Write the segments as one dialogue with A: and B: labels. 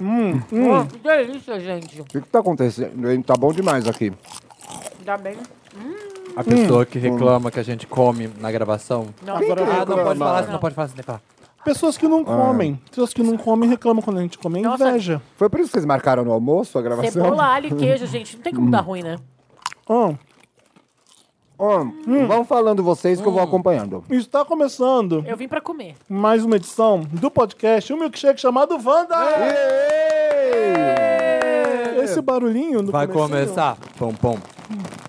A: Hum, hum. que delícia, gente.
B: O que, que tá acontecendo? Ele tá bom demais aqui.
A: Ainda bem.
C: A pessoa que reclama que a gente come na gravação.
A: Não,
D: Agora-
C: Hum. Ah, não
D: reclama?
C: pode falar isso, não pode falar isso, nem falar.
D: Pessoas que não comem. Pessoas que não comem reclamam quando a gente come. É
E: Nossa.
D: inveja.
B: Foi por isso que vocês marcaram no almoço a gravação?
E: Cebola, alho e queijo, gente. Não tem como
B: Hum.
E: dar ruim, né?
D: Ah,
B: Ó, Vão falando vocês que eu vou acompanhando.
D: está começando
E: Eu vim pra comer.
D: mais uma edição do podcast, um milkshake chamado Wanda. Esse barulhinho do
C: Vai
D: comecinho
C: começar. Pom, pom.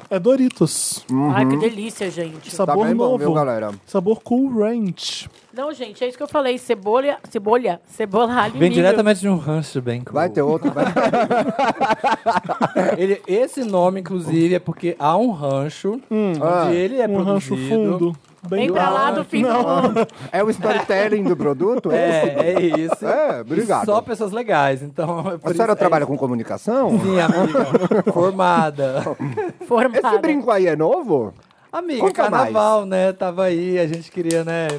D: É Doritos.
B: Uhum.
E: Ai, que delícia, gente.
B: Hum, Tá
D: Sabor
B: bem bom,
D: novo.
B: viu, galera?
D: Sabor Cool Ranch.
E: Não, gente, é isso que eu falei. Cebolha, cebolha, cebola, alho e
C: Vem
E: milho.
C: diretamente de um rancho bem cool.
B: Vai ter outro. Vai...
C: Ele, esse nome, inclusive, é porque há um rancho onde
B: Ah,
C: ele é
D: Um rancho
C: produzido.
D: fundo.
E: Vem pra lá do fim do mundo.
B: É o storytelling do produto? É. esse?
C: É, é isso.
B: É, obrigado.
C: E Só pessoas legais, então... é por
B: A senhora
C: isso-
B: trabalha
C: é
B: com comunicação?
C: isso. Sim, amiga. Formada.
B: Esse
E: Formada.
B: brinco aí é novo?
C: Amiga,
B: Conta
C: carnaval, né? Tava aí, a gente queria, né?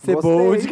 C: Ser bold.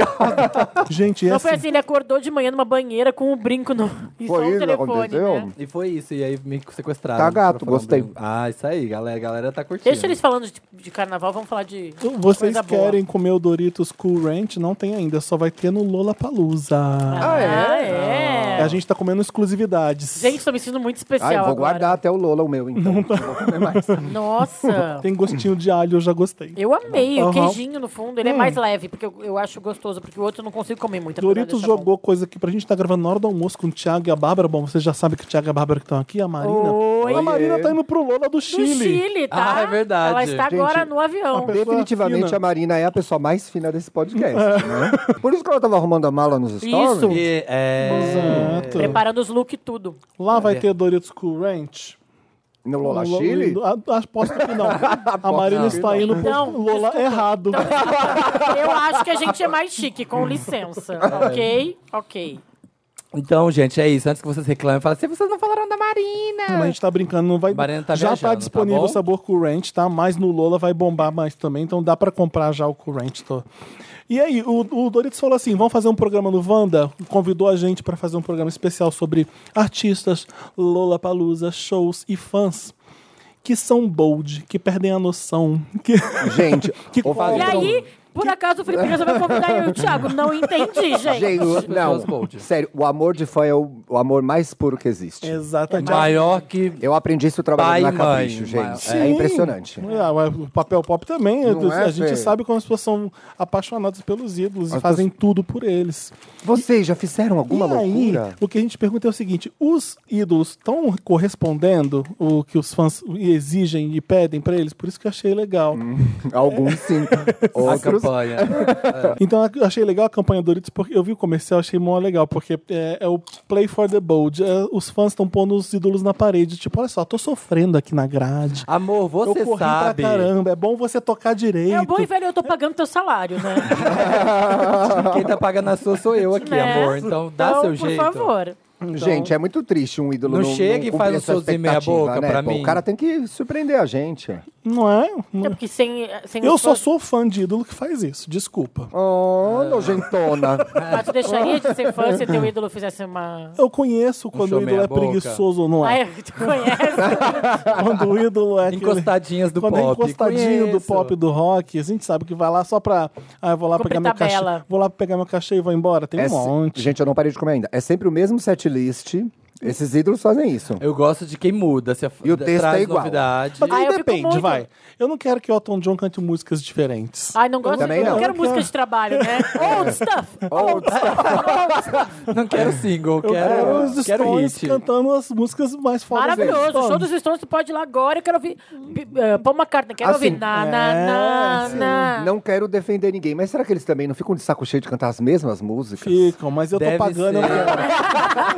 D: Gente,
E: Não
D: esse...
E: foi assim, ele acordou de manhã numa banheira com um brinco no... e só
B: Foi
E: um
B: isso que
E: telefone,
B: aconteceu?
E: né?
C: E foi isso, e aí me sequestraram.
B: Tá gato,
C: Pra falar
B: gostei.
C: bem. Ah, isso aí, galera, a galera tá curtindo.
E: Deixa eles falando de, de carnaval, vamos falar de
D: Vocês
E: coisa boa.
D: querem comer o Doritos Cool Ranch? Não tem ainda, só vai ter no Lollapalooza.
B: Ah, é?
E: Ah, é?
D: A gente tá comendo exclusividades.
E: Gente, tô me sentindo muito especial
B: Ah, eu vou
E: é agora.
B: guardar até o Lola o meu, então. Não vou comer mais.
E: Nossa.
D: Tem gostinho de alho, eu já gostei.
E: Eu amei, o
D: Aham.
E: queijinho no fundo, ele é mais leve, porque eu, eu acho gostoso, porque o outro eu não consigo comer muito. apesar de
D: Doritos
E: achar bom.
D: jogou coisa aqui pra gente tá gravando na hora do almoço com o Thiago e a Bárbara. Bom, vocês já sabem que o Thiago e a Bárbara que estão aqui, a Marina.
E: Oi.
D: A Marina tá indo pro Lola do
E: Do
D: Chile.
E: Chile, tá?
C: Ah, é verdade.
E: Ela está
B: Gente,
E: agora no avião.
D: pessoa
B: Definitivamente
D: fina.
B: a Marina é a pessoa mais fina desse podcast. né? Por isso que ela tava arrumando a mala nos stories.
E: Isso.
C: E, é...
D: Exato.
E: Preparando os look e tudo.
D: Lá vai ter Doritos Cool Ranch.
B: No Lola
D: Lo-
B: Chile?
D: do- a- Aposto que não. A Marina
B: que
D: está indo pro
E: Não,
D: Lola
E: desculpa.
D: errado.
E: Eu acho que a gente é mais chique, com licença. Ok? Ok.
C: Então, gente, é isso. Antes que vocês reclamem, fala assim, vocês não falaram da
D: Mas a
C: Marina.
D: gente tá brincando, não vai.
C: Mariana tá
D: já
C: viajando,
D: tá
C: tá
D: disponível
C: bom?
D: o sabor Cool Ranch, tá? Mas no Lola vai bombar mais também, então dá pra comprar já o Cool Ranch. Tô. E aí, o, o Doritos falou assim: vamos fazer um programa no Wanda? Convidou a gente pra fazer um programa especial sobre artistas, Lola Palusa, shows e fãs que são bold, que perdem a noção. Que...
B: Gente,
D: Que
B: vou fazer
E: E
B: um-
E: aí, por acaso, o Felipe resolveu convidar eu e o Thiago. Não entendi, gente.
B: Gente,
C: Pessoas
B: não.
C: bold.
B: Sério, o amor de fã é o, o amor mais puro que existe.
D: Exatamente.
C: Maior que...
B: Eu aprendi isso trabalhando
C: Pai
B: na
C: e mãe,
B: Capricho,
C: mãe.
B: gente. É impressionante.
D: Ah, mas o papel pop também.
B: Não é,
D: a gente
B: Fê?
D: sabe como as pessoas são apaixonadas pelos ídolos e
B: As
D: fazem tudo por eles.
B: Vocês já fizeram alguma
D: e aí,
B: loucura?
D: o que a gente pergunta é o seguinte: os ídolos estão correspondendo o que os fãs exigem e pedem pra eles? Por isso que eu achei legal.
C: Hum.
B: Alguns sim.
C: A
B: Outros.
C: campanha.
D: Então eu achei legal a campanha Doritos, porque eu vi o comercial, achei mó legal, porque é, é o Play for the Bold. É, os fãs estão pondo os ídolos na parede, tipo, olha só, tô sofrendo aqui na grade.
C: Amor, Ah, você
D: eu corri
C: sabe...
D: pra caramba, é bom você tocar direito.
E: É o bom e velho, eu tô pagando teu salário, né?
C: Quem tá pagando a sua sou eu aqui,
E: Né?
C: amor. Então dá
E: então,
C: seu
E: por
C: jeito.
E: favor.
B: Gente, é muito triste um ídolo
C: Não
B: não,
C: chega e
B: cumprir
C: faz um
B: essa
C: showzinho meia
B: expectativa, né?
C: boca pra
B: Pô,
C: mim. Ah.
B: O cara tem que surpreender a gente.
D: Não é? Não
E: É porque sem, sem
D: Eu
E: os
D: só
E: fãs-
D: sou fã de ídolo que faz isso, desculpa.
B: Oh, nojentona.
E: Mas tu deixaria de ser fã se teu ídolo fizesse uma...
D: Eu conheço quando
C: show
D: o ídolo
C: meia
D: é
C: boca.
D: preguiçoso ou não é.
E: Ai, tu conhece?
D: Quando o ídolo é. aquele-
C: Encostadinhas do
D: Quando é
C: pop.
D: encostadinho do
C: conheço.
D: pop e do rock, a gente sabe que vai lá só pra. Ah, eu vou lá
E: Cumprir
D: pegar meu cachê.
E: tabela.
D: Vou lá pegar meu cachê e vou embora. Tem um
B: É se-
D: monte.
B: Gente, eu não parei de comer ainda. É sempre o mesmo setlist. Esses ídolos fazem isso.
C: Eu gosto de quem muda. Se a-
B: E o texto
C: traz
B: é igual.
C: novidade.
D: Mas
E: Ah, eu
D: aí
E: fico
D: depende,
E: muito- Ah,
D: vai. Eu não quero que o Elton John cante músicas diferentes.
E: Ai, não gosto.
B: Também não. É.
E: quero música de trabalho, né? Old stuff.
C: Não quero single,
D: Eu quero,
C: quero,
D: os
C: quero
D: Stones
C: hit.
D: cantando as músicas mais fortes.
E: Maravilhoso. O show dos Stones, tu pode ir lá agora. Eu quero ouvir... Uh, Paul McCartney, quero
B: Assim,
E: ouvir... Na, na, na, na.
B: Não quero defender ninguém, mas será que eles também não ficam de saco cheio de cantar as mesmas músicas?
D: Ficam, mas eu tô
C: Deve
D: pagando. eu
C: ser.
D: quero-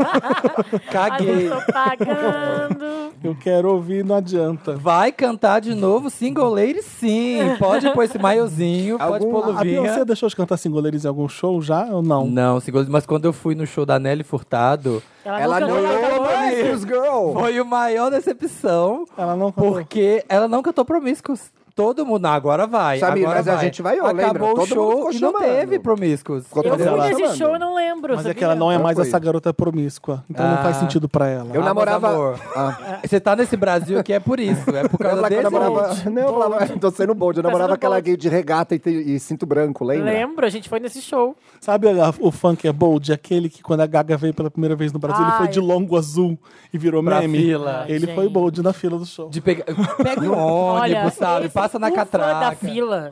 E: Mas eu
C: Caguei.
E: tô pagando.
D: Eu quero ouvir, não adianta.
C: Vai cantar de novo Single Lady, sim. Pode pôr esse maiozinho, pode
B: Algum-
C: pôr
D: A Beyoncé
C: luvinha.
D: deixou de cantar singoleiros em algum show já ou não?
C: Não, Single Ladies, mas quando eu fui no show da Nelly Furtado,
B: Ela não
E: cantou,
B: ama
E: cantou.
B: Promiscuous Girl.
C: foi a maior decepção,
D: Ela não cantou.
C: porque ela não cantou Promiscuous. todo mundo. Não, agora vai.
B: Samir,
C: agora
B: mas a gente vai, ó,
C: Acabou
B: lembra?
C: o
B: Todo mundo
C: show
B: ficou
C: e não
B: chamando.
C: teve promíscuos.
B: Ficou
E: Eu
B: todo mundo
E: fui nesse
B: chamando.
E: show, eu não lembro.
D: Mas é
E: sabia?
D: que ela não é
B: Não
D: mais
B: foi.
D: essa garota promíscua. Então não faz
C: Ah.
D: sentido pra ela.
B: Eu
C: Ah, mas,
B: namorava-
C: amor,
B: Ah.
C: Você tá nesse Brasil que é por isso. É por causa
B: que eu
C: desse
B: namorava...
C: hit.
B: Não, eu namorava- tô sendo bold. Eu namorava
E: sendo
B: aquela
E: bold.
B: gay de regata e, te- e cinto branco, lembra?
E: Lembro, a gente foi nesse show.
D: Sabe a- o funk é bold? Aquele que quando a Gaga veio pela primeira vez no Brasil, ele foi
E: Ai.
D: de longo azul e virou
C: Pra
D: meme.
C: fila.
D: Ele
E: Ai,
D: foi
E: gente.
D: bold na fila do show.
C: De pegar... Pega um ônibus,
E: Olha,
C: sabe?
E: esse-
C: Passa na
E: o fã da
C: catraca.
E: fila.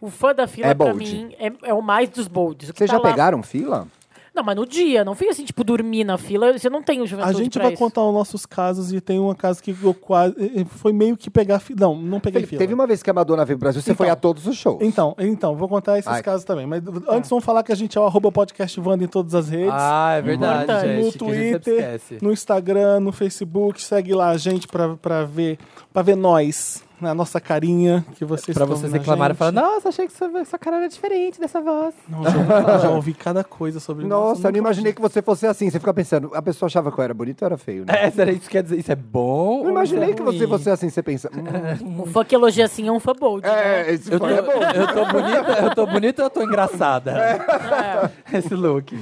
E: O fã da fila,
B: É
E: pra
B: bold.
E: mim, é, é o mais dos bolds. O que
B: Vocês
E: tá
B: já
E: lá-
B: pegaram fila?
E: Não, mas no dia, não fica assim, tipo, dormir na fila. Você não tem o
D: A
E: juventude
D: gente
E: pra
D: vai
E: isso.
D: contar os nossos casos e tem uma casa que eu quase. eh, Foi meio que pegar fila. Não, não peguei
B: Felipe,
D: fila.
B: teve uma vez que a Madonna veio pro Brasil, você
D: Então.
B: foi a todos os shows.
D: Então, então, vou contar esses
B: Ai.
D: casos também.
C: Tá.
D: Mas antes vamos falar que a gente é o arroba podcast Wanda em todas as redes.
C: Ah, é verdade,
E: Importante.
C: gente.
D: no
C: que a gente sempre
D: Twitter,
C: esquece.
D: no Instagram, no Facebook, segue lá a gente pra, pra ver, pra ver nós, na nossa carinha, que vocês
C: Pra
D: estão
C: vocês
D: vendo a
C: reclamarem e
D: gente.
C: falar, nossa, achei que sua, sua cara era diferente dessa voz.
D: Não, já, já ouvi cada coisa sobre
B: Nossa, eu não
D: nunca-
B: imaginei que você fosse assim. Você fica pensando, a pessoa achava que eu era bonito ou era feio, né?
C: É, será que isso quer dizer? Isso é bom?
B: Eu não imaginei
C: ou
B: que
C: isso é
B: você
C: ruim?
B: fosse assim, você pensa. hum,
E: O fã que elogia assim é um fã bold. né?
B: é, esse
C: Eu tô,
B: foi é bom.
C: eu tô bonita, eu tô bonita ou eu tô engraçada? Esse look.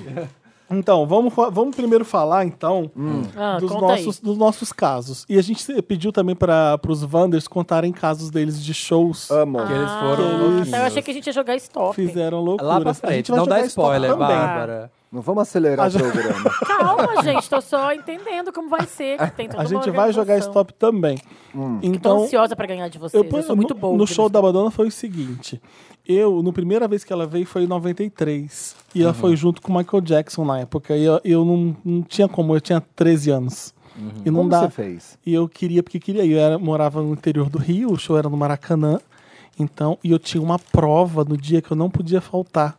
D: Então, vamos, fa- vamos primeiro falar, então,
E: Ah,
D: dos,
E: conta
D: nossos,
E: aí.
D: dos nossos casos. E a gente se- pediu também para os Wanders contarem casos deles de shows
B: Amo.
C: Que eles
E: Ah,
C: foram
E: tá, eu achei que a gente ia jogar stop.
D: que fizeram loucuras.
C: Lá pra
D: a gente
C: frente,
D: vai
C: não dá
D: jogar isso
C: spoiler,
D: também.
C: Bárbara.
B: Não vamos acelerar
D: Ah,
B: o
D: já-
B: programa.
E: Calma, gente, tô só entendendo como vai ser. que tem toda
D: A
E: uma
D: gente vai jogar
E: organização.
D: stop também.
E: Tô
D: Então,
E: ansiosa pra ganhar de vocês. Eu,
D: pus-
E: sou muito
D: no,
E: bold. né?
D: no show da Madonna foi o seguinte. Eu, na primeira vez que ela veio, foi em 93. E ela foi junto com o Michael Jackson na época. E eu, eu não, não tinha como, eu tinha 13 anos. E não
B: Como
D: dá.
B: você fez?
D: E eu queria, porque queria. Eu era, morava no interior do Rio, o show era no Maracanã. Então, e eu tinha uma prova no dia que eu não podia faltar.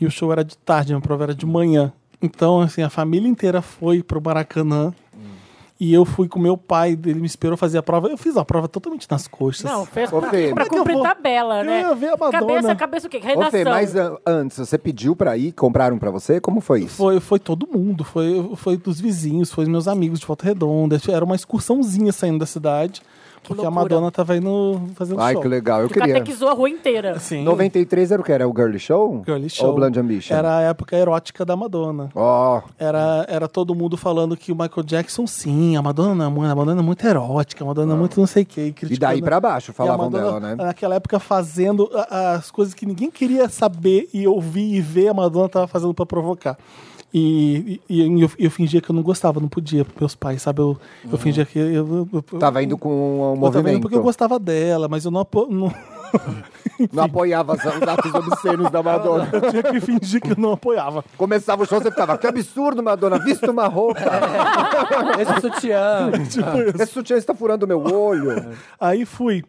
D: E o show era de tarde, a minha prova era de manhã. Então, assim, a família inteira foi pro Maracanã. E eu fui com meu pai, ele me esperou fazer a prova. Eu fiz a prova totalmente nas coxas.
E: Não, fez
B: Ô,
E: pra,
B: Fê,
E: pra
D: que eu
E: cumprir
D: vou-
E: tabela,
D: Eu
E: né?
D: ia ver a Madonna.
E: Cabeça, cabeça o quê?
B: Ô,
E: Redação.
B: Fê,
D: é
B: mas ah, antes, você pediu pra ir, compraram pra você? Como foi isso?
D: Foi, foi todo mundo, foi, foi dos vizinhos, foi meus amigos de Volta Redonda. Era uma excursãozinha saindo da cidade, porque a
E: loucura.
D: Madonna tava indo fazendo
B: Ai,
D: um show.
B: que legal. Eu
E: Tu
B: queria.
E: catequizou a rua inteira.
D: Sim.
B: 93 era o que? Era o Girly Show?
D: Girly Show.
B: Ou Blonde Ambition?
D: Era a época erótica da Madonna.
B: Ó,
D: Era, era todo mundo falando que o Michael Jackson, sim, a Madonna, não é mu- a Madonna é muito erótica, a Madonna é muito não sei o quê.
B: Ah. e daí pra baixo falavam
D: e a
B: dela,
D: Madonna,
B: né?
D: Naquela época fazendo a- as coisas que ninguém queria saber e ouvir e ver, a Madonna tava fazendo pra provocar. E, e- e eu, eu fingia que eu não gostava, não podia pros meus pais, sabe? Eu, eu fingia que eu, eu, eu,
B: Tava indo com o
D: eu tava indo
B: Hum. Tá movimento.
D: porque eu gostava dela, mas eu não, apo- não
B: Não apoiava os os atos obscenos da Madonna.
D: eu tinha que fingir que eu não apoiava.
B: Começava o show, você ficava, que absurdo, Madonna, vista uma roupa.
C: Esse sutiã.
D: Tipo,
B: Esse sutiã está furando meu olho.
D: Aí fui.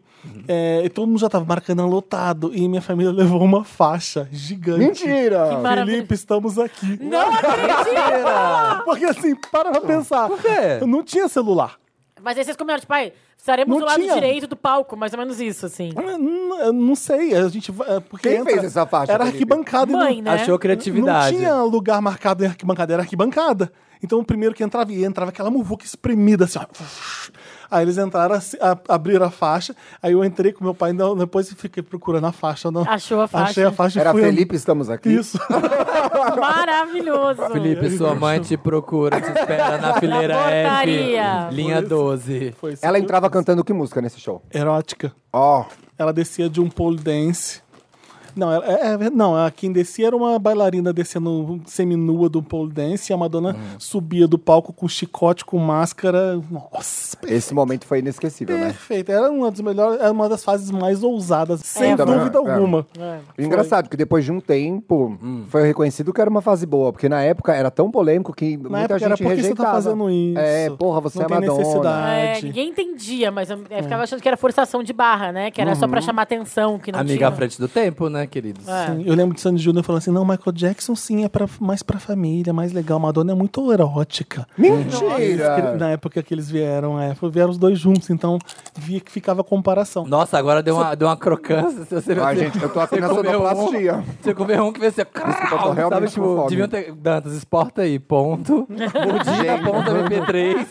D: É, e todo mundo já tava marcando lotado. E minha família levou uma faixa gigante.
B: Mentira!
E: maravilha.
D: Felipe, estamos aqui.
E: Não acredito!
D: Porque assim, para pra pensar. Por
C: quê?
D: Não tinha celular.
E: mas aí vocês combinaram, tipo, ai, estaremos
D: Não
E: do lado
D: tinha.
E: direito do palco, mais ou menos isso, assim.
D: Eu não- eu não sei, a gente vai- é, porque
B: Quem
D: entra-
B: fez essa faixa,
D: Era
B: Felipe?
D: arquibancada. e não-
E: Mãe, né?
C: Achou criatividade.
D: Não tinha lugar marcado em arquibancada, era arquibancada. Então o primeiro que entrava ia, entrava aquela muvuca espremida assim, ó. Aí eles entraram, assim, a- abriram a faixa, aí eu entrei com meu pai, não, depois eu fiquei procurando a faixa. Não,
E: Achou a faixa.
D: Achei a faixa e
B: Era
D: fui andando.
B: Felipe, estamos aqui.
D: Isso. Ah,
E: Maravilhoso.
C: Felipe, sua mãe te procura, te espera na fileira
E: Na portaria.
C: F, linha 12.
D: Foi isso.
B: Ela entrava cantando que música nesse show?
D: Erótica.
B: Ó,
D: Ela descia de um pole dance. Não, ela, é- é- não, a- quem descia era uma bailarina descendo seminua do pole dance e a Madonna
B: Hum.
D: subia do palco com chicote, com máscara. Nossa,
B: esse momento foi inesquecível, né?
D: perfeito. Era uma das melhores, era uma das fases mais ousadas, sem
B: É,
D: dúvida
B: também, é.
D: alguma.
B: Engraçado que depois de um tempo
D: Hum.
B: foi reconhecido que era uma fase boa, porque na época era tão polêmico que
D: Na
B: muita
D: época era
B: gente
D: por que você
B: rejeitava.
D: tá fazendo isso?
B: É, porra, você
D: Não
B: é
D: tem
B: Madonna.
E: É,
D: necessidade.
E: ninguém é,
D: É. Uhum.
E: entendia, mas eu, eu ficava achando que era forçação de barra, né? Que era só pra chamar atenção, que não
C: Amiga à
E: tinha.
C: frente do tempo, né? né, queridos?
E: É.
D: Sim, eu lembro de Sandy Júnior falando assim: não, Michael Jackson sim é pra, mais pra família, mais legal. Madonna é muito erótica.
B: Mentira!
D: Na época que eles vieram, é, foi- vieram os dois juntos, então via que ficava a comparação.
C: Nossa, agora deu uma, deu uma crocância. se Você,
B: Ai,
C: você-
B: gente, eu tô aqui na
C: você comeu
B: sonoplastia.
C: Um, você comeu um que vai ser.
B: eu tô realmente
C: Sabe,
B: com fome.
C: tipo, deviam ter. Dantas, exporta aí, ponto. Mordida, ponto MP3.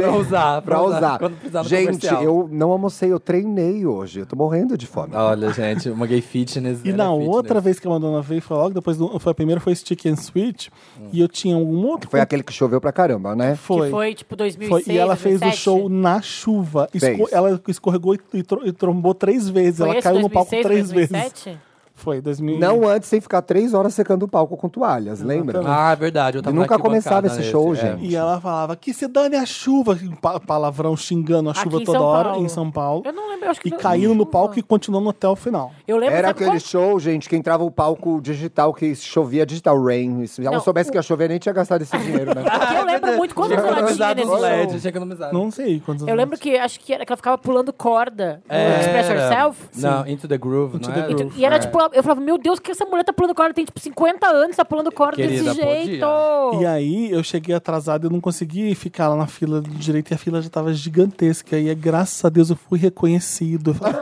C: Pra usar.
B: Pra usar.
C: Quando precisar no
B: Gente,
C: comercial.
B: eu não almocei, eu treinei hoje. Eu tô morrendo de fome.
C: Olha, gente, uma gay fitness.
D: E
C: era
D: na
C: fitness.
D: outra vez que a Madonna veio, foi logo depois do. Foi a primeira, foi Stick and Switch. E eu tinha um outro.
B: Foi aquele Hum. que choveu pra caramba, né?
E: Que foi, tipo, 2006,
D: Foi, e ela fez o
E: 2007.
D: show na chuva. Esco-
B: Fez.
D: ela escorregou e, e tro- e trombou três vezes.
E: Foi
D: ela
E: esse,
D: caiu no palco
E: 2006,
D: três vezes.
E: 2007?
D: Foi, 2000.
B: Não antes sem ficar três horas secando o palco com toalhas, lembra?
C: Ah, é verdade. Eu
B: E
C: tava
B: nunca
C: na arquibancada
B: começava esse
C: nesse,
B: show,
C: é.
B: gente.
D: E ela falava que se dane a chuva, pa- palavrão xingando a
E: Aqui
D: chuva
E: em
D: toda
E: São
D: hora
E: Paulo.
D: em São Paulo.
E: Eu não lembro, eu acho que...
D: E
E: não-
D: caindo no palco e continuando até o final.
E: Eu lembro,
B: Era
E: sabe qual-
B: aquele show, gente, que entrava o palco digital, que chovia digital rain. Se ela não
E: Não,
B: soubesse que ia chover, nem tinha gastado esse dinheiro, né?
E: Porque eu lembro muito quando
C: Tinha
E: ela tinha
C: economizado
E: nesse
C: os LEDs,
E: show.
C: tinha economizado.
D: Não sei quantos
E: Eu
D: anos.
E: lembro que acho que era que ela ficava pulando corda. no Express Yourself.
C: É, Não, Into the Groove,
D: Into
C: não é?
D: the
C: era?
D: Groove.
E: E era tipo, eu falava, meu Deus, por que essa mulher tá pulando corda? Tem tipo 50 anos, tá pulando corda
C: Querida,
E: desse
C: podia.
E: jeito.
D: E aí eu cheguei atrasado, eu não consegui ficar lá na fila direito e a fila já tava gigantesca. E é, graças a Deus eu fui reconhecido. Eu falei,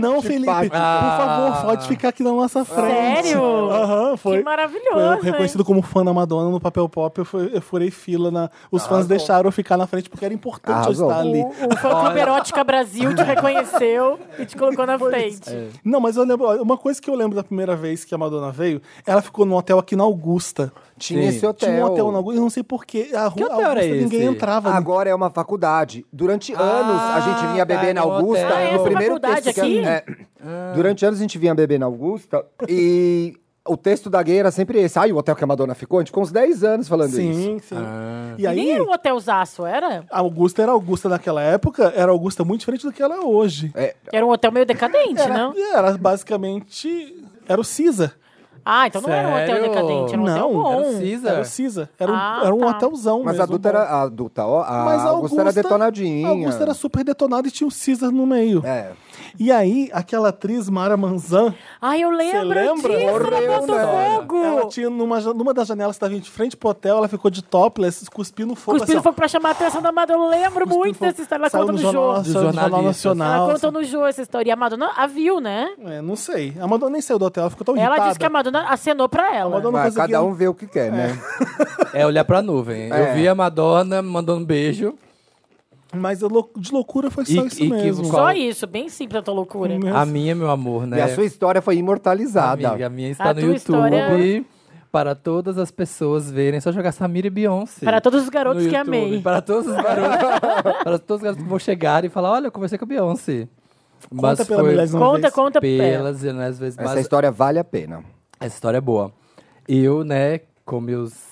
D: não, Felipe, por favor, pode ficar aqui na nossa frente.
E: Ah. Sério?
D: Aham, foi.
E: Que maravilhoso,
D: Foi reconhecido como fã da Madonna no papel pop, eu, fui- eu furei fila. Na, os fãs deixaram eu ficar na frente porque era importante
B: Arrasou.
D: eu estar ali.
E: O, o fã clube Erótica Brasil te reconheceu e te colocou na frente.
D: Não, mas eu lembro, olha, uma coisa que eu lembro da primeira vez que a Madonna veio, ela ficou num hotel aqui na Augusta.
B: Tinha
C: Sim.
B: esse hotel.
D: Tinha um hotel na Augusta, eu não sei porquê. A rua
C: hotel era
D: Augusta ninguém
C: esse?
D: entrava.
B: Agora é uma faculdade. Durante anos a gente vinha beber
C: tá,
B: na
C: no
B: Augusta.
C: hotel. Ah,
B: no
E: essa
B: primeiro
E: faculdade
B: texto que
E: aqui?
B: é, Durante anos a gente vinha beber na Augusta e o texto da gay era sempre esse. Ai, o hotel que a Madonna ficou, a gente ficou uns 10 anos falando isso. Ah.
D: Sim, sim. E aí,
E: Nem era um hotelzaço, era?
D: a Augusta era Augusta naquela época, era Augusta muito diferente do que ela é hoje.
B: É,
E: Era um hotel meio decadente, não?
D: Era basicamente. Era o Cisa.
E: Ah, então não era um
C: Sério?
E: hotel decadente, era um hotel
D: Não, assim,
E: bom.
C: era o Caesar.
D: Era o Cisa. Era um,
E: Ah,
D: era um
E: tá.
D: hotelzão
B: mas
D: mesmo.
B: a adulta era. A adulta, ó. A
D: Mas a
B: Augusta, era detonadinha.
D: A Augusta era super detonada e tinha o Cisa no meio.
B: É.
D: E aí, aquela atriz Mara Manzan,
E: Ai, eu
D: Você
E: lembro
D: lembra?
E: disso,
B: Morreu,
E: ela botou
B: né?
E: fogo.
D: Ela tinha numa, ja- numa das janelas que estava de frente pro hotel, ela ficou de topless, cuspindo fogo.
E: Cuspindo
D: assim, ó.
E: fogo pra chamar a atenção da Madonna. Eu lembro
D: Cuspindo
E: muito
D: fogo.
E: dessa história. Ela
D: Saiu
E: conta
D: no
E: no show.
D: jornal, saiu no jornal
C: jornalista.
D: nacional.
E: Ela conta no show essa história. E a Madonna a viu, né?
D: assim. É, não sei. A Madonna nem saiu do hotel, ela ficou tão irritada.
E: Ela disse que a Madonna acenou pra ela.
D: Madonna-
B: Mas
D: conseguia-
B: cada um vê o que quer, né?
E: tipo-
C: É olhar pra nuvem.
B: É.
C: Eu vi a Madonna me mandando um beijo.
D: Mas a lou- de loucura foi só
C: E-
D: isso
C: e que
D: mesmo.
C: qual-
E: Só isso, bem simples a tua loucura.
D: Meu
C: A minha, meu amor, né?
B: E a sua história foi imortalizada.
C: Amiga, a minha está
E: A
C: no
E: tua
C: YouTube.
E: história-
C: Para todas as pessoas verem, só jogar Samira e Beyoncé.
E: Para todos os garotos
C: no
E: que
C: YouTube.
E: amei.
C: Para todos os garotos. para todos os garotos que vão chegar e falar: olha, eu conversei com a Beyoncé. Mas
D: Conta pela
C: foi
D: milésima
E: Conta,
D: vez.
E: conta. pera.
C: pelas e nas vezes.
B: Essa
C: mas
B: história vale a pena.
C: Essa história é boa. Eu, né, com meus.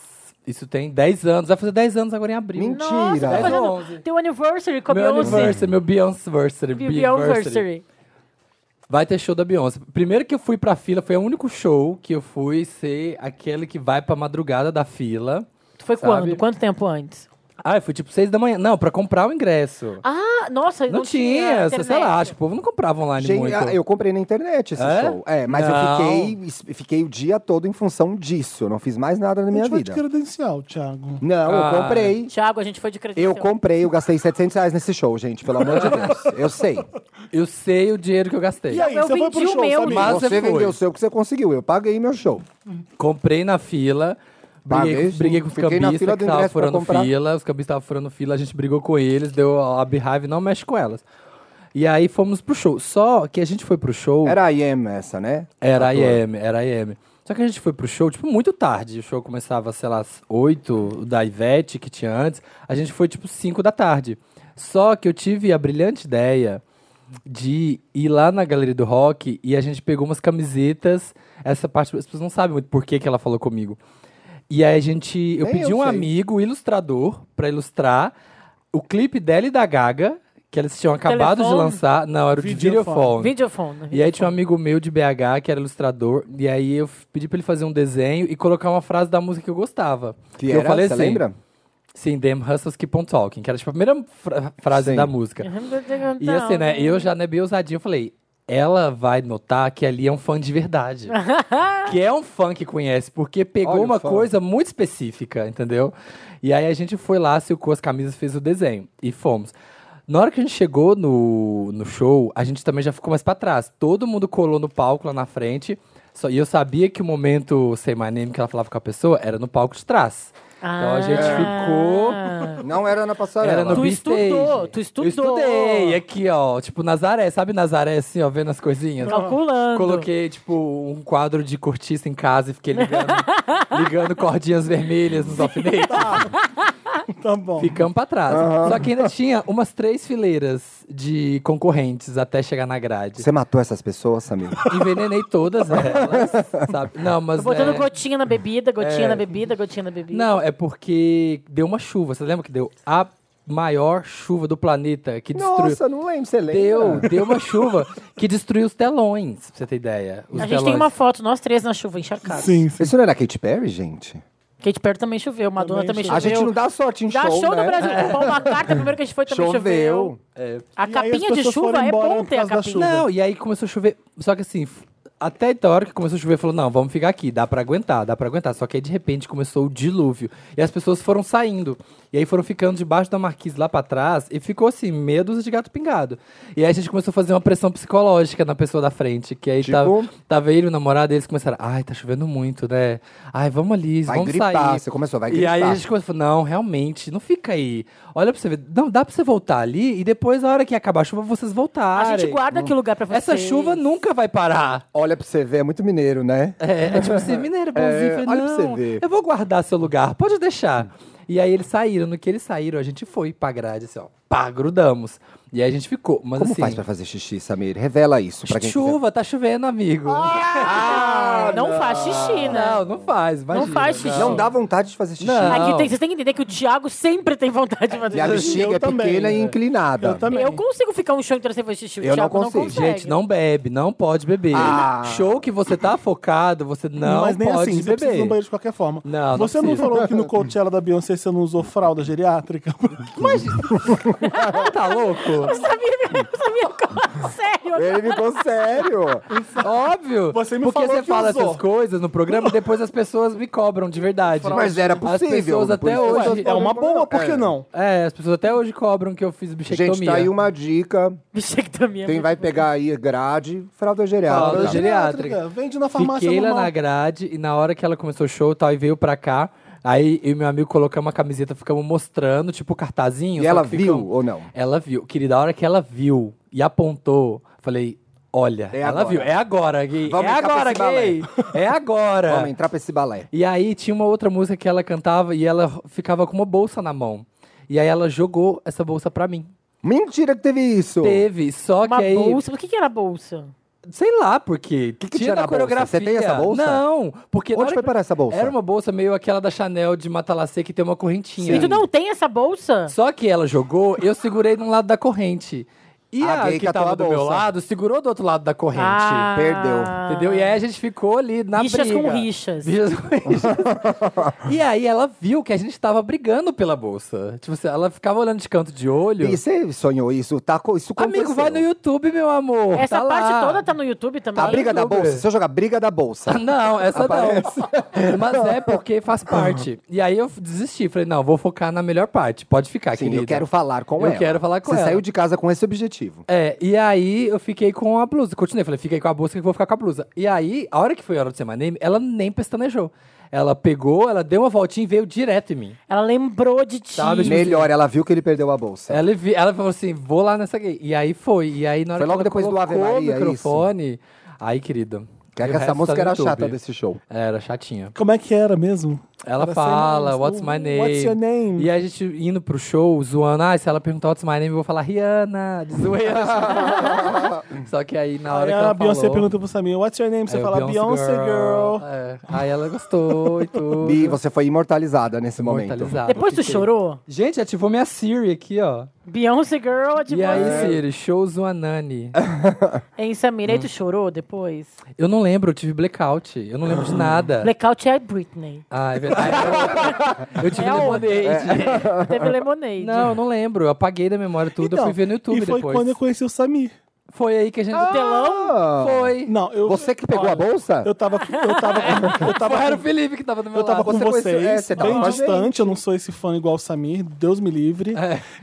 C: Isso tem 10 anos. Vai fazer 10 anos agora em abril.
B: Mentira.
E: Nossa, tá
B: Dez
C: ou
E: fazendo
C: onze.
E: teu anniversary com a
C: Meu
E: Beyoncé.
C: anniversary, assim. meu Beyoncé-versary. Beyoncé-versary.
E: Beyoncé.
C: Vai ter show da Beyoncé. Primeiro que eu fui pra fila, foi o único show que eu fui ser aquele que vai pra madrugada da fila.
E: Tu foi
C: Sabe?
E: quando? Quanto tempo antes?
C: Ah, eu fui tipo 6 da manhã. Não, pra comprar o ingresso.
E: Ah, nossa,
C: não, tinha, essa, sei lá, acho que o povo não comprava online
B: Gente,
C: muito.
B: ah, eu comprei na internet esse
C: É?
B: show. É, mas
C: Não.
B: eu fiquei, fiquei o dia todo em função disso. Eu não fiz mais nada na
D: A
B: minha
D: gente vai de
B: vida.
D: credencial, Thiago.
B: Não, eu
C: Ah.
B: comprei.
E: Tiago, a gente foi de credencial.
B: Eu comprei, eu gastei 700 reais nesse show, gente, pelo amor de Deus. Eu sei.
C: Eu sei o dinheiro que eu gastei.
D: E aí,
E: eu
D: você foi
E: vendi
D: pro
E: o
D: show,
E: meu.
D: sabe?
C: Mas-
B: você
C: você foi.
B: vendeu o seu que você conseguiu, eu paguei meu show.
C: Comprei na fila. Briguei,
B: Paguei, sim.
C: briguei com os
B: Fiquei na
C: cambistas que
B: fila do
C: estavam
B: ingresso pra
C: furando
B: comprar.
C: fila. Os cambistas estavam furando fila, a gente brigou com eles, deu a Beehive, não mexe com elas. E aí fomos pro show. Só que a gente foi pro show.
B: Era a IM essa, né?
C: Era a
B: Ator.
C: IM, era a IM. Só que a gente foi pro show, tipo, muito tarde. O show começava, sei lá, às 8 da Ivete, que tinha antes. A gente foi, tipo, 5 da tarde. Só que eu tive a brilhante ideia de ir lá na Galeria do Rock e a gente pegou umas camisetas. Essa parte, as pessoas não sabem muito por que, que ela falou comigo. E aí a gente. Eu
B: Nem
C: pedi
B: eu
C: um
B: sei.
C: amigo, ilustrador, pra ilustrar o clipe dela e da Gaga, que eles tinham acabado de
E: Telefone?
C: lançar. Não, era o de Videofone.
D: Videofone.
E: Videofone.
C: E aí tinha um amigo meu de BH que era ilustrador, e aí eu f- pedi pra ele fazer um desenho e colocar uma frase da música que eu gostava.
B: Que
C: E
B: era,
C: eu falei
B: você
C: assim,
B: lembra?
C: Sim, Damn Hustles Keep on Talking, que era tipo a primeira fra-
E: Então,
B: Sim.
C: frase assim,
E: né?
C: da música. E assim, né, eu já, né, bem né, ousadinho, eu falei, ela vai notar que ali é um fã de verdade. que é um fã que conhece, porque pegou
B: Olha o
C: uma
B: fã.
C: coisa muito específica, entendeu? E aí a gente foi lá, silcou as camisas, fez o desenho e fomos. Na hora que a gente chegou no, no show, a gente também já ficou mais pra trás. Todo mundo colou no palco lá na frente. Só, e eu sabia que o momento sem my name que ela falava com a pessoa era no palco de trás. Então a gente ficou.
E: Ah.
B: Não era na passarela.
C: Era no
E: Tu
C: backstage.
E: estudou, tu
C: Eu
E: estudou.
C: estudei aqui, ó. Tipo, Nazaré, sabe Nazaré, assim, ó, vendo as coisinhas?
E: Calculando.
C: Coloquei, tipo, um quadro de cortiça em casa e fiquei ligando, ligando cordinhas vermelhas nos alfinetes.
E: Então.
D: Tá bom.
C: Ficamos pra trás. Só que ainda tinha umas três fileiras de concorrentes até chegar na grade.
B: Você matou essas pessoas, Samir?
C: Envenenei todas elas, sabe? Não, mas.
E: Tô Tá botando
C: é-
E: gotinha na bebida, gotinha na bebida, gotinha na bebida.
C: Não, é porque deu uma chuva. Você lembra que deu a maior chuva do planeta que destruiu.
B: Nossa, não lembro. Você lembra?
C: Deu, deu uma chuva que destruiu os telões, pra você ter ideia. Os
E: A gente tem
C: telões.
E: uma foto, nós três na chuva, encharcados.
D: Sim, sim.
B: Isso não era Katy Perry, gente?
E: Kate Perry também choveu, Madonna também,
B: A
E: choveu.
B: gente não dá sorte em
E: Dá
B: show,
E: show,
B: né?
E: no Brasil. O Paul McCartney, primeiro que a gente foi, também choveu.
B: Choveu.
E: A
D: E aí as
E: capinha de
D: pessoas
E: chuva
D: foram
E: é
D: embora
E: bom
D: por
E: ter a
D: causa da
E: capinha.
D: chuva.
C: Não, e aí começou a chover. Só que assim, f- até a hora que começou a chover, falou: não, vamos ficar aqui, dá pra aguentar, dá pra aguentar. Só que aí de repente começou o dilúvio. E as pessoas foram saindo. E aí foram ficando debaixo da marquise lá pra trás e ficou assim, meia dúzia de gato pingado. E aí a gente começou a fazer uma pressão psicológica na pessoa da frente. Que aí
B: Tipo?
C: tava, tava ele e o namorado, e eles começaram: ai, tá chovendo muito, né? Ai, vamos ali,
B: Vai
C: vamos
B: gripar,
C: sair.
B: você começou, vai
C: E aí a
B: gripar.
C: gente começou, não, realmente, não fica aí. Olha pra você ver, não, dá pra você voltar ali e depois, a hora que acabar a chuva, vocês voltarem.
E: A gente guarda aquele lugar pra vocês.
C: Essa chuva nunca vai parar.
B: Olha pra você ver, é muito mineiro, né?
C: É, é tipo assim, mineiro, bonzinho.
B: É,
C: falei,
B: olha pra
C: não,
B: você ver.
C: Eu vou guardar seu lugar, pode deixar. E aí eles saíram, no que eles saíram, a gente foi pra grade, assim, ó, pá, grudamos. E aí a gente ficou. Mas
B: Como
C: assim,
B: faz pra fazer xixi, Samir? Revela isso pra quem quiser.
C: chuva, tá chovendo, amigo.
E: Ah, não, faz xixi, né?
C: não, não faz, imagina.
E: faz xixi.
B: Não dá vontade de fazer xixi.
C: Não.
E: Aqui tem, vocês têm que entender que o Thiago sempre tem vontade de fazer
B: E a
E: xixi.
B: bexiga
D: Eu
B: é
D: também,
B: pequena
C: né?
D: é.
B: e inclinada.
D: Eu também.
E: Eu consigo ficar um show inteiro sem fazer xixi. O
B: Eu não
E: Thiago
B: consigo.
E: consegue.
C: Assim, Gente, não bebe, não pode beber.
B: Ah.
C: Show que você tá focado, você não
D: Mas nem
C: pode
D: assim, você precisa ir
C: beber.
D: no banheiro de qualquer forma.
C: Não, não
D: você não,
C: precisa.
D: falou que no Coachella da Beyoncé você não usou fralda geriátrica?
C: tá louco?
E: Sério.
B: Ele ficou sério.
C: Óbvio.
D: Você me
C: porque
D: falou
C: você
D: que
C: fala
D: usou.
C: essas coisas no programa e depois as pessoas me cobram de verdade.
B: Mas era possível,
C: As pessoas
B: não
C: até
B: podia.
C: hoje.
D: é uma boa, por que
B: É.
D: não?
C: É, as pessoas até hoje cobram que eu fiz bichectomia.
B: Gente, tá aí uma dica.
E: Bichectomia.
B: Quem vai pegar aí grade, fralda geriátrica.
C: Fralda geriátrica. Geriátrica.
D: Vende na farmácia
C: Fiquei lá
D: normal.
C: na grade e na hora que ela começou o show e tal, e veio pra cá. Aí eu e meu amigo colocamos uma camiseta, ficamos mostrando, tipo, cartazinho.
B: E
C: só
B: ela
C: que
B: viu
C: ficamos-
B: ou não?
C: Ela viu. Querida, a hora que ela viu e apontou, falei, olha,
B: É
C: ela
B: agora.
C: viu. É agora, gay.
B: Vamos
C: é
B: entrar pra
C: agora,
B: esse balé.
C: gay. É agora.
B: Vamos entrar pra esse balé.
C: E aí tinha uma outra música que ela cantava e ela ficava com uma bolsa na mão. E aí ela jogou essa bolsa pra mim.
B: Mentira que teve isso.
C: Teve, só
E: Uma
C: que aí...
E: bolsa. O que, que era bolsa?
C: Sei lá por quê.
B: que tinha na bolsa? Você tem essa bolsa?
C: Não, porque... na
B: Onde
C: hora
B: foi
C: que-
B: parar essa bolsa?
C: Era uma bolsa meio aquela da Chanel de Matalacê que tem uma correntinha.
E: E tu não tem essa bolsa?
C: Só que ela jogou, eu segurei de um lado da corrente. E
B: A
C: a,
B: gay
C: que
B: Ah, catou
C: tava
B: a
C: do meu
B: bolsa.
C: lado segurou do outro lado da corrente.
E: Ah.
B: Perdeu.
C: Entendeu? E aí a gente ficou ali na
E: Rixas
C: briga.
E: com rixas.
C: Rixas com rixas. e aí ela viu que a gente tava brigando pela bolsa. Tipo assim, ela ficava olhando de canto de olho.
B: E você sonhou isso? Tá, co- isso aconteceu.
C: Amigo, vai no YouTube, meu amor.
E: Essa
C: tá
E: parte
C: lá.
E: toda tá no YouTube também?
B: A briga da
C: youtuber.
B: bolsa. Se eu jogar briga da bolsa.
C: Não, essa
B: Aparece.
C: não. Mas é porque faz parte. E aí eu desisti. Falei, não, vou focar na melhor parte. Pode ficar,
B: Sim,
C: querida.
B: eu quero falar com
C: Eu
B: ela.
C: quero falar com
B: Você
C: ela.
B: saiu de casa com esse objetivo.
C: É, e aí eu fiquei com a blusa. Continuei, falei, fica aí com a blusa que eu vou ficar com a blusa. E aí, a hora que foi a hora do Say My Name, ela nem pestanejou. Ela pegou, ela deu uma voltinha e veio direto em mim.
E: Ela lembrou de ti.
C: Sabe, tipo-
B: Melhor, ela viu que ele perdeu a bolsa.
C: Ela, vi- ela falou assim, vou lá nessa gay. E aí foi. E aí na
B: Foi
C: hora que
B: logo
C: ela
B: depois do
C: colocou
B: Ave Maria,
C: o microfone... Aí, querido...
B: Quer
C: e
B: que
C: o
B: essa
C: resto
B: música
C: tá
B: era
C: no YouTube.
B: chata desse show.
C: Era, chatinha.
D: Como é que era mesmo?
C: Ela
D: Era
C: fala,
D: sem
C: what's my name?
D: What's your name?
C: E a gente indo pro show, zoando. Ah, se ela perguntar what's my name, eu vou falar Rihanna, de zoeira. Só que aí na hora
D: Aí
C: que ela
D: a Beyoncé
C: falou...
D: pergunta pro Samir, what's your name? Você
C: Aí eu,
D: fala, Beyoncé girl.
C: É. Aí ela gostou e tudo.
B: E você foi imortalizada nesse momento.
C: Uhum. Imortalizada.
E: Depois tu
C: Fiquei-
E: chorou?
C: Gente, ativou minha Siri aqui, ó.
E: Beyoncé Girl, tipo,
C: e aí, Siri, shows uma Nani.
E: em Samira,
C: Hum.
E: aí tu chorou depois?
C: Eu não lembro, eu tive blackout. Eu não lembro de nada.
E: Blackout é a Britney.
C: Ah, é verdade. Eu tive
E: É outra.
C: lemonade.
E: Teve Lemonade.
C: Não, eu não lembro. Eu apaguei da memória tudo. eu
D: Então,
C: fui ver no YouTube
D: E foi
C: depois.
D: quando eu conheci o Samir.
C: Foi aí que a gente. O
B: Ah.
C: Foi.
D: Não, eu.
B: Você que pegou a bolsa?
D: Eu tava. Eu tava. Eu tava
C: Foi, era o
D: com-
C: Felipe que tava do meu
D: Eu tava
C: lado.
D: com
B: você conheceu-
D: vocês,
B: é, você tava
D: bem
B: com a
D: distante, eu não sou esse fã igual o Samir, Deus me livre.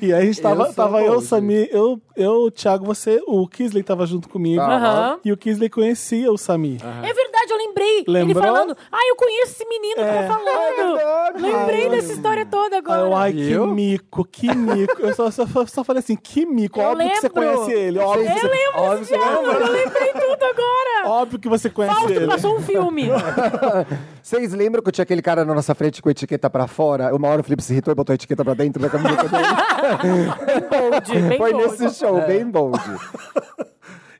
D: E aí a gente
C: É. Eu
D: tava,
C: sou
D: tava eu,
C: hoje.
D: Samir, eu, eu, Thiago, você, o Kisley tava junto comigo.
B: Aham.
D: E o Kisley conhecia o Samir.
E: É verdade, eu lembrei.
D: Lembrou?
E: Ele falando, ah, eu conheço esse menino que tá falando. lembrei dessa história toda
D: Aí eu,
E: agora.
D: ai,
C: E
D: que
C: eu?
D: mico, que mico. Eu só, só, só falei assim, que mico.
E: Eu
D: óbvio que você
E: lembro.
D: conhece ele. Óbvio, que
E: eu
D: você,
E: lembro
C: Óbvio,
E: desse diálogo, eu lembrei tudo agora.
D: óbvio que você conhece
E: Fausto
D: ele.
E: passou um filme.
B: Vocês lembram que tinha aquele cara na nossa frente com etiqueta pra fora? Uma hora o Felipe se irritou e botou a etiqueta pra dentro da camiseta dele.
E: Bold, bem
B: Foi
E: bold.
B: nesse show, bem bold.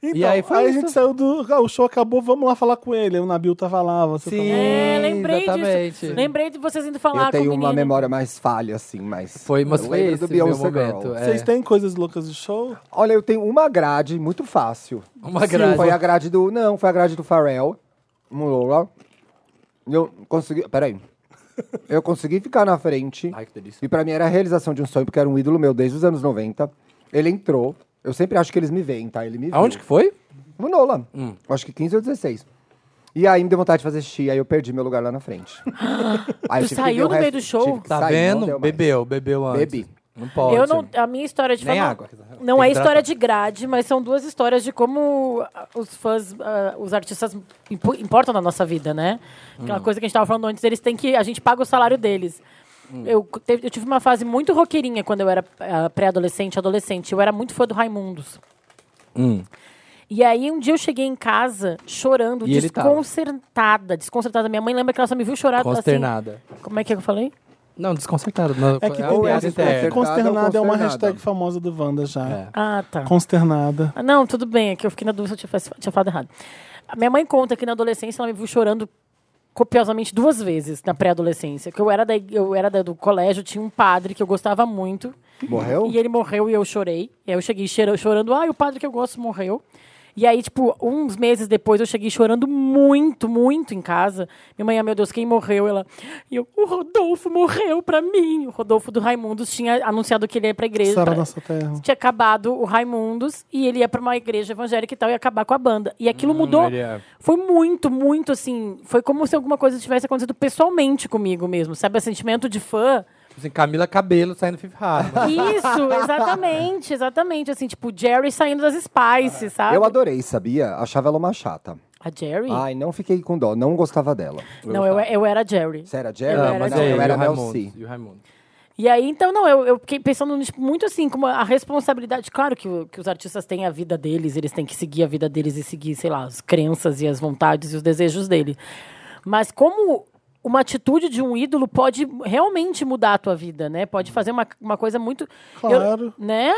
D: Então,
C: E aí foi
D: a
C: isso.
D: gente saiu do... ah, o show acabou, vamos lá falar com ele. O Nabil tava lá, você
C: Sim,
D: tava lá.
E: É, lembrei
C: exatamente.
E: disso. Lembrei de vocês indo
B: Eu
E: falar com o
B: tenho uma
E: menino.
B: memória mais falha, assim, mas.
C: Foi, mas
B: eu
C: foi
B: lembro
C: esse meu momento.
B: Girl.
C: É.
D: Vocês têm coisas loucas de show?
B: Olha, eu tenho uma grade muito fácil.
C: Uma grade.
B: Foi a grade do. Não, foi a grade do Pharrell. Mulula. Eu consegui. Peraí. Eu consegui ficar na frente.
C: Ai, que delícia.
B: E pra mim era a realização de um sonho, porque era um ídolo meu desde os anos 90. Ele entrou. Eu sempre acho que eles me veem, tá? Ele me viu.
C: Aonde que Hum. foi?
B: No Nola. Acho que 15 ou 16. E aí me deu vontade de fazer xixi, aí eu perdi meu lugar lá na frente. aí
E: Tu
B: eu tive que ver
E: saiu
B: o
E: no
B: resto-
E: meio do show?
B: tive que
C: Tá
B: sair, não
C: vendo?
B: deu mais.
C: Bebeu, bebeu antes.
B: Bebi.
C: Não pode.
E: Eu não, a minha história de
C: Nem
E: fama-
C: água.
E: Não
C: Tem
E: é
C: que
E: história
C: hidratar.
E: de grade, mas são duas histórias de como ah, os fãs, ah, os artistas impo- importam na nossa vida, né?
C: Hum.
E: Aquela coisa que a gente tava falando antes, eles têm que. A gente paga o salário deles.
C: Hum.
E: Eu, cu- teve- eu tive uma fase muito roqueirinha quando eu era ah, pré-adolescente, adolescente. Eu era muito fã do Raimundos.
C: Hum.
E: E aí um dia eu cheguei em casa chorando,
C: E ele tava.
E: desconcertada, desconcertada. Minha mãe lembra que ela só me viu chorar
C: Consternada.
E: assim. Como é que eu falei?
C: Não, desconcertado. Não,
D: É que
C: uma
D: tem
B: Ou é
C: piada
D: dessa,
C: interna.
D: porque
B: desconcertado
D: consternada é
B: ou
D: uma
B: consternada?
D: hashtag famosa do Wanda já.
C: É.
E: Ah, tá.
D: Consternada.
E: Ah, Não, tudo bem, é que eu fiquei na dúvida se eu tinha, fa- tinha falado errado. A minha mãe conta que na adolescência ela me viu chorando copiosamente duas vezes na pré-adolescência. Que eu era, da, ig- eu era da- do colégio, tinha um padre que eu gostava muito.
B: Morreu?
E: E ele morreu e eu chorei. E aí eu cheguei cheira- chorando, ai, o padre que eu gosto morreu. E aí, tipo, uns meses depois eu cheguei chorando muito, muito em casa. Minha mãe, ah, meu Deus, quem morreu? Ela, e eu, o Rodolfo morreu pra mim. O Rodolfo do Raimundos tinha anunciado que ele ia pra igreja.
D: Sara
E: pra-
D: nossa terra.
E: tinha acabado o Raimundos e ele ia pra uma igreja evangélica e tal, ia acabar com a banda. E
B: Hum,
E: aquilo mudou.
C: ele é.
E: Foi muito, muito assim. Foi como se alguma coisa tivesse acontecido pessoalmente comigo mesmo, sabe? O sentimento de fã.
C: Assim, Camila Cabelo saindo Fifth Harmony.
E: Isso, exatamente, exatamente. Assim, tipo, Jerry saindo das Spice, sabe?
B: Eu adorei, sabia? Achava ela uma chata.
E: A Jerry?
B: Ai, não fiquei com dó, não Ah, gostava dela.
E: não, eu, é, eu era Jerry.
B: Você era Jerry?
E: Eu
C: Ah,
E: era
C: mas
B: não,
C: é,
B: eu
C: e
B: era
C: o
B: Mel
C: Raimundo,
B: C.
C: E o Raimundo.
E: E aí, então, não, eu, eu fiquei pensando tipo, muito assim, como a responsabilidade. Claro que, o- que os artistas têm a vida deles, eles têm que seguir a vida deles e seguir, sei lá, as crenças e as vontades e os desejos dele. Mas como uma atitude de um ídolo pode realmente mudar a tua vida, né? Pode fazer uma, uma coisa muito.
D: Claro.
E: Eu, né?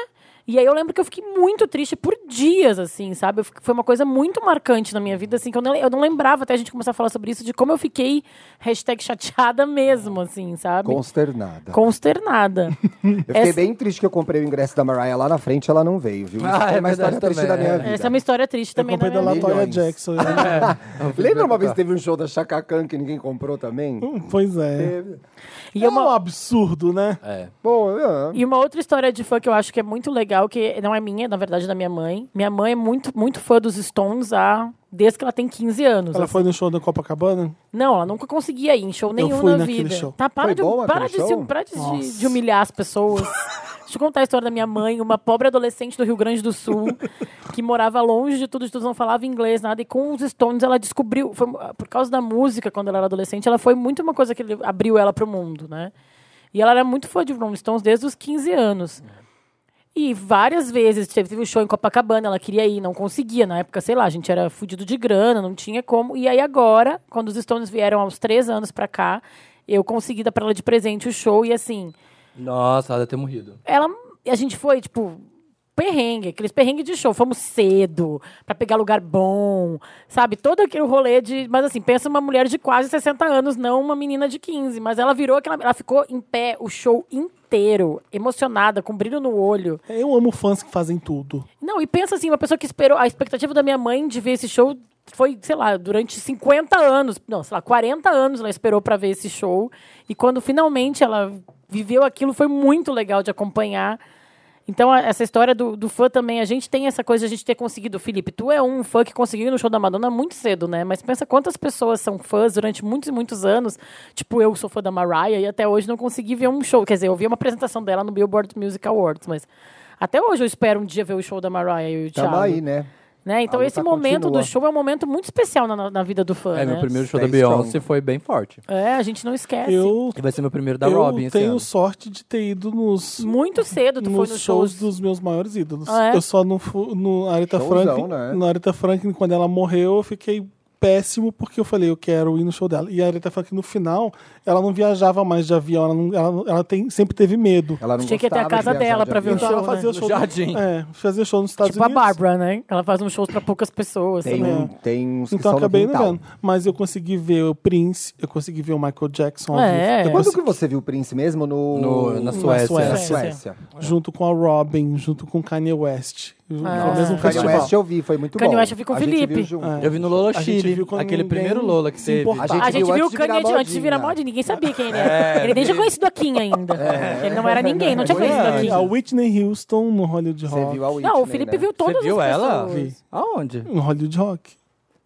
E: E aí eu lembro que eu fiquei muito triste por dias, assim, sabe? Eu fi- foi uma coisa muito marcante na minha vida, assim, que eu não, eu não lembrava até a gente começar a falar sobre isso, de como eu fiquei hashtag chateada mesmo, assim, sabe?
B: Consternada.
E: Consternada.
B: Eu fiquei
E: Essa-
B: bem triste que eu comprei o ingresso da Mariah lá na frente, ela não veio, viu? Isso
C: Ah,
B: foi
C: é
B: uma história
C: verdade
B: triste
C: também,
B: da minha
C: é.
B: vida.
E: Essa é uma história triste
D: Eu
E: também. é
D: comprei da
E: da minha vida.
D: Latoya
B: Milhões.
D: Jackson.
B: Lembra uma vez que teve um show da Chaka Khan que ninguém comprou também?
E: Hum.
D: pois é.
E: E
D: é
E: uma-
D: um absurdo, né?
C: É.
B: Bom, eu-
E: E uma outra história de fã que eu acho que é muito legal, que não é minha, na verdade é da minha mãe. Minha mãe é muito, muito fã dos Stones há... desde que ela tem 15 anos.
D: Ela
E: assim.
D: foi no show da Copacabana?
E: Não, ela nunca conseguia ir em show nenhum
D: fui
E: na
D: naquele
E: vida.
D: show.
E: Tá, para
B: Foi
E: de,
B: bom aquele
E: para de, se-
B: show?
E: para de- de-
D: Nossa.
E: de humilhar as pessoas. Deixa eu contar a história da minha mãe, uma pobre adolescente do Rio Grande do Sul, que morava longe de tudo, de tudo, não falava inglês, nada. E com os Stones ela descobriu, foi, por causa da música, quando ela era adolescente, ela foi muito uma coisa que ele- abriu ela para o mundo, né? E ela era muito fã de Rolling Stones desde os 15 anos. E várias vezes teve, teve um show em Copacabana, ela queria ir, não conseguia. Na época, sei lá, a gente era fudido de grana, não tinha como. E aí agora, quando os Stones vieram aos três anos pra cá, eu consegui dar pra ela de presente o show e assim,
C: Nossa, ela deve ter morrido.
E: ela a gente foi tipo perrengue, aqueles perrengue de show, fomos cedo pra pegar lugar bom, sabe? Todo aquele rolê de, mas assim, pensa uma mulher de quase 60 anos, não uma menina de 15, mas ela virou aquela, ela ficou em pé o show inteiro, emocionada, com brilho no olho.
D: Eu amo fãs que fazem tudo.
E: Não, e pensa assim, uma pessoa que esperou. A expectativa da minha mãe de ver esse show foi, sei lá, durante 50 anos. Não, sei lá, 40 anos ela esperou pra ver esse show. E quando finalmente ela viveu aquilo, foi muito legal de acompanhar. Então, a- essa história do, do fã também, a gente tem essa coisa de a gente ter conseguido. Felipe, tu é um fã que conseguiu ir no show da Madonna muito cedo, né? Mas pensa quantas pessoas são fãs durante muitos e muitos anos. Tipo, eu sou fã da Mariah e até hoje não consegui ver um show. Quer dizer, eu vi uma apresentação dela no Billboard Music Awards, mas até hoje eu espero um dia ver o show da Mariah e o Thiago.
B: Tamo aí, né?
E: né? Então,
B: A
E: esse
B: luta
E: momento
B: continua.
E: do show é um momento muito especial na, na vida do fã.
C: É,
E: né?
C: meu primeiro
D: Tá
C: show da
B: Stay
C: Beyoncé
B: strong.
C: foi bem forte.
E: É, a gente não esquece.
D: Eu,
C: E vai ser meu primeiro da
D: eu
C: Robin esse
D: tenho
C: ano.
D: sorte de ter ido nos,
E: Muito cedo tu
D: nos
E: foi nos
D: shows
E: shows.
D: dos meus maiores ídolos.
E: Ah, é?
D: Eu só não fui no Aretha
B: Showzão,
D: Franklin.
B: né?
D: No Aretha Franklin, quando ela morreu, eu fiquei péssimo porque eu falei, eu quero ir no show dela. E a Aretha Franklin, no final, ela não viajava mais de avião, ela, não- ela- ela tem, sempre teve medo. Então,
B: Ela não
E: Tinha que ir até a
B: gostava de
E: casa
B: viajar
E: dela
B: de
E: pra ver o
B: avião.
E: show,
D: ela
E: né?
D: fazia
C: No
D: show
C: jardim.
D: É, fazia show nos Estados
E: Tipo a
D: Unidos.
E: Bárbara, né? Ela faz uns shows pra poucas pessoas.
B: Tem,
E: também.
B: um- tem uns que
D: Então
B: são
D: acabei
B: no
D: não
B: quintal.
D: vendo. Mas eu consegui ver o Prince, eu consegui ver o Michael Jackson ao
E: É.
D: vivo. Eu
B: Quando
D: consegui-
B: que você viu o Prince mesmo? No...
C: No- na Suécia.
B: Na
D: Suécia.
B: Suécia.
D: junto com a Robin, junto com Kanye West.
E: Ah.
D: Foi o mesmo
B: O Kanye
D: festival.
C: é
B: West eu vi, foi muito
E: Kanye
B: bom.
E: West eu vi com o
B: A gente
E: Felipe.
B: viu junto.
C: Eu vi no Lola
D: A gente
C: Chile,
D: viu quando
C: aquele
D: ninguém
C: primeiro Lola que
D: se
C: teve.
D: importava.
B: A
E: A gente viu o
B: antes de virar
E: Kanye de- antes de virar
B: modinha.
E: modinha, ninguém sabia quem ele
C: É,
E: era. ele nem tinha conhecido a Kim ainda.
B: É.
E: Ele não era ninguém, não tinha
D: Foi
E: conhecido a
D: a, É, a
E: Kim.
D: Whitney Houston no Hollywood
B: Você
D: Rock.
B: viu a É Whitney,
E: Não, o Felipe
B: né?
E: viu todas
C: Você viu
E: as
C: ela?
E: pessoas.
C: Aonde?
D: No Hollywood Rock.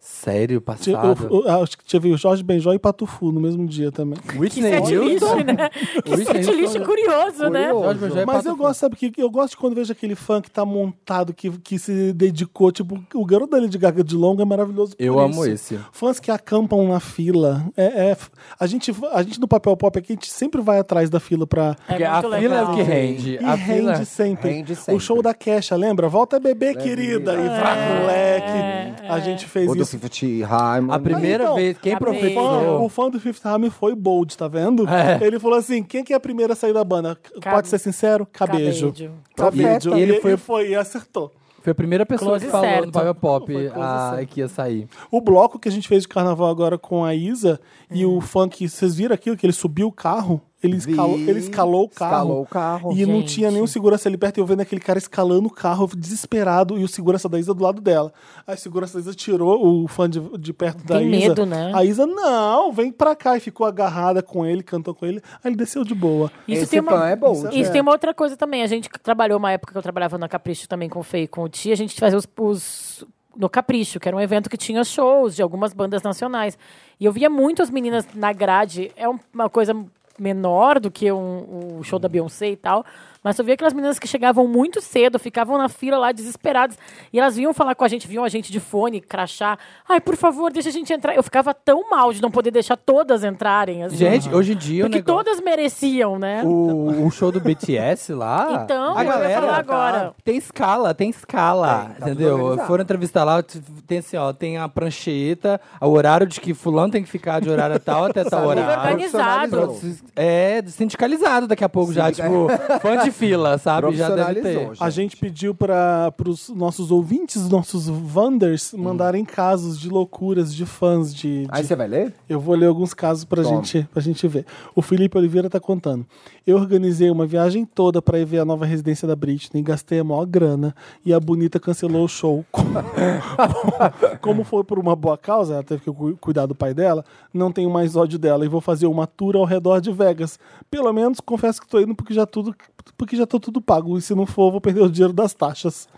C: Sério,
D: Tinha-
C: passado.
D: eu- eu acho que tinha viu Jorge Benjó e Patufu no mesmo dia também.
E: Que
C: Whitney
D: é
E: sete
C: Houston?
E: lixo, é né? Que
C: Whitney
E: sete
C: Houston.
E: lixo curioso, né?
B: Curioso.
C: Jorge Benjó é
D: Mas
C: pato
D: eu gosto, sabe, que eu gosto quando vejo aquele fã que tá montado, que, que se dedicou, tipo, o garoto da Lady Gaga de longa é maravilhoso por
C: Eu amo
D: isso. É
C: esse.
D: Fãs que acampam na fila. É, é- a, gente, a gente do papel pop aqui, a gente sempre vai atrás da fila pra.
C: Porque a
E: muito
C: fila é o
E: legal.
C: que rende.
D: E
C: a fila...
D: rende, sempre.
B: Rende sempre.
D: O show da Kesha, lembra? Volta bebê, querida. E vá, moleque. A gente fez
B: O do
D: isso.
B: Fifty Harmon.
C: A primeira
D: então,
C: vez, quem
E: a
D: Fã,
C: profetizou?
D: o fã do Fifth Harmony foi bold, tá vendo?
C: É.
D: Ele falou assim: quem que é a primeira a sair da banda? C-
E: Cabe-
D: Pode ser sincero? Cabejo.
E: Cabejo.
B: Profeta.
D: E,
C: E ele
D: ele
C: foi-
D: foi... e foi e acertou.
C: Foi a primeira pessoa
E: Close
C: que falou
E: certo.
C: no papel pop
D: Foi close
C: a-
D: certo.
C: que ia sair.
D: O bloco que a gente fez de carnaval agora com a Isa e o funk, vocês viram aquilo? Que ele subiu o carro? Ele
B: Hum. Vi.
D: escalou, ele escalou o carro.
B: Escalou o carro.
D: E não
E: Gente.
D: tinha nenhum segurança ali perto. Eu vendo aquele cara escalando o carro, desesperado, e o segurança da Isa do lado dela. Aí o segurança da Isa tirou o fã de, de perto da
E: Tem
D: Isa.
E: medo, né?
D: A Isa, não, vem pra cá. E ficou agarrada com ele, cantou com ele. Aí ele desceu de boa.
E: Isso
B: Esse
E: tem uma...
B: fã é bold.
C: né?
E: Isso
D: É.
E: tem uma outra coisa também. A gente trabalhou uma época que eu trabalhava na Capricho também com o Fê e com o Ti. A gente fazia os, os- no Capricho, que era um evento que tinha shows de algumas bandas nacionais. E eu via muito as meninas na grade. É um- uma coisa menor do que um, o show da Beyoncé e tal. Mas eu via aquelas meninas que chegavam muito cedo, ficavam na fila lá desesperadas. E elas vinham falar com a gente, viam a gente de fone, crachá. Ai, por favor, deixa a gente entrar. Eu ficava tão mal de não poder deixar todas entrarem. assim.
C: Gente, hoje em dia o
E: Porque
C: negócio-
E: todas mereciam, né?
C: O, o show do BTS lá. tá-
E: Então, eu ia falar agora.
C: Tem escala, tem escala.
B: Tem, tá tudo
C: entendeu?
B: organizado.
C: Foram entrevistar lá, t- tem assim, ó, tem a prancheta, o horário de que fulano tem que ficar de horário a tal até tal
E: Tudo
C: horário.
E: organizado.
B: Profissionalizou.
C: É sindicalizado daqui a pouco já, tipo, fã de fila, sabe? Já deve ter.
B: Profissionalizou,
D: A gente pediu para os nossos ouvintes, nossos Wanders,
B: Hum.
D: mandarem casos de loucuras de fãs de,
B: Aí
D: de-
B: você vai ler?
D: Eu vou ler alguns casos pra
B: Toma.
D: gente, pra gente ver. O Felipe Oliveira tá contando. Eu organizei uma viagem toda pra ir ver a nova residência da Britney, gastei a maior grana e a bonita cancelou o show. Como, como foi por uma boa causa, ela teve que cu- cuidar do pai dela, não tenho mais ódio dela e vou fazer uma tour ao redor de Vegas. Pelo menos confesso que tô indo porque já tudo porque já tô tudo pago e se não for vou perder o dinheiro das taxas.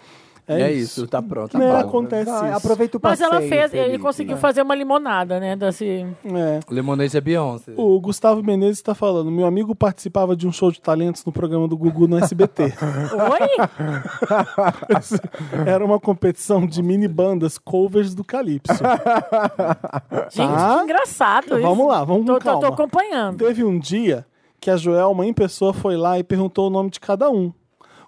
C: É,
D: É,
C: isso. tá pronto. Tá
D: Né,
C: bom.
D: acontece
B: Ah,
D: isso.
B: aproveita o
E: Mas
B: passeio.
E: ela fez, ele
B: Felipe. né?
D: né?
E: conseguiu fazer uma limonada, né? Desse...
D: É.
C: Lemonade é Beyoncé.
D: O Gustavo Menezes está falando. Meu amigo participava de um show de talentos no programa do Gugu no SBT.
E: Oi?
D: Era uma competição de mini bandas covers do Calypso.
E: Gente, que engraçado isso.
D: Tá. Vamos lá, vamos
E: Tô,
D: com
E: tô, tô
D: calma.
E: acompanhando.
D: Teve um dia que a Joelma em pessoa foi lá e perguntou o nome de cada um.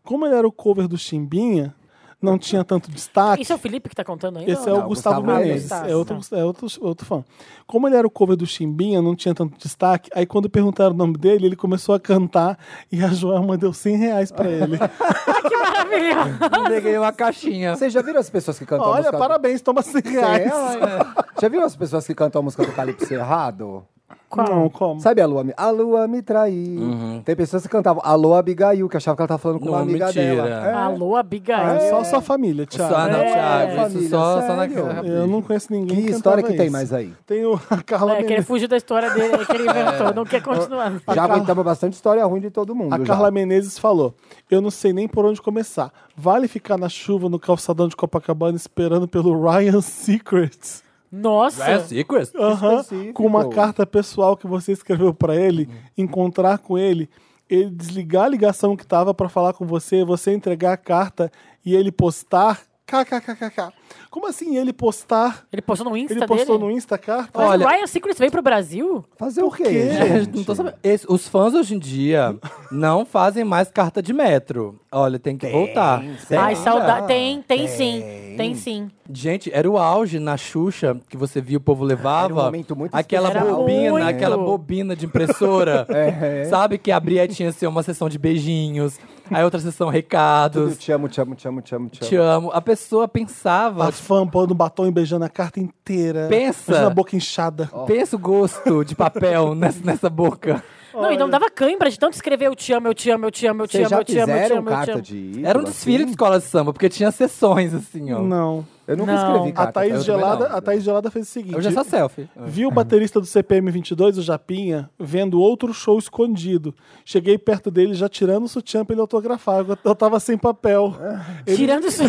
D: Como ele era o cover do Chimbinha, não tinha tanto destaque.
E: Isso é o Felipe que tá contando ainda?
D: Esse é o
B: Não,
D: Gustavo,
B: Gustavo
D: Menezes.
E: Menezes.
D: É, outro, é outro, outro fã. Como ele era o cover do Chimbinha, não tinha tanto destaque. Aí quando perguntaram o nome dele, ele começou a cantar e a Joelma deu 100 reais pra ele.
E: Que maravilha!
C: Peguei uma caixinha.
B: Vocês já viram as pessoas que cantam a
D: Olha,
B: música?
D: parabéns, toma 100
B: É,
D: reais.
B: é. Já viram as pessoas que cantam a música do Calypso errado?
E: Qual?
D: Não, como?
B: Sabe a lua? me- A lua me traiu. Tem pessoas que cantavam Alô Abigail, que achava que ela tava falando com uma
C: Não,
B: amiga
C: mentira.
B: dela. É. um
E: Alô,
D: Ah,
E: Abigail. É,
D: só sua família,
C: Só,
D: Thiago.
C: não,
B: É,
C: Thiago, isso
B: família,
C: só, só
B: sério.
C: naquela.
D: Eu não conheço ninguém.
B: Que
D: cantava
B: história que tem
D: isso.
B: mais aí?
D: Tem o, a Carla
E: É, que ele
D: Menezes.
E: fugiu da história dele, que ele
B: É.
E: inventou, não quer continuar.
B: Já aguentamos bastante história ruim de todo mundo.
D: A
B: já.
D: Carla Menezes falou: Eu não sei nem por onde começar. Vale ficar na chuva no calçadão de Copacabana esperando pelo Ryan Secrets?
E: Nossa!
C: É
B: assim.
C: Secrets?
D: Aham,
B: específico. Uhum.
D: com uma carta pessoal que você escreveu pra ele, encontrar com ele, ele desligar a ligação que tava pra falar com você, você entregar a carta e ele postar. KKKKK. Como assim ele postar?
E: Ele postou no Insta
D: Ele postou
E: dele?
D: no Insta a carta?
E: Mas
C: Olha-
E: o Ryan Secrets veio pro Brasil?
B: Fazer o quê?
D: quê?
B: gente?
C: Não tô
D: tá
C: sabendo. Esse- os fãs hoje em dia não fazem mais carta de metro. Olha, tem que voltar.
E: Ai,
C: Tem.
E: saudade. Tem, tem sim. Tem sim.
C: Gente, era o auge na Xuxa que você via o povo levava.
B: Era um momento muito
C: aquela
B: especial.
C: bobina,
E: Muito.
C: aquela bobina de impressora.
B: É.
C: Sabe que abria e tinha assim, uma sessão de beijinhos, aí outra sessão
B: Tudo tipo.
C: recados.
B: te amo, te amo, te amo, te amo, te amo.
C: Te amo. A pessoa pensava,
D: As fãs pondo batom e beijando a carta inteira.
C: Pensa.
D: Imagina a boca inchada.
C: tipo, pensa o gosto de papel nessa, nessa boca.
E: Não, e não dava cãibra de tanto escrever eu te amo, eu te amo, eu te amo, eu te
B: Vocês
E: amo,
B: já
E: eu te amo, eu te
B: fizeram
E: amo, eu te
B: carta
E: amo.
B: de ídolo,
C: Era um desfile de
B: assim?
C: escola de samba, porque tinha sessões assim, ó.
D: Não.
B: Eu nunca
E: Não.
B: escrevi carta.
D: A Thaís,
C: eu também
D: Gelada,
C: não.
D: a Thaís Gelada fez o seguinte:
C: Hoje é só selfie.
D: Viu o baterista do CPM 22, o Japinha, vendo outro show escondido. Cheguei perto dele já tirando o sutiã pra ele autografar. Eu- Eu tava sem papel.
C: Ah.
D: Ele,
E: Tirando isso.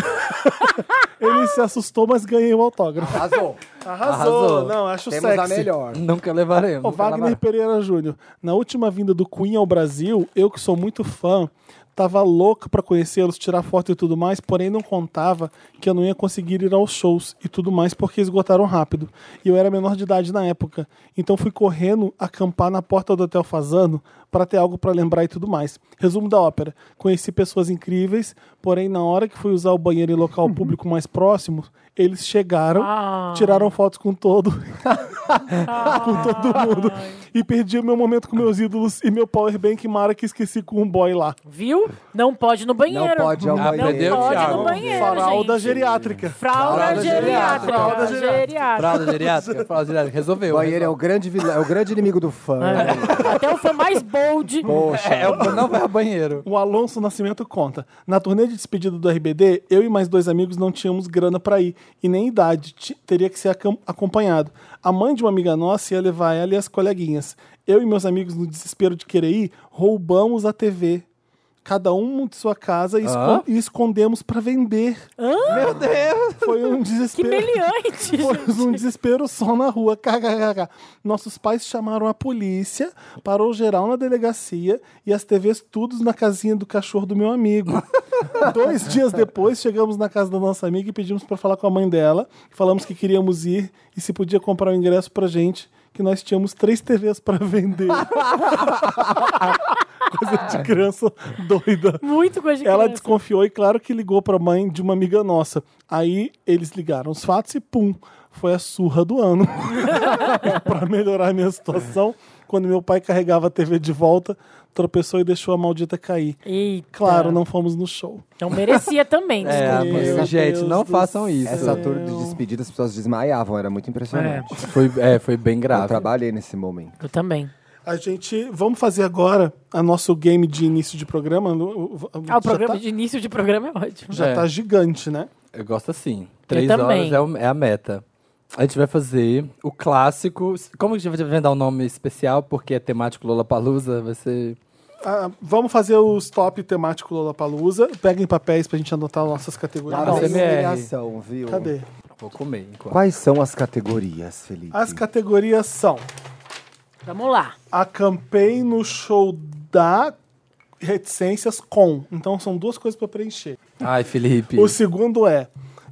D: ele se assustou, mas ganhei o autógrafo.
B: Arrasou.
D: Arrasou.
C: Arrasou.
D: Não, acho
B: Temos
D: sexy.
B: a melhor.
C: Nunca levaremos.
D: Ô,
C: nunca levaremos.
D: Wagner Pereira Júnior, na última vinda do Queen ao Brasil, eu que sou muito fã, tava louca pra conhecê-los, tirar foto e tudo mais, porém não contava que eu não ia conseguir ir aos shows e tudo mais porque esgotaram rápido. E eu era menor de idade na época, então fui correndo acampar na porta do Hotel Fazano pra ter algo pra lembrar e tudo mais. Resumo da ópera: conheci pessoas incríveis, porém na hora que fui usar o banheiro em local público mais próximo, eles chegaram,
E: Ah.
D: tiraram fotos com todo com todo mundo. E perdi o meu momento com meus ídolos e meu power bank Mara que esqueci com um boy lá.
E: Viu? Não pode ir no banheiro.
B: Não pode
D: é
B: ir ao
C: Aprendeu,
B: banheiro.
E: Não pode ir
C: Thiago.
E: no banheiro,
D: Faralda
E: gente.
D: geriátrica.
E: Fralda
C: Fralda
E: geriátrica.
D: geriátrica.
E: Fralda
C: Fralda geriátrica? Fralda geriátrica. Resolveu.
B: Banheiro é o grande vilão, é o grande inimigo do fã.
E: geriátrica. Até o fã mais bold.
B: Poxa.
C: É, o- não vai ao banheiro.
D: O Alonso Nascimento conta. Na turnê de despedida do RBD, eu e mais dois amigos não tínhamos grana pra ir e nem idade, Ti- teria que ser acam- acompanhado. A mãe de uma amiga nossa ia levar ela e as coleguinhas. Eu e meus amigos, no desespero de querer ir, roubamos a TV. Cada um de sua casa e, esco-
C: Hã?
D: e escondemos pra vender.
C: Meu Deus!
D: Foi um
E: Ah. Que
D: desespero.
E: meliante.
D: Foi um desespero só na rua. KKKK. Nossos pais chamaram a polícia, parou geral na delegacia e as TVs todos na casinha do cachorro do meu amigo. Dois dias depois, chegamos na casa da nossa amiga e pedimos para falar com a mãe dela. Falamos que queríamos ir e se podia comprar o ingresso pra gente, que nós tínhamos três TVs para vender. Coisa de criança doida.
E: Muito coisa de
D: Ela
E: criança.
D: desconfiou e claro que ligou pra mãe de uma amiga nossa. Aí eles ligaram os fatos e pum, foi a surra do ano. Pra melhorar a minha situação, quando meu pai carregava a TV de volta, tropeçou e deixou a maldita cair.
E: Eita.
D: Claro, não fomos no show.
E: Não merecia também.
C: É,
E: desculpa.
D: Meu
C: gente,
D: Deus
C: não
D: do
C: façam isso.
B: Essa turma de despedida, as pessoas desmaiavam, era muito impressionante.
C: Foi, é, foi bem
B: Eu
C: grave.
B: trabalhei nesse momento.
E: Eu também.
D: A gente. Vamos fazer agora a nosso game de início de programa.
E: Ah, o programa
D: já tá,
E: de início de programa é ótimo.
D: já
C: É.
D: tá gigante, né?
C: Eu gosto assim. Três
E: também.
C: horas é, o- é a meta. A gente vai fazer o clássico. Como a gente vai dar um nome especial? Porque é temático Lola Palusa, vai ser.
D: Ah, vamos fazer o stop temático Lollapalooza. Peguem papéis pra gente anotar nossas categorias.
C: Não.
B: Nossa,
C: CMR.
B: humilhação, viu?
D: Cadê?
C: Vou comer enquanto.
B: Quais são as categorias, Felipe?
D: As categorias são
E: Vamos lá.
D: acampei no show da reticências com. Então são duas coisas pra preencher.
C: Ai, Felipe.
D: O segundo é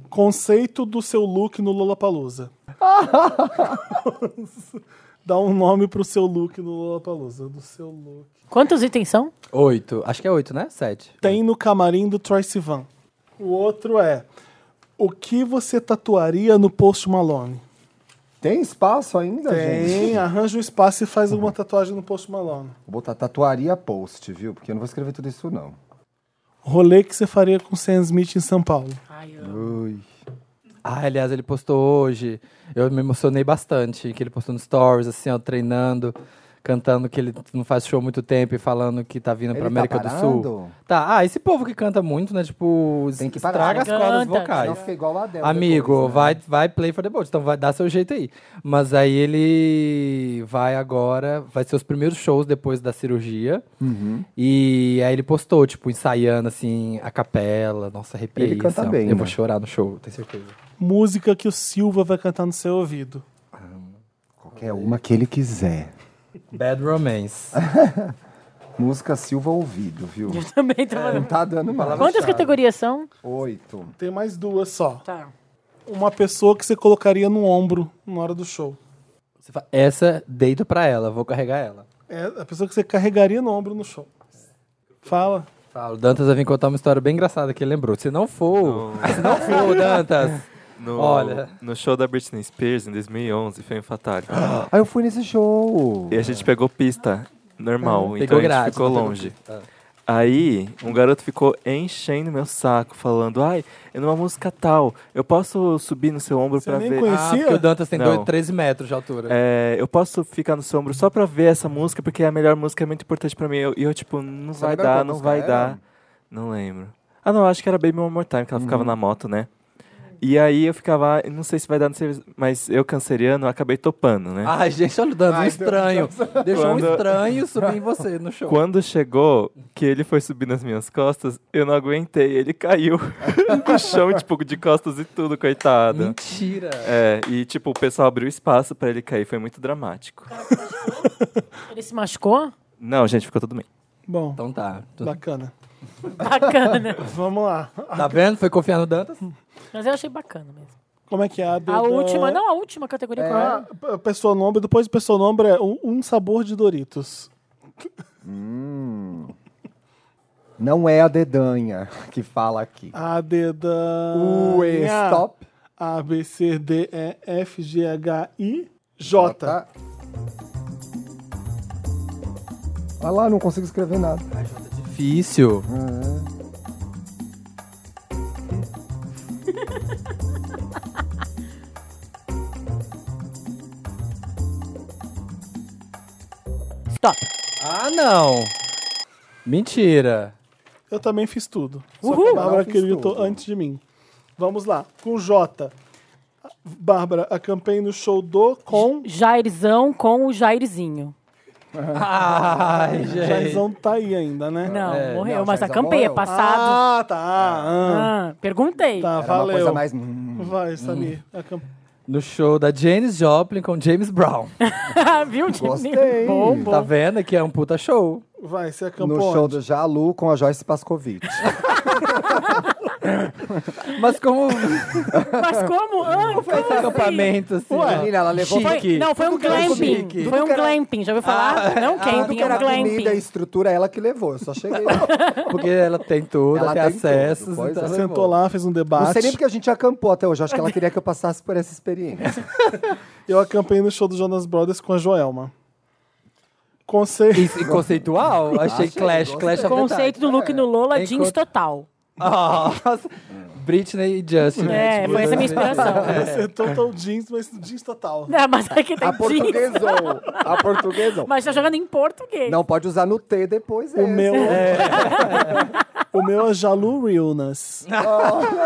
D: conceito do seu look no Lollapalooza. Dá um nome pro seu look no Lollapalooza, do seu look.
E: Quantos itens são?
C: Oito. Acho que é oito, né? Sete.
D: Tem no camarim do Troy Sivan. O outro é o que você tatuaria no Post Malone?
B: Tem espaço ainda, gente?
D: Tem, arranja um espaço e faz uma tatuagem no Post Malone.
B: Vou botar tatuaria post, viu? Porque eu não vou escrever tudo isso, não.
D: Rolê que você faria com Sam Smith em São Paulo.
E: Ai,
B: Ui.
C: Ah, aliás, ele postou hoje. Eu me emocionei bastante. Que ele postou no Stories, assim, ó, treinando, cantando que ele não faz show há muito tempo e falando que tá vindo
B: Ele
C: pra
B: tá
C: América do Sul.
B: parando?
C: Tá, ah, esse povo que canta muito, né? Tipo,
B: Tem que parar.
C: estraga as cordas
E: Canta.
B: Senão
C: vocais.
B: fica igual a Adele.
C: Amigo,
B: depois, né?
C: vai, vai play for the boat, então vai dar seu jeito aí. Mas aí ele vai agora, vai ser os primeiros shows depois da cirurgia.
B: Uhum.
C: E aí ele postou, tipo, ensaiando assim, a capela. Nossa, arrepiei.
B: Ele canta
C: assim, ó.
B: bem,
C: Eu
B: né?
C: vou chorar no show, tenho certeza.
D: Música que o Silva vai cantar no seu ouvido.
B: Qualquer uma que ele quiser.
C: Bad Romance.
B: Música Silva ouvido, viu?
E: Eu também
D: É.
E: tô falando.
B: Não tá dando mais.
E: Quantas categorias são?
B: Oito.
D: Tem mais duas só.
E: Tá.
D: Uma pessoa que você colocaria no ombro na hora do show.
C: Você fala, essa deito pra ela, vou carregar ela.
D: É a pessoa que você carregaria no ombro no show. Fala.
C: Fala, o Dantas vai vir contar uma história bem engraçada que ele lembrou. Se não for, se não for, Dantas.
F: No,
C: Olha.
F: no show da Britney Spears em 2011, foi um fatal.
B: Aí eu fui nesse show.
F: E a gente pegou pista normal,
C: Pegou
F: então a gente
C: grade.
F: ficou
C: não pegou
F: longe.
C: pista. Ah.
F: Aí, um garoto ficou enchendo meu saco, falando: Ai, é numa música tal, eu posso subir no seu ombro
D: Você
F: pra
D: nem
F: ver.
D: conhecia?
C: Ah, porque o Dantas tem
F: Não.
C: dois, 13 metros de altura.
F: É, eu posso ficar no seu ombro só pra ver essa música, porque a melhor música é muito importante pra mim. E eu, e eu, tipo, não
B: Você
F: vai
B: lembra qual
F: dar, não
B: música
F: vai
B: era?
F: dar. Não lembro. Ah, não, acho que era Baby One More Time, que ela ficava na moto, né? E aí eu ficava, "Ah, não sei se vai dar no serviço, mas eu, canceriano, acabei topando, né?
C: Ai, gente, olha o Dantas, um
B: Ai,
C: estranho. Deixou um
F: Quando-
C: estranho subir em você no show.
F: Quando chegou, que ele foi subir nas minhas costas, eu não aguentei, ele caiu no chão, tipo, de costas e tudo, coitado.
C: Mentira.
F: É, e tipo, o pessoal abriu espaço pra ele cair, foi muito dramático.
E: Ele se machucou?
F: Não, gente, ficou tudo bem.
D: Bom,
C: Então tá.
D: bacana.
E: Bacana.
D: Vamos lá.
C: Tá vendo? Foi confiar no Dantas.
E: Mas eu achei bacana mesmo.
D: Como é que é a
E: A última,
D: não.
E: não, a última categoria qual
D: Ah,
E: é?
D: p- pessoa nombre, depois de pessoa nombre é um, um sabor de Doritos.
B: Não é a dedanha que fala aqui.
D: A deda.
B: Ué, stop.
D: A, B, C, D, E, F, G, H, I,
B: Tá.
D: J.
B: Olha lá, não consigo escrever nada.
C: Difícil.
E: Stop.
C: Ah, não. Mentira.
D: Eu também fiz tudo. Só
E: Uhul.
D: que a
B: Eu
D: Bárbara
B: fiz
D: que gritou
B: tudo.
D: antes de mim. Vamos lá, com J. Bárbara, acampei no show do com.
E: Jairzão com o Jairzinho.
C: Ai, gente.
D: Jairzão tá aí ainda, né?
E: Não,
C: É,
E: morreu,
B: não,
E: mas
B: Jairzão
E: acampei, é
B: morreu.
E: passado.
D: Ah, tá. Ah,
E: Ah, perguntei.
D: Tá,
B: Era uma
D: valeu.
B: coisa mais. hum,
D: Vai, Samir. Acamp-
C: No show da Janis Joplin com James Brown.
E: Viu,
B: Tá. Gostei.
E: Bom, bom.
C: Tá vendo que é um puta show?
D: Vai, você é
B: No
D: acampou.
B: show
D: onde?
B: do Jalu com a Joyce Pascovitch.
C: Mas como
E: Mas como? Ah, como
C: esse
E: assim?
C: acampamento, assim.
B: Ué,
C: ó,
B: menina, ela levou-
C: chique.
E: Foi, não, foi um
B: Tudo que era
E: glamping.
C: chique.
E: Foi
B: Tudo
E: um
B: que era- Ah,
E: glamping, já ouviu falar? não
B: Tudo
E: camping,
B: que
E: é um
B: era comida e
E: glamping.
B: estrutura, ela que levou. Eu só cheguei lá.
C: Porque ela tem tudo, ela
B: Ela tem
C: tem
B: tudo,
C: acessos.
B: pois
C: então
B: é.
C: ela
D: Sentou
C: levou.
D: lá, fez um debate.
B: Não sei nem porque a gente acampou até hoje. Eu Acho que ela queria que eu passasse por essa experiência.
D: Eu acampei no show do Jonas Brothers com a Joelma. Conselho.
C: E conceitual? Achei Clash,
B: gostei.
C: Clash é of the
E: Conceito do look no
B: É
E: Lola,
C: Enquanto-
E: jeans total.
C: Ah, Nossa. Britney e Justin.
E: É, foi essa a minha inspiração.
B: É.
D: Você total jeans, mas jeans total.
E: Não, mas aqui tem
B: A
E: jeans.
B: portuguesou. A portuguesou.
E: Mas tá jogando em português.
B: Não pode usar no T depois. é
D: O
B: essa.
D: meu. o meu é Jalu Realness.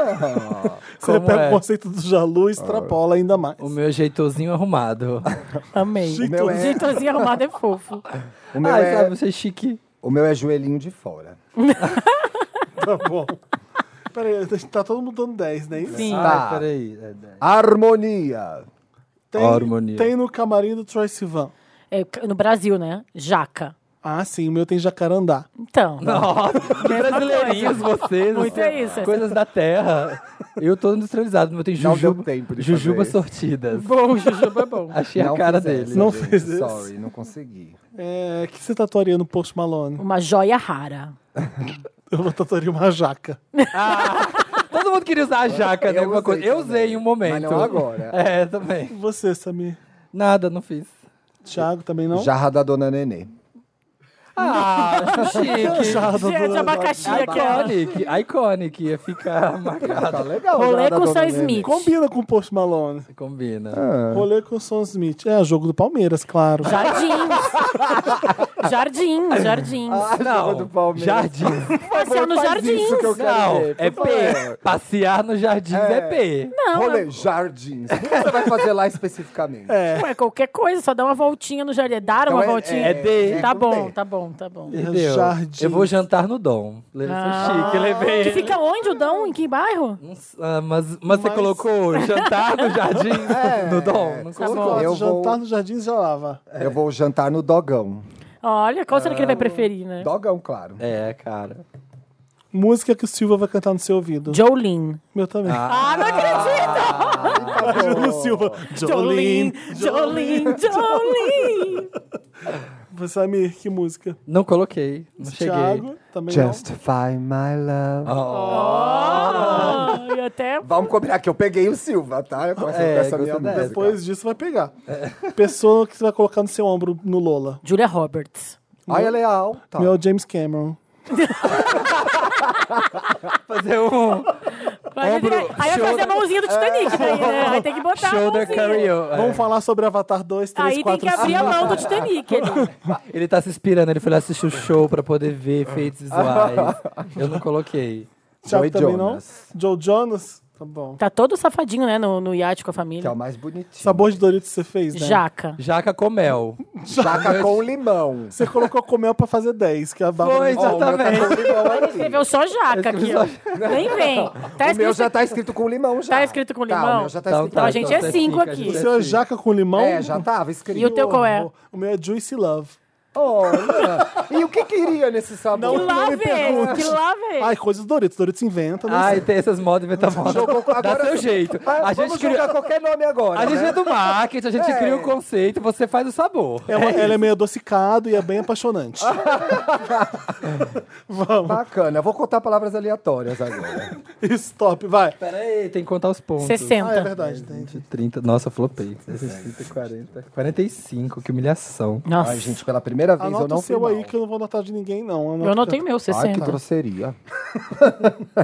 D: Você
C: Como
D: pega
C: é?
D: o conceito do Jalu e extrapola ainda mais.
C: O meu jeitozinho arrumado.
E: Amei.
B: O meu é,
E: Jeitozinho arrumado é fofo.
B: o meu
C: Ai,
B: é-
C: sabe, você é chique.
B: o meu é joelhinho de fora.
D: Tá bom. Peraí, tá todo mundo dando 10, né? Sim.
B: Tá.
C: Ai, peraí. É, é.
B: Harmonia.
D: Tem,
C: Harmonia.
D: tem no camarim do Troy Sivan.
E: É, no Brasil, né? Jaca.
D: Ah, sim, o meu tem jacarandá.
E: Então.
C: Nossa, que brasileirinhos vocês. assim.
E: Muito é isso.
C: Coisas da terra. Eu tô industrializado, mas tem
B: Não deu
C: jujuba,
B: tempo de
C: jujuba
B: fazer.
C: sortidas.
E: Bom, Jujuba é bom.
C: Achei
B: Não
C: a cara
B: fiz
C: dele.
B: essa,
D: Não
B: gente.
D: fez essa.
B: Sorry, não consegui.
D: É, que você tatuaria no Post Malone?
E: Uma joia rara.
D: Eu vou tatuaria uma jaca.
C: Todo mundo queria usar a jaca, né?
B: Eu
C: alguma
B: usei
C: coisa. Eu
B: também,
C: usei em um momento.
B: mas não agora.
C: É, também.
D: E você, Samir?
C: Nada, não fiz.
D: Thiago também não?
B: Jarra da Dona Nenê.
C: Ah,
D: tá
C: chique.
E: Gente, abacaxi aqui, ó.
C: Iconic, iconic, ia ficar marcado.
B: Tá legal.
E: Rolê
B: da- da
E: com
B: Dona
E: Sam
B: Meme.
E: Smith.
D: Combina com o Post Malone.
B: Ah,
C: Combina.
D: Rolê com o Son Smith. É, jogo do Palmeiras, claro.
E: Jardins. jardins, jardins.
B: Ah,
C: Não,
B: do Palmeiras.
C: jardim.
E: Passear no
B: Faz
E: jardins.
B: isso que eu quero
C: Não,
B: ver, por
C: é
B: favor.
C: P. Passear no jardim é, P.
B: Rolê, jardins. O que você vai fazer lá especificamente?
E: Ué, qualquer coisa, só dá uma voltinha no jardim. Dar uma
B: Então é-
E: voltinha.
C: é D.
E: Tá
B: não
E: bom,
B: tem.
E: tá bom, tá bom.
C: Entendeu?
D: É Jardim.
C: Eu vou jantar no Dom. Levei
E: Ah.
C: chique, levei.
E: Que fica onde o Dão? Em que bairro?
C: Não s- ah, mas, mas, você colocou jantar no jardim
B: É.
C: no Dom? Não
E: Tá
C: colocou.
E: bom.
B: Eu
D: Eu
B: vou-
D: É. jantar no Jardim já lava.
B: Eu vou jantar no dogão.
E: Olha, qual será que ele vai
C: Ah.
E: preferir, né?
B: Dogão, claro.
C: É, cara.
D: Música que o Silva vai cantar no seu ouvido.
E: Jolene.
D: Meu também.
E: Ah, não acredito!
D: Júlio Silva.
E: Jolene,
D: Jolene.
E: Jolene, Jolene!
D: Samir, que música?
C: Não coloquei. Não cheguei.
D: Thiago, também
B: Justify my love.
C: Oh,
E: Ah, e até
B: Vamos combinar que eu peguei o Silva, tá? Eu comecei
C: É,
B: com essa minha
C: gostei
D: não.
B: música.
C: dessa.
D: Depois disso vai pegar. Pessoa que você vai colocar no seu ombro no Lola.
E: Julia Roberts.
B: Ai, ela é alta.
D: Meu James Cameron.
C: fazer um
E: Aí
C: Ombro,
E: vai- aí vai fazer a mãozinha do Titanic daí, né? Aí tem que botar a
C: shoulder
E: mãozinha.
C: karaoke.
D: Vamos falar sobre Avatar 2, 3,
E: Aí tem
D: 4,
E: que abrir a
D: 5.
E: mão do Titanic. né? ali.
C: Ele tá se inspirando, ele foi lá assistir o show pra poder ver efeitos
B: Ah.
C: visuais. Eu não coloquei.
D: Thiago
B: Joey
D: também
B: Jonas.
D: não? Joe Jonas? Tá bom.
E: Tá todo safadinho, né? No, no iate com a família.
B: Que é o mais bonitinho.
D: Sabor de Doritos você fez, né?
E: Jaca.
C: Jaca com mel.
B: Chaca com limão.
D: Você colocou comel pra fazer 10, que é a barba.
C: Foi,
B: Ó, o meu tá
C: exatamente.
B: com limão aqui.
E: Escreveu só jaca aqui. ó. Nem vem. Tá
B: O meu
E: escrito,
B: já tá escrito com limão já.
E: Tá escrito com
B: Tá, o
E: limão?
B: meu já tá
C: Então
B: escrito
C: tá,
E: a gente
C: então
E: é
C: você
E: cinco
C: fica,
E: aqui.
C: a
D: O
C: gente
D: seu é
C: cinco.
D: jaca com limão?
B: É, já
E: E o
B: tava escrito.
E: teu qual é?
D: O meu é Juicy Love.
B: Olha. E o que queria nesse sabor?
E: Que
D: Não
E: lá
D: me
E: vem,
D: pergunte.
E: que lá vem.
D: Então, Ai, coisas Doritos. Doritos inventa, né? não
C: Ai,
D: sei.
C: tem essas modas inventamodas.
B: Jogou com-
C: Dá
B: agora-
C: seu jeito.
B: Ah,
C: A
B: vamos
C: gente cria,
B: jogar qualquer nome agora,
C: a
B: né?
C: gente é do marketing, a gente
B: É.
C: cria o conceito, você faz o sabor.
D: É uma- ela é meio adocicado e é bem apaixonante.
B: Ah.
D: Vamos.
B: Bacana. Eu vou contar palavras aleatórias agora.
D: Stop, vai.
C: Pera aí, tem que contar os pontos.
E: 60.
D: Ah, é verdade. tem.
C: 30, nossa, flopei. 60, 40, 45, que humilhação.
E: Nossa,
B: Ai, gente, pela primeira vez eu
D: Anota
B: não
D: o seu
B: fui
D: aí
B: mal.
D: que eu não vou anotar de ninguém, não.
E: eu anotei o meu,
B: Ai, que
E: 60.
B: grosseria.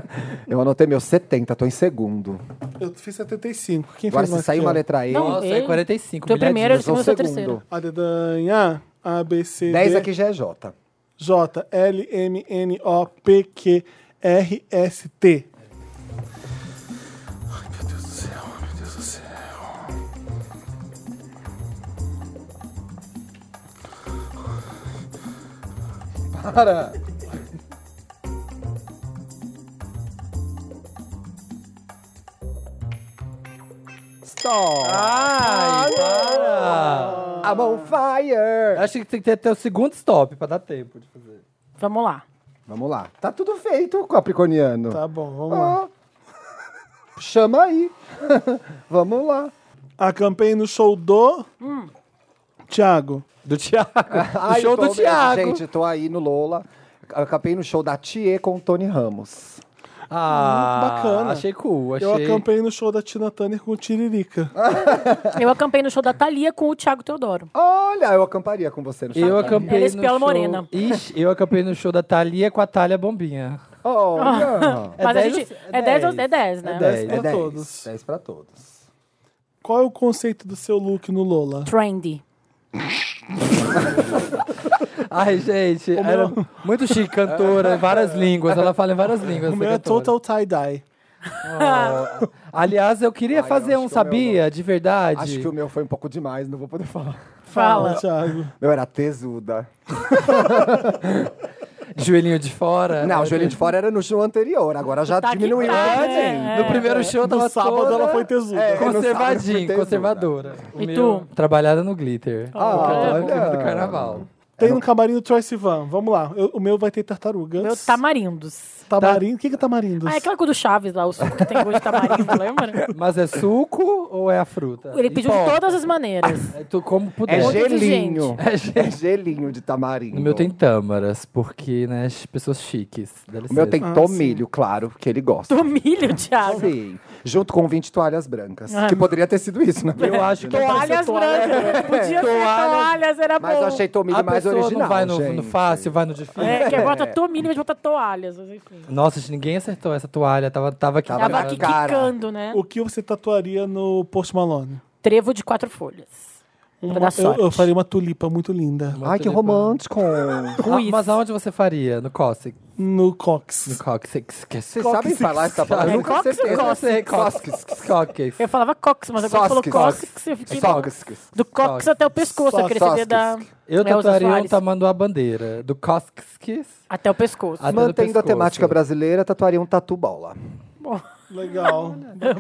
B: eu anotei meu 70, tô em segundo.
D: Eu fiz 75. Quem
B: Agora
D: fez
B: se
D: mais
B: sair
D: que
B: uma
D: eu?
B: letra E,
E: Não,
C: Nossa,
E: Ei,
C: é 45,
E: teu primeiro
B: eu
C: humilhadinho.
B: sou
E: eu
B: o
E: sou terceiro.
B: segundo.
D: A dedanha. A, B, C,
B: 10
D: D,
B: aqui já é J.
D: J, L, M, N, O, P, Q, R, S, T. Ai, meu Deus do céu, meu Deus do céu.
B: Para! Stop!
E: é
C: Ai, para!
B: I'm on Ah, fire!
C: Acho que tem que ter até o segundo stop pra dar tempo de fazer.
E: Vamos lá.
B: Vamos lá. Tá tudo feito, Capricorniano.
D: Tá bom, vamos lá.
B: Ó. Chama aí. Vamos lá. Ah.
D: Acampei no show do.
E: Hum.
D: Thiago.
C: Do Thiago.
B: Ai,
C: do show
B: tô
C: do
B: mesmo.
C: Thiago.
B: Gente, tô aí no Lola. Acabei no show da Thier com o Tony Ramos.
C: Ah,
D: bacana.
C: Achei cool, achei.
D: Eu acampei no show da Tina Turner com o Tiririca.
E: Eu acampei no show da Thalia com o Thiago Teodoro.
B: Olha, eu acamparia com você no show.
C: Eu acampei
E: Ela é
C: no
E: espião
C: show...
E: morena.
C: Ixi, eu acampei no show da Thalia com a Thalia Bombinha.
B: Olha.
C: É
E: Mas a
C: dez
E: gente.
C: ou- é
E: É 10
C: dez.
E: é 10, né?
C: É
D: Dez
C: dez.
D: pra
B: É 10.
D: todos.
B: 10 pra todos.
D: Qual é o conceito do seu look no Lola?
E: Trendy.
C: Ai, gente, era muito chique, cantora, em várias línguas. Ela fala em várias línguas.
D: O
C: essa
D: meu é
C: cantora.
D: total tie-dye.
C: Oh. Aliás, eu queria fazer
B: acho
C: um,
B: que o meu
C: sabia? De verdade.
B: Acho que o meu foi um pouco demais, não vou poder falar.
E: Fala.
D: Fala, Thiago.
B: Meu era tesuda.
C: Joelhinho de fora.
B: Não, o joelho de fora era no show anterior, agora já
E: Tá que
B: diminuiu.
E: tá,
B: um
E: né?
B: pouquinho.
C: No primeiro show eu tava
D: No sábado
C: toda
D: ela foi tesuda.
B: É. no sábado foi
C: conservadinha,
B: tesuda.
C: conservadora. O
E: E
C: meu,
E: tu? Ah, é
C: Trabalhada no glitter. Porque eu tava
B: olha.
C: no clima do carnaval.
D: Tem no camarim do Troy Sivan. Vamos lá. Eu- o meu vai ter tartarugas.
E: Meu tamarindos.
D: Tamarindo. O que que é tamarindos?
E: Ah, é aquela coisa do Chaves lá, o suco que tem gosto de tamarindo, lembra?
C: Mas é suco ou é a fruta?
E: Ele pediu de
C: Hipótese.
E: todas as maneiras.
C: É tu como puder.
B: É
E: monte de
B: gelinho.
C: É gente.
B: É gelinho de tamarindo.
C: No meu tem tâmaras, porque, né, as pessoas chiques.
B: O
C: Dá
B: meu
C: licença.
B: tem tomilho, claro, que ele gosta.
E: Do Ah, milho, Thiago.
B: Sim. Junto com 20 toalhas brancas.
E: Ah,
B: que
E: meu-
B: poderia ter sido isso, né?
C: Eu acho que tá-
E: Toalhas brancas. Podia ser
C: Toalhas.
E: toalhas, era
B: Mas
E: bom.
B: eu achei tomilho
C: A
B: mais mais original,
C: não vai no, no
B: gente.
C: fácil, vai no difícil.
E: É, que é bota tua mínima de botar toalhas, mas enfim.
C: Nossa, gente, ninguém acertou essa toalha. Tava, tava aqui.
E: Tava
B: na
E: aqui
B: cara.
E: quicando, né?
D: O que você tatuaria no Post Malone?
E: Trevo de quatro folhas. Um
D: Uma-
E: pra dar
D: eu,
E: sorte.
D: eu faria uma tulipa muito linda.
B: Ai, que romântico.
C: Ah, mas aonde você faria? No Cossex?
D: No
C: No
D: Cox.
C: Cossex. Esquece.
B: Vocês sabem falar essa palavra?
E: É,
B: Eu nunca
E: cox ou
B: acertei.
E: cox?
C: Cossex. Cossex.
E: Eu falava cox, mas agora falou
B: Sosques.
E: cox, eu fiquei
C: Tá
B: Sosques.
E: do cox
C: Sosques.
E: até o pescoço. Eu queria saber
B: Sosques.
E: da...
C: Eu
E: Elza
C: tatuaria um
E: Soares.
C: tamanduá bandeira. Do Cossex.
E: Até o pescoço.
C: Até do
B: Mantendo a
C: pescoço.
B: temática brasileira, tatuaria um tatu bola.
D: Legal.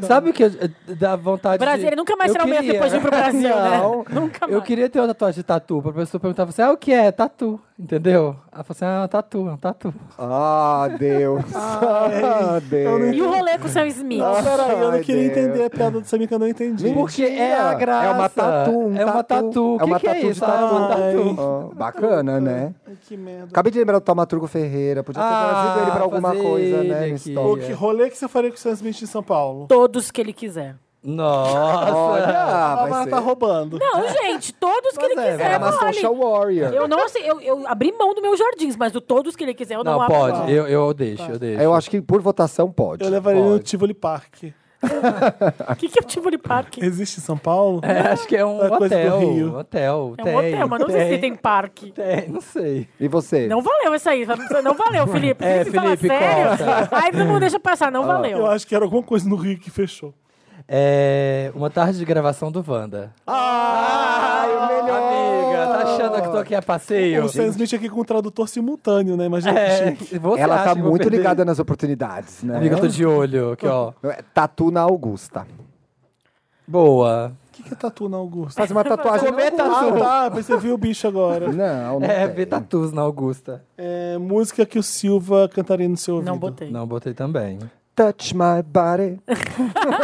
C: Sabe o que eu- eh, dá vontade de...
E: Brasil, ele nunca mais
C: Eu
E: será o mesmo
C: queria-
E: depois de ir pro Brasil,
C: Não.
E: né? Nunca mais.
C: Eu queria ter uma tatuagem de tatu, pra pessoa perguntar pra você, ah, o que é? Tatu, entendeu? Ela falou assim, ah, tatu, é um tatu.
B: Ah, Deus.
C: é
B: Ah,
E: E o
B: Deus.
E: rolê com o Sam Smith?
D: Ah, Peraí, eu não
B: Ai,
D: queria
B: Deus.
D: entender a piada do Samir que eu não entendi.
C: Porque é a graça.
B: É uma tatu, um
C: É uma
B: tatu.
C: tatu. O
B: É uma
C: que que é
B: tatu de
C: isso? Ah, é uma
D: tatu.
C: tatu.
B: Ah, bacana, né?
D: Que merda.
B: Acabei de lembrar do Tamaturgo Ferreira. Podia ter
C: Ah,
B: trazido ele pra alguma
C: fazer
B: coisa,
C: ele
B: né? no
C: aqui.
B: estoque.
D: O que rolê que você faria com o Sam Smith em São Paulo?
E: Todos que ele quiser.
C: Nossa.
B: Olha,
D: a
B: Ah, vai
D: Mara
B: ser.
D: tá roubando.
E: Não, gente, todos que ele
C: Mas é,
E: quiser,
B: Era uma
E: vale.
B: social um. warrior.
E: Eu não assim, eu, eu abri mão do meu jardins, mas do todos que ele quiser, eu não, Tá.
C: Não,
E: abro mão.
C: pode. Eu, eu deixo, eu deixo.
B: Eu acho que por votação pode.
D: Eu levaria ele no
C: Pode.
D: Tivoli Park.
E: O que, que é o Tivoli Park? É
D: Existe em São Paulo?
C: É, acho que é um
D: É coisa do
C: hotel.
D: Rio.
C: Hotel.
E: um
C: tem,
E: hotel, mas não sei se tem parque.
C: Tem, não sei.
B: E você?
E: Não valeu isso aí. Não valeu, Felipe.
C: É,
E: Você fala
C: Felipe,
E: sério? Aí todo mundo deixa passar, não valeu.
D: Eu acho que era alguma coisa no Rio que fechou.
C: É, uma tarde de gravação do Wanda. Ah, o melhor! Amiga, tá achando que tô aqui a passeio?
D: o Sam Smith aqui com um tradutor simultâneo, né? Imagina
C: É,
D: que chique.
C: você
B: Ela
C: acha
B: tá
C: que eu vou
B: muito
C: perder?
B: ligada nas oportunidades, né? é
C: Amiga, eu tô de olho aqui, ó.
B: Tatu na Augusta.
C: Boa.
D: O que, que é tatu na Augusta?
B: Faz uma tatuagem.
C: Comer
B: na Augusta.
C: tatu.
D: Ah, tá, pensei viu o bicho agora.
B: Não, não.
C: É,
B: tem.
C: vê tatus na Augusta.
D: É, música que o Silva cantaria no seu ouvido.
E: Não botei.
C: Não, botei também.
B: Touch my body.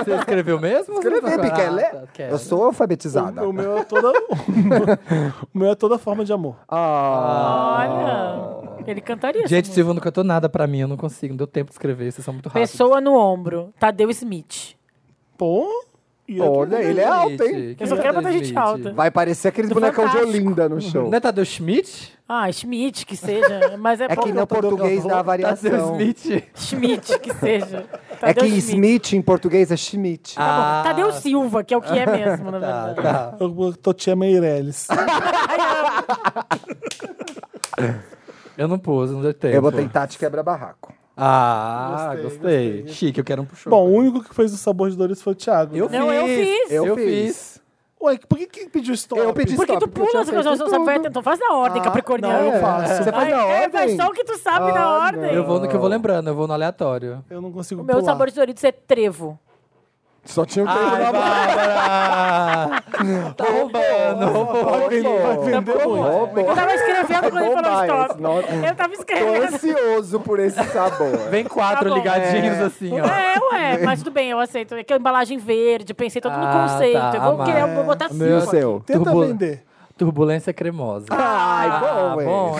C: Você escreveu mesmo?
B: Escrevi, quer ler?
C: Ah, tá, quero.
B: Eu sou alfabetizada.
D: O, o meu é toda. o meu é toda forma de amor.
B: Ah,
E: Olha. Ele cantaria
C: Gente,
E: essa música.
C: Silva não cantou nada pra mim, eu não consigo, não deu tempo de escrever, vocês são muito rápidos.
E: Pessoa no ombro. Tadeu Smith.
D: Pô. E eu-
B: olha, ele é alto, hein?
E: Eu só quero botar
C: Tadeu
E: gente
C: Schmidt?
E: alta.
B: Vai parecer aqueles bonecão de
E: Fantástico.
B: Olinda no show.
C: É Não é Tadeu Schmidt?
E: Ah, Schmidt, que seja. Mas é,
B: É que
E: pouco-
B: no português dá a
C: Tadeu
B: variação.
C: Schmidt.
E: Schmidt, que seja.
B: É que
E: Tadeu Schmidt.
B: Smith em português é Schmidt.
C: Ah,
E: Tadeu Silva, que é o que é mesmo, na
C: tá,
E: verdade.
C: tá.
D: Eu tô tia Meirelles.
C: Eu não pus, não deu tempo.
B: Eu botei Tati quebra barraco.
C: Ah, gostei. Chique, eu quero um puxão.
D: Bom, o único que fez o sabor de Doritos foi o Thiago. né?
C: eu
E: Não, eu fiz.
C: Eu,
B: Eu
C: fiz.
D: Ué, por que, que pediu stop?
B: Eu pedi
E: Porque tu
B: stop,
E: pula as
B: porque eu tinha
E: coisas,
B: feito
E: sabe?
B: tudo.
E: Então faz na ordem, capricorniano.
D: não, eu faço.
B: Você faz
E: Ai,
B: na
E: é, faz
B: ordem?
E: só o que tu sabe na
B: Ah,
E: ordem.
C: Eu vou no que eu vou lembrando, eu vou no aleatório.
D: Eu não consigo
E: O meu
D: pular.
E: sabor de Doritos é trevo.
B: Só tinha um
C: Ai, Bárbara! tá roubando, roubou.
B: tá
D: Vai vender muito.
E: Eu tava escrevendo quando ele falou
B: Bombar
E: stop.
B: esse, nossa.
E: Eu tava
B: Tô
E: escrevendo.
B: ansioso por esse sabor.
C: Vem
E: Tá
C: quatro
E: bom.
C: ligadinhos assim, ó.
E: É, ué, mas tudo bem, eu aceito. É que é embalagem verde, eu pensei todo no
C: Ah,
E: conceito.
C: tá,
E: eu vou
C: amar.
E: querer, eu vou botar
C: O
E: cinco.
C: meu
B: E o
E: aqui.
B: seu?
D: Tenta
C: Turbo-
D: vender.
C: Turbulência cremosa. Ah,
B: Ai, Ah,
E: Ah,
B: bom, hein?
C: bom,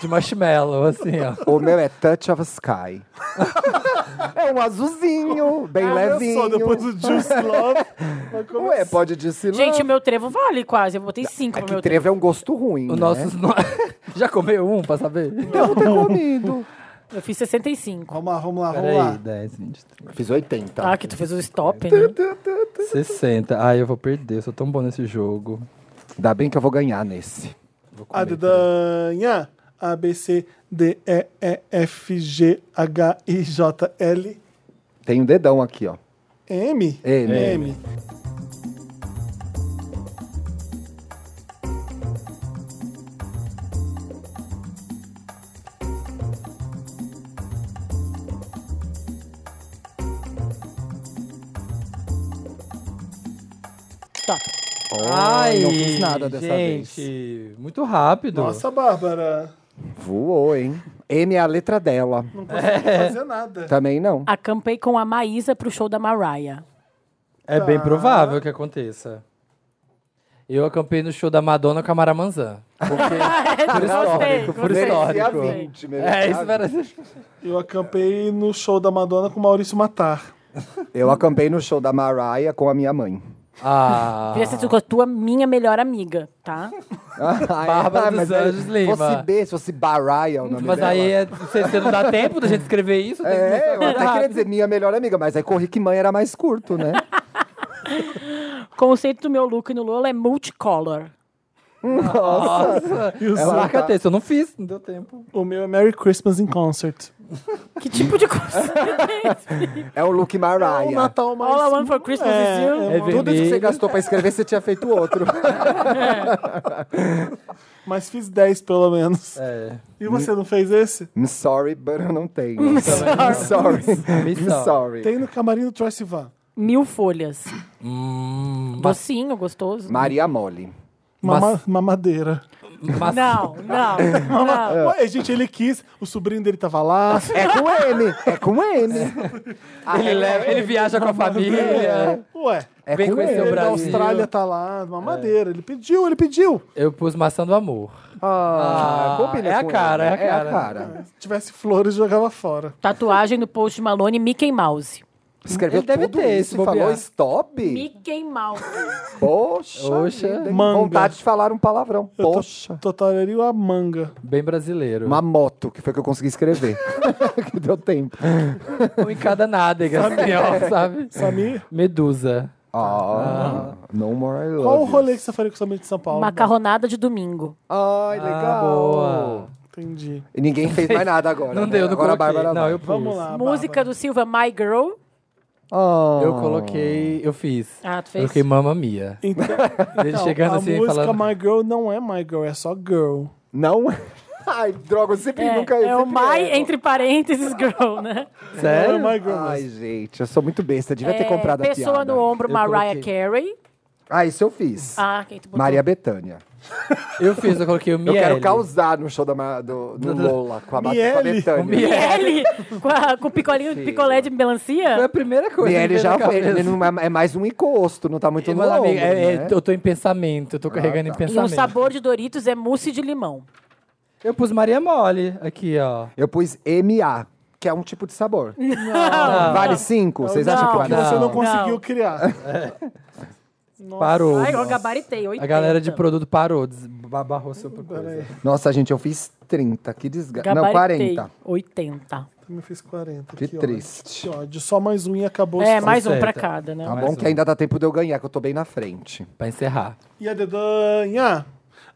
C: de marshmallow, assim, ó.
B: O meu é Touch of Sky. é um azulzinho, bem levinho.
D: Só Ah, depois do Juice Love.
B: Ué, pode dizer
E: Gente, o meu trevo vale quase. Eu botei cinco
B: É
E: no
B: que
E: meu trevo.
B: trevo é um gosto ruim, né?
C: O
B: Então,
C: nosso. Já comeu um pra saber?
B: Eu não tenho comido.
E: Eu fiz 65.
D: Vamos lá, vamos lá, vamos
C: Peraí,
D: lá.
C: 10, 20, 30.
B: Fiz 80.
C: Tá.
E: Ah, que tu fez o stop, né?
C: 60. Ai, eu vou perder, eu sou tão bom nesse jogo.
B: Ainda bem que eu vou ganhar nesse.
C: Vou comer.
D: A dedanha. A, B, C, D, E, E, F, G, H, I, J, L,
B: Tem um dedão aqui, ó.
D: M.
B: M.
D: M.
E: Stop.
C: Ai,
B: não fiz nada dessa
C: gente, Muito rápido.
D: Nossa, Bárbara.
B: Voou, hein? M é a letra dela.
D: Não consegui fazer nada.
B: Também não.
E: Acampei com a Maísa pro show da Mariah.
C: É bem provável que aconteça. Eu acampei no show da Madonna com a Mara Manzan.
E: Gostei,
C: Ah, por
E: gostei.
C: histórico.
E: Gostei.
C: É, isso era.
D: Eu acampei no show da Madonna com Maurício Matar.
B: Eu acampei no show da Mariah com a minha mãe.
C: Ah,
E: Queria ser com a tua minha melhor amiga, tá?
B: Ah, é,
C: Bárbara dos
B: aí,
C: Anjos Lima.
B: Fosse B, se fosse Baraya o nome
C: mas
B: dela.
C: aí é- você, você não dá tempo da gente escrever isso? tem que
B: É, eu
C: começar
B: até queria
C: rápido.
B: dizer minha melhor amiga, mas aí com Rick Mãe era mais curto, né?
E: O conceito do meu look no Lola é multicolor.
C: Nossa,
D: Isso.
C: ela marca
B: tá-
C: texto. Eu não fiz, não deu tempo.
D: O meu é Merry Christmas in Concert.
E: Que tipo de conceito é esse?
B: É o look
D: É um
B: Mariah.
D: Natal mais...
E: All I want for Christmas
D: É,
E: is you.
D: é
C: É
B: Tudo isso que você
C: vermelho.
B: gastou pra escrever, você tinha feito outro.
D: Mas fiz 10 pelo menos.
C: É.
D: E você não fez esse?
B: I'm sorry, but eu não tenho. I'm sorry.
C: Me
B: I'm
C: sorry.
B: sorry.
D: Tem no camarim do Troy Sivan.
E: Mil folhas.
C: Hum, mas-
E: Docinho, gostoso.
B: Maria Mole.
D: Mama,
C: Mas-
D: Mamadeira.
C: mas-
E: Não, não, não.
D: Ué, gente, ele quis, o sobrinho dele tava lá.
B: É com N. É com N.
C: Ele, leva- ele viaja com a família.
D: Ué,
B: É
C: Vem
B: com
C: conhecer
B: N.
C: o
D: ele da
C: Brasil.
D: Austrália tá lá,
B: É.
D: mamadeira. Ele pediu, ele pediu.
C: Eu pus maçã do amor.
B: Ah,
C: Ah,
B: combina
C: é a
B: com
C: cara,
B: N.
C: é a
B: É a
C: cara.
B: cara.
D: Se tivesse flores, jogava fora.
E: Tatuagem no post Malone, Mickey Mouse.
B: Escreveu
C: Ele deve
B: tudo
C: ter,
B: isso
C: se
B: e falou
C: bobear.
B: stop?
E: Mickey Mouse.
B: Poxa,
C: Poxa.
B: vida, hein?
D: Manga.
B: vontade de falar um palavrão.
D: Eu to-
B: Poxa.
D: Totalharia a manga.
C: Bem brasileiro.
B: Uma moto, que foi que eu consegui escrever. que deu tempo.
C: Um em cada nádega, assim, ó, sabe?
D: Samir,
C: Medusa.
B: Ah, no more I love
D: qual o
B: you.
D: rolê que você faria com sua mãe de São Paulo?
E: Macarronada de domingo.
B: Ai,
C: Ah,
B: legal.
C: boa.
D: Entendi.
B: E ninguém fez mais nada agora.
C: Não
B: né?
C: deu, não
B: agora a
C: coloquei.
B: Bárbara
C: Não,
B: vai.
C: eu pus.
D: Vamos lá.
E: Música do Silva, My Girl.
B: Ah.
C: Eu coloquei, eu fiz.
E: Ah, tu fez?
C: Coloquei Mamma Mia.
D: Então,
B: Tá
C: Ele chegando
D: a
C: assim e
D: música
C: falando...
D: My Girl não é My Girl, é só Girl.
B: Não? Ai, droga, eu sempre
E: É,
B: nunca
E: é o
B: sempre
E: My,
B: erro.
E: entre parênteses, Girl, né?
D: Não é
C: Sério?
D: My Girl,
B: Ai,
D: mas
B: gente, eu sou muito besta. Devia ter
E: É,
B: comprado a
E: Pessoa
B: piada.
E: no ombro,
C: Eu
E: Mariah
C: coloquei.
E: Carey.
B: Ah, isso eu fiz.
E: Ah, quem tu botou?
B: Maria Betânia.
C: Eu fiz, eu coloquei o
B: Eu
C: Miele.
B: quero causar no show da, Ma- do, do Lola com a, Ma- com a
D: Miele.
B: Betânia.
C: O Miele.
E: Miele, com, a- com o picolinho, picolé de
C: Foi a
E: melancia?
C: primeira coisa que
B: Miele
C: veio
B: já
C: na
B: foi,
C: cabeça.
B: ele não é, é mais um encosto, não tá muito no
C: Mas,
B: ombro,
C: amiga, é- é-
B: né? Ah, tá.
C: eu tô em pensamento, eu tô carregando em
E: E o
C: pensamento.
E: sabor de Doritos é mousse de limão.
C: Eu pus Maria Mole aqui, ó.
B: Eu pus MA, que é um tipo de sabor.
C: Não.
B: Vale cinco? Vocês acham que
E: Não.
B: vale
D: que você não,
C: Não.
D: conseguiu
E: Não.
D: criar.
C: Parou.
E: Ai, eu gabaritei, 80.
C: A galera de produto parou, des- ba- barrou seu coisa.
B: Nossa, gente, eu fiz 30, que desgraça. Não,
E: Gabaritei,
B: 40.
E: 80.
D: Eu fiz 40.
B: Que
D: ódio.
B: triste.
D: Que ódio. Só mais um e acabou.
E: É,
D: os-
E: mais um pra
C: certa.
E: cada, né?
B: Tá
C: Mais
B: bom que
C: um.
B: ainda dá tempo de eu ganhar, que eu tô bem na frente.
C: Pra encerrar.
D: E a dedanha?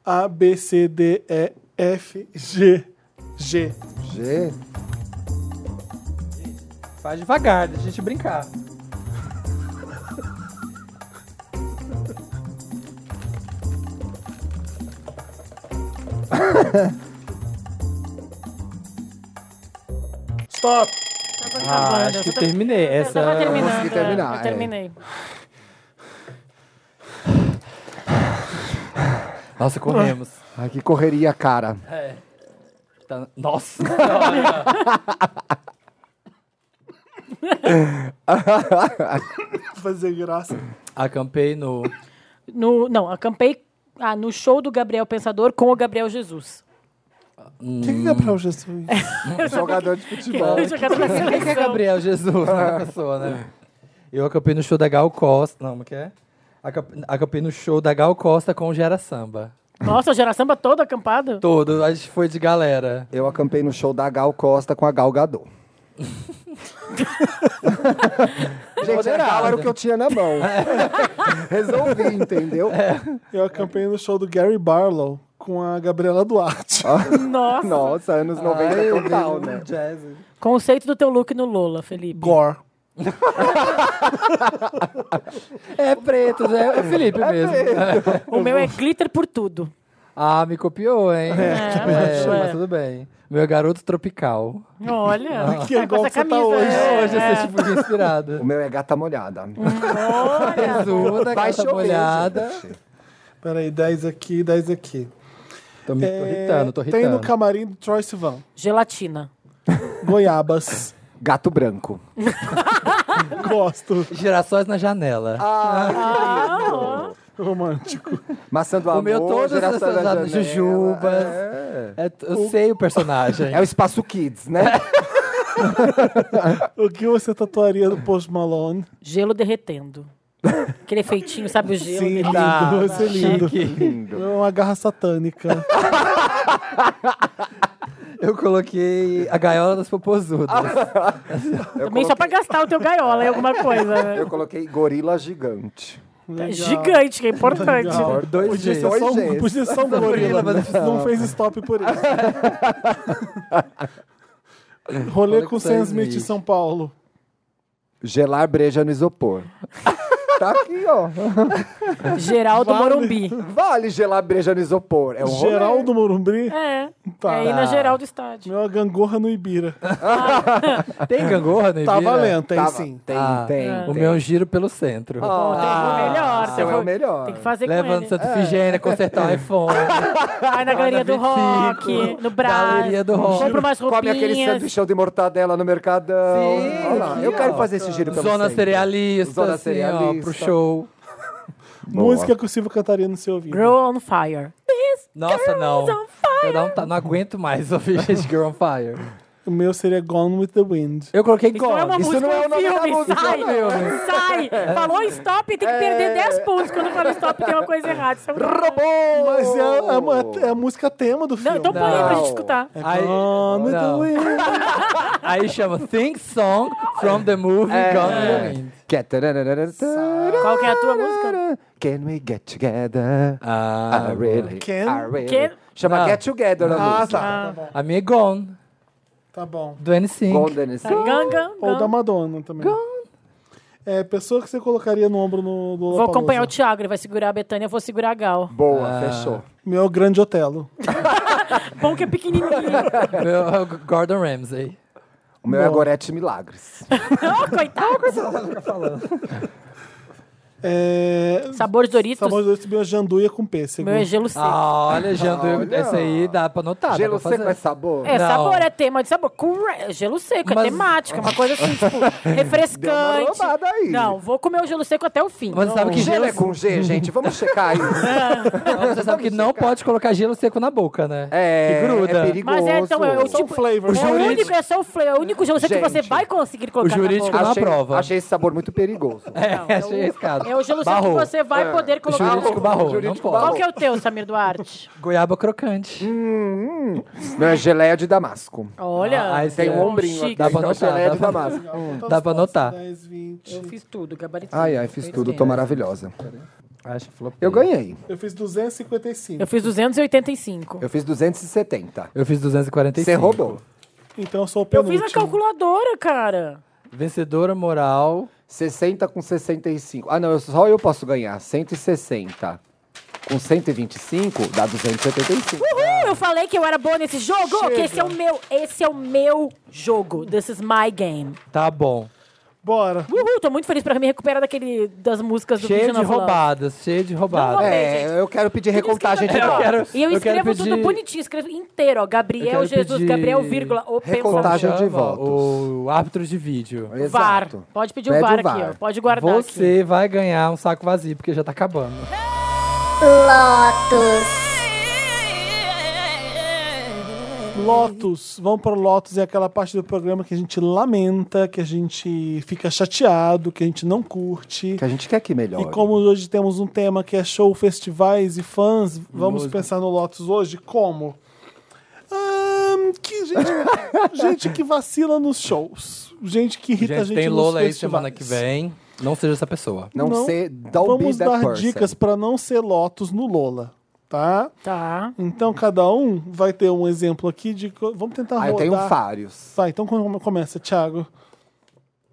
D: A, B, C, D, E, F, G, G.
B: G.
C: Faz devagar, deixa a gente brincar.
D: Stop!
C: Ah, acho que terminei.
E: Eu tava
C: Essa.
E: terminando.
B: consegui
E: é,
B: terminar, é.
E: Eu terminei.
C: Nossa, corremos.
B: Ai, que correria, cara.
C: Tá- Nossa!
D: Fazer graça.
C: Acampei no.
E: No, não, acampei ah, no show do Gabriel Pensador com o Gabriel Jesus.
D: O que, que Gabriel Jesus?
B: Jogador de futebol.
E: Eu já quero na
C: Quem que é
E: seleção.
C: Gabriel Jesus? na pessoa, né? Eu acampei no show da Gal Costa. Não, como que é? Acamp- Acampei no show da Gal Costa com o Gera Samba.
E: Nossa, a geração toda acampada?
C: Todo, a gente foi de galera.
B: Eu acampei no show da Gal Costa com a Gal Gadot. Gente, a Gal era o que eu tinha na mão. Resolvi, entendeu?
D: Eu acampei no show do Gary Barlow com a Gabriela Duarte.
E: Nossa.
B: Nossa, anos 90 total, né?
C: Jazz.
E: Conceito do teu look no Lola, Felipe.
D: Gore.
C: É preto, é, é Felipe mesmo.
E: O meu é glitter por tudo.
C: Ah, me copiou, hein?
E: É,
C: É,
E: ué.
C: mas tudo bem. Meu garoto tropical.
E: Olha,
D: Que é igual que você tá hoje.
E: é,
C: Hoje eu
E: é.
C: sou tipo de
B: O
C: inspirado.
B: meu é gata molhada.
E: Olha,
C: Tesuda,
B: Vai
C: calça
B: chover,
C: molhada.
B: gente.
D: Peraí, 10 aqui, 10 aqui. É,
C: Tô, me, tô irritando, tô
D: Tem no
C: irritando.
D: camarim do Troy Sivan.
E: gelatina.
D: Goiabas.
B: Gato branco.
D: Gosto.
C: Girassóis na janela.
B: Ah,
D: Romântico.
B: Maçã do amor,
C: O meu todas
B: geração
C: essas
B: da
C: as-
B: janela.
C: jujubas.
B: É.
C: É, t- eu sei o personagem.
B: é o espaço kids, né?
D: O que você tatuaria do Post Malone?
E: Gelo derretendo. Aquele efeitinho, sabe? O gelo.
D: Sim, tá.
E: dele.
D: lindo, vai ser lindo.
F: Lindo.
D: É uma garra satânica.
C: Eu coloquei a gaiola das popozudas.
B: Ah,
E: Também só pra gastar o teu gaiola em alguma coisa, né?
B: Eu coloquei gorila gigante.
D: Legal.
E: Gigante, que é importante.
D: Legal.
C: Dois
D: Podia
C: Gs.
D: ser, só
B: Dois
D: um,
B: Gs.
D: podia ser só um gorila, mas não fez stop por isso. Rolê com Sam Smith em São Paulo.
B: Gelar breja no isopor. tá aqui, ó.
E: Geraldo
D: Vale.
E: Morumbi.
B: Vale gelar breja no isopor. É um rolê.
D: Geraldo Morumbi.
E: É.
D: Tá.
E: É ir na geral do estádio.
D: Meu a gangorra no Ibira.
C: Tem gangorra, né?
D: Tá valendo, tem
B: Tava-
D: sim.
B: Tem,
C: Ah,
B: tem,
C: O
B: tem.
C: meu é um giro pelo centro.
E: Pô, tem que
B: Ah,
E: o melhor.
B: seu é o
E: tem que-
B: melhor.
E: Tem que fazer com
C: Levando
E: ele.
B: É.
C: Santa Figênia, consertar o iPhone.
E: Vai na galeria do rock,
C: Vitico,
E: no Brás.
C: Galeria do Rock.
E: Compra umas
B: Come aquele
E: roupinhas.
B: sanduichão de mortadela no mercadão.
C: Sim,
B: Olha lá, eu
C: aqui,
B: quero
C: ó.
B: fazer esse giro pelo
C: Zona
B: centro.
C: cerealista,
B: Zona
C: assim, ó,
B: cerealista.
C: pro show.
B: Boa.
D: Música que o Silvio cantaria no seu ouvido.
E: Grow on fire. This
C: Nossa, não.
E: girl's on fire.
C: Eu não, tá- não aguento mais ouvir gente Girl on Fire.
D: O meu seria Gone with the Wind.
C: Eu coloquei
E: Isso não é uma
C: God.
E: música,
B: não é
E: é
B: o nome da
E: um filme.
B: música,
E: Sai,
B: isso é um
E: sai. Falou stop, tem que perder 10 pontos. Quando fala stop, tem uma coisa errada. Isso é um
B: Robô!
D: Mas é, a- é a- é a música tema do
E: Não,
D: filme.
E: então põe aí pra
B: Não.
E: gente escutar.
D: É
C: Aí-
D: Gone with
C: não.
D: the Wind.
C: Aí chama Think Song from the movie Gone with the Wind.
B: Que é tararara, tararara.
E: Qual que é a tua música?
B: Can we get together?
C: Ah,
B: I really,
D: Can-
B: I really.
E: Can-
B: Chama
C: Não.
B: Get Together né, na
D: Ah,
B: música.
D: tá. Tá bom.
C: A minha é Gone,
D: Tá bom.
C: do NSYNC.
B: Golden is-
E: Tá. Ganga,
D: Ou da
E: ganga.
D: Madonna também. É, pessoa que você colocaria no ombro no do
E: Vou acompanhar o Thiago, ele vai segurar a Betânia, eu vou segurar a Gal.
D: Ah.
B: Boa, fechou.
D: Meu grande Otelo.
E: Bom que é pequenininho.
C: Meu, é o Gordon Ramsay.
B: O meu é Gorete Milagres.
E: Não, coitado.
D: É...
E: Sabores Doritos.
D: Sabor doce meu é janduia com pêssego.
E: Meu é gelo seco.
C: Ah, olha, Jandu,
B: Olha.
C: esse aí dá pra notar.
B: Gelo
C: dá pra
B: seco é
C: fazer.
B: sabor?
E: É,
C: Não.
E: sabor é tema de sabor. Cura- Gelo seco,
C: Mas-
E: é temática, é uma coisa assim, tipo, refrescante.
B: roubada aí.
E: Não, vou comer o gelo seco até o fim.
C: Mas sabe que
B: Gelo
C: gelo,
B: é com G, gente? Vamos checar isso.
C: você sabe que não pode colocar gelo seco na boca, né?
B: É,
C: que gruda.
B: é perigoso.
E: Mas é, então, é o
D: Só o
E: tipo-
D: flavor.
E: é,
D: né?
E: o único, é só o fle- é o único gelo seco que você
B: Gente,
E: vai conseguir colocar na
C: jurídico
E: boca.
C: não
B: achei,
C: aprova.
B: achei esse sabor muito perigoso.
C: É,
E: Não, é
C: achei
E: o-
C: arriscado.
E: É o gelo seco que
C: Barrou. É,
E: você vai poder
C: O
E: colocar.
C: jurídico barrou,
B: jurídico
C: não pode.
E: Qual que é o teu, Samir Duarte?
C: Goiaba crocante.
E: Hum,
B: Não, é geleia de damasco.
E: Olha,
C: Ah, esse
B: Tem
C: É,
B: um ombrinho
E: chique.
B: aqui.
C: Dá pra
B: então,
C: notar,
D: tá
B: Geleia
C: dá
B: de
C: pra-
B: damasco.
D: Então
C: Dá pra notar.
D: 10, 20.
E: Eu fiz tudo, gabarito.
B: Ai, ai, fiz
E: é.
B: tudo. Tô maravilhosa.
C: Acho que flopei.
B: Eu ganhei.
D: Eu fiz 255.
E: Eu fiz 285.
B: Eu fiz 270.
C: Eu fiz 245.
B: Você roubou.
D: Então eu sou o
E: Eu
D: penúltimo.
E: fiz a calculadora, cara.
C: Vencedora moral.
B: 60 com 65. Ah, não, eu- só eu posso ganhar. 160 com 125 dá 275.
E: Uhul, Uh, eu falei que eu era boa nesse jogo, que esse é o meu, esse é o meu jogo. This is my game.
C: Tá bom.
D: Bora.
E: Uhul, tô muito feliz pra me recuperar daquele, das músicas do
C: Cheio
E: Vision
C: de
E: of Love.
C: roubadas, cheio de roubadas.
E: roubei.
B: É, eu quero pedir recontagem de
C: Eu
B: novo.
C: quero-
E: E eu
C: eu quero
E: escrevo tudo
C: pedir-
E: bonitinho, escrevo inteiro, ó. Gabriel
C: Eu quero
E: Jesus,
C: pedir
E: Gabriel, vírgula, o
B: recontagem.
E: pensamento.
B: Contagem de
C: Chama
B: votos.
C: O árbitro de vídeo.
E: VAR.
B: Exato.
E: Pode pedir o
B: Pede
E: VAR,
B: o VAR.
E: aqui, ó. Pode guardar aqui.
C: Você vai ganhar um saco vazio, porque já tá acabando.
D: Lotus, vamos para Lotus é aquela parte do programa que a gente lamenta, que a gente fica chateado, que a gente não curte.
C: é
B: Que a gente quer que melhore.
D: E como hoje temos um tema que é show, festivais e fãs, vamos pensar no Lotus hoje como Ahn, que gente, gente que vacila nos shows, gente que irrita a
B: tá,
C: gente,
D: gente
C: tem
D: nos
C: Lola aí
D: festivais.
C: semana que vem. Não seja essa pessoa.
B: Não,
D: Não,
B: ser. Don't
D: Vamos
B: be that
D: dar
B: person.
D: dicas para não ser Lotus no Lola, tá?
E: Tá.
D: Então cada um vai ter um exemplo aqui de co- vamos tentar
B: Ah,
D: rodar.
B: eu tenho vários.
D: Vai, então come- começa, Thiago.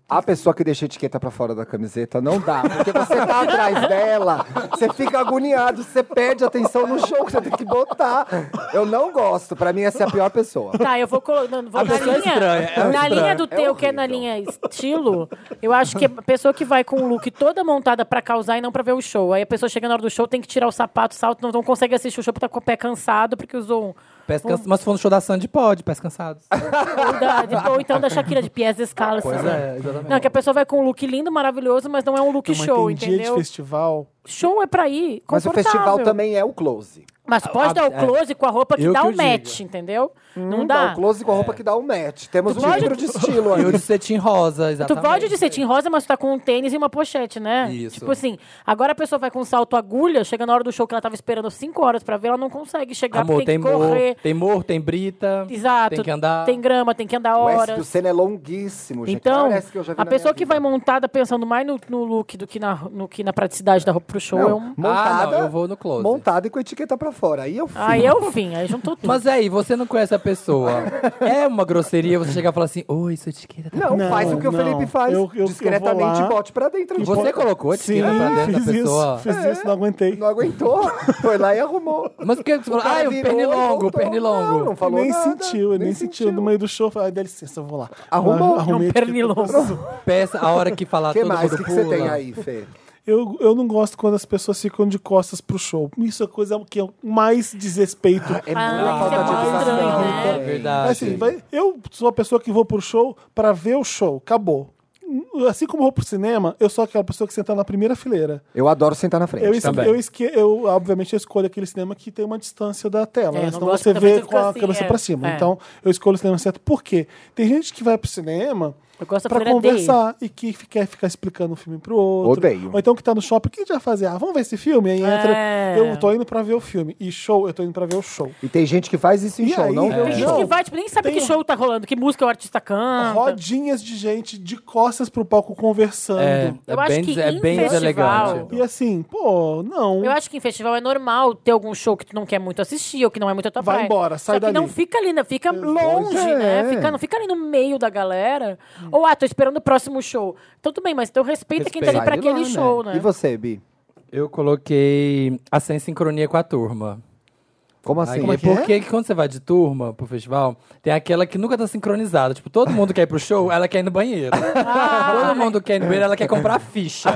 B: A pessoa que deixa a etiqueta pra fora da camiseta não dá, porque você tá atrás dela, você fica agoniado, você perde atenção no show que você tem que botar. Eu não gosto, pra mim essa é a pior pessoa.
E: Tá, eu vou colocando. Vou
C: A
E: na
C: pessoa é
E: linha,
C: estranha, é
E: na
C: estranha.
E: linha do
B: É
E: teu, que é na
B: horrível.
E: linha estilo, eu acho que a pessoa que vai com o look toda montada pra causar e não pra ver o show. Aí a pessoa chega na hora do show, tem que tirar o sapato, o salto, não, não consegue assistir o show porque tá com o pé cansado, porque usou um.
C: Pés cansa- Mas se for no show da Sandy, pode, pés cansados.
E: Ou, da- ou então da Shakira de Pies né? Escalas.
C: Pois é, exatamente.
E: Não, que a pessoa vai com um look lindo, maravilhoso, mas não é um look
D: Mas
E: show,
D: tem dia de
E: entendeu?
D: festival.
E: Show é pra ir.
B: Mas o
E: confortável.
B: festival também é o close.
E: Mas pode dar o
C: é.
E: close com a roupa que
C: Eu
E: dá
C: que
E: o
C: eu Hum,
E: match, entendeu? não
B: Dá
E: dá.
B: Hum, o close com a roupa que dá um match. Temos um
E: pode-
B: livro de estilo
C: E o de
B: aí.
C: cetim rosa,
E: Tu
C: exatamente.
E: pode de cetim rosa, mas tu tá com um tênis e uma pochete, né?
C: Isso.
E: Tipo assim, agora a pessoa vai com um salto agulha, chega na hora do show que ela tava esperando 5 horas pra ver, ela não consegue chegar,
C: Amor,
E: porque
C: tem,
E: tem, que
C: morro,
E: correr.
C: tem morro, tem brita.
E: Exato.
C: Tem que andar.
E: Tem grama, tem que andar
B: O S do
E: horas.
B: Senna é longuíssimo, gente.
E: Então,
B: Parece que eu já vi
E: a
B: na
E: pessoa que
B: minha
E: vai
B: vida.
E: montada pensando mais no, no look do que na, no que na praticidade da roupa pro show, é
B: Não,
E: um...
B: montada,
C: não, eu vou no close.
B: Montada e com etiqueta pra fora. Aí eu fico.
E: Aí é o fim, aí juntou tudo.
C: Mas aí, você não conhece a pessoa. é uma grosseria você chegar e falar assim, oi, sua etiqueta tá
B: Não,
D: Não,
B: faz o que o
D: não.
B: Felipe faz.
D: Eu- eu- eu
B: discretamente
D: vou lá.
B: bote pra dentro. Tipo,
C: E você colocou a
D: Sim,
C: etiqueta pra dentro
D: fiz
C: da pessoa?
D: isso, fiz
E: É.
D: isso, não aguentei.
B: Não aguentou, foi lá e arrumou.
C: Mas por que você
B: O
C: falou?
B: cara
C: Ah, é o
B: virou,
C: pernilongo,
B: voltou.
C: o pernilongo.
B: Não, não falou
D: nem
B: nada,
D: sentiu, ele nem sentiu. No meio do show, falei, "Ai, dá licença, eu vou lá. Ah,
B: Arrumou.
D: Arrumei
E: É um
D: aqui,
E: pernilongo.
D: tô precisando.
C: Peça a hora que falar
B: O que
C: todo
B: mais? O
C: mundo
B: que, que
C: pula.
B: você tem aí, Fê?
D: Eu, eu não gosto quando as pessoas ficam de costas pro show. Isso é a coisa que eu mais desrespeito.
B: É
E: Ah,
B: muita
E: isso
B: falta
E: é
B: de
E: muito
B: educação,
E: estranho, né?
B: também.
C: É verdade.
D: Assim, vai- eu sou a pessoa que vou pro show pra ver o show, acabou. Assim como eu vou pro cinema, eu sou aquela pessoa que senta na primeira fileira.
B: Eu adoro sentar na frente.
D: Eu, es-
C: também.
D: eu, esque- eu, obviamente, eu escolho aquele cinema que tem uma distância da tela.
E: É,
D: né?
E: não
D: Senão
E: gosto
D: você
E: que também
D: vê
E: você
D: com a
E: fica assim,
D: cabeça
E: é.
D: pra cima.
E: É.
D: Então, eu escolho o cinema certo. Por quê? Tem gente que vai pro cinema
E: Eu gosto da
D: pra
E: fileira D.
D: conversar e que fi- quer ficar explicando um filme pro outro.
B: Odeio.
D: Ou então que tá no shopping, o que a gente vai fazer? Ah, vamos ver esse filme? Aí entra,
E: É.
D: eu tô indo pra ver o filme. E show, eu tô indo pra ver o show.
B: E tem gente que faz isso em
D: E
B: show,
D: aí?
B: não vê
D: É.
B: o
E: Tem gente
B: show.
E: que vai, tipo, nem sabe
D: Tem
E: que
D: um-
E: show tá rolando, que música o artista canta.
D: Rodinhas de gente de costas pro palco conversando.
C: É,
E: Eu
C: é
E: acho
C: bem,
E: que
C: é tipo.
E: em
C: bem
E: festival-
C: deselegante.
D: E assim, pô, não.
E: Eu acho que em festival é normal ter algum show que tu não quer muito assistir ou que não é muito a tua
D: Vai
E: praia.
D: embora, sai
E: Só que
D: dali.
E: não fica ali, né? Fica longe,
B: é.
E: né? Fica, não fica ali no meio da galera. Ou, ah, tô esperando o próximo show. Então tudo bem, mas então respeita quem tá ali
C: Respeita.
E: pra
B: Sai de
E: aquele
B: lá,
E: show, né?
B: E você, Bi?
C: Eu coloquei a sem sincronia com a turma.
B: Como
C: Aí,
B: assim?
D: é que é?
C: porque quando você vai de turma pro festival, tem aquela que nunca tá sincronizada. Tipo, todo mundo quer ir pro show, ela quer ir no banheiro.
E: Ah.
C: todo mundo quer ir no banheiro, ela quer comprar ficha.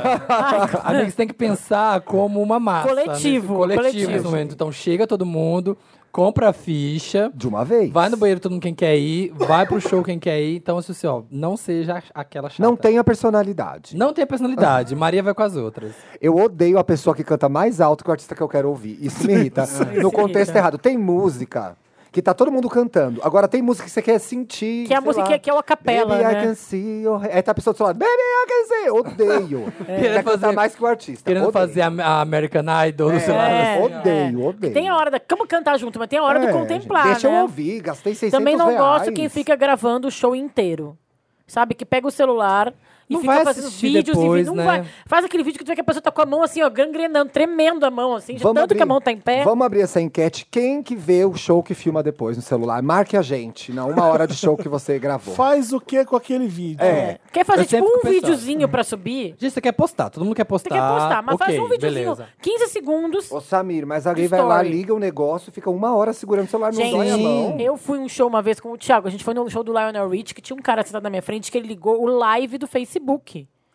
C: Amigos, tem que pensar como uma massa.
E: Coletivo,
C: nesse- coletivo.
E: coletivo.
C: nesse momento. Então chega todo mundo, compra a ficha.
B: De uma vez?
C: Vai no banheiro todo mundo quem quer ir, vai pro show quem quer ir. Então, assim, ó, não seja aquela chata.
B: Não tem a personalidade.
C: Não tem personalidade. Maria vai com as outras.
B: Eu odeio a pessoa que canta mais alto que o artista que eu quero ouvir. Isso me irrita. no contexto
E: irrita.
B: errado. Tem música que tá todo mundo cantando. Agora tem música que você quer sentir.
E: Que é a
B: sei
E: música
B: lá.
E: que é- que é o a capela,
B: Baby, I
E: né?
B: can see your... Aí tá a pessoa do seu lado. Baby, I can see. Odeio. Quer
C: É. Querendo
B: cantar
C: fazer-
B: mais que o artista.
C: Querendo
B: Odeio.
C: fazer a, a American Idol, sei lá.
E: É,
B: odeio, odeio.
E: Tem a hora da. Como cantar junto, mas tem a hora
B: É,
E: do contemplar.
B: Deixa
E: né?
B: eu ouvir. Gastei 600
E: Também não gosto
B: reais.
E: quem fica gravando o show inteiro. Sabe? Que pega o celular e
C: Não vai
E: fica fazendo
C: assistir
E: vídeos
C: depois,
E: e vi- não
C: né?
E: vai. Faz aquele vídeo que tu vê que a pessoa tá com a mão assim, ó, gangrenando, tremendo a mão, assim, de tanto que a mão tá em pé.
B: Vamos abrir essa enquete. Quem que vê o show que filma depois no celular? Marque a gente. Não, uma hora de show que você gravou.
D: Faz o que com aquele vídeo?
B: É.
E: Quer fazer
C: Eu sempre
E: tipo um
C: fico pensando.
E: videozinho pra subir?
C: Gente, você quer postar, todo mundo quer
E: Você
C: postar.
E: quer postar, mas faz
C: Tá, Ok,
E: um videozinho,
C: beleza.
E: 15 segundos.
B: Ô, Samir, mas alguém vai lá,
E: Story.
B: liga o negócio, fica uma hora segurando o celular, não
C: é
B: dói a mão.
E: Gente, eu fui um show uma vez com o Thiago. A gente foi no show do Lionel Rich, que tinha um cara sentado na minha frente que ele ligou o live do Facebook.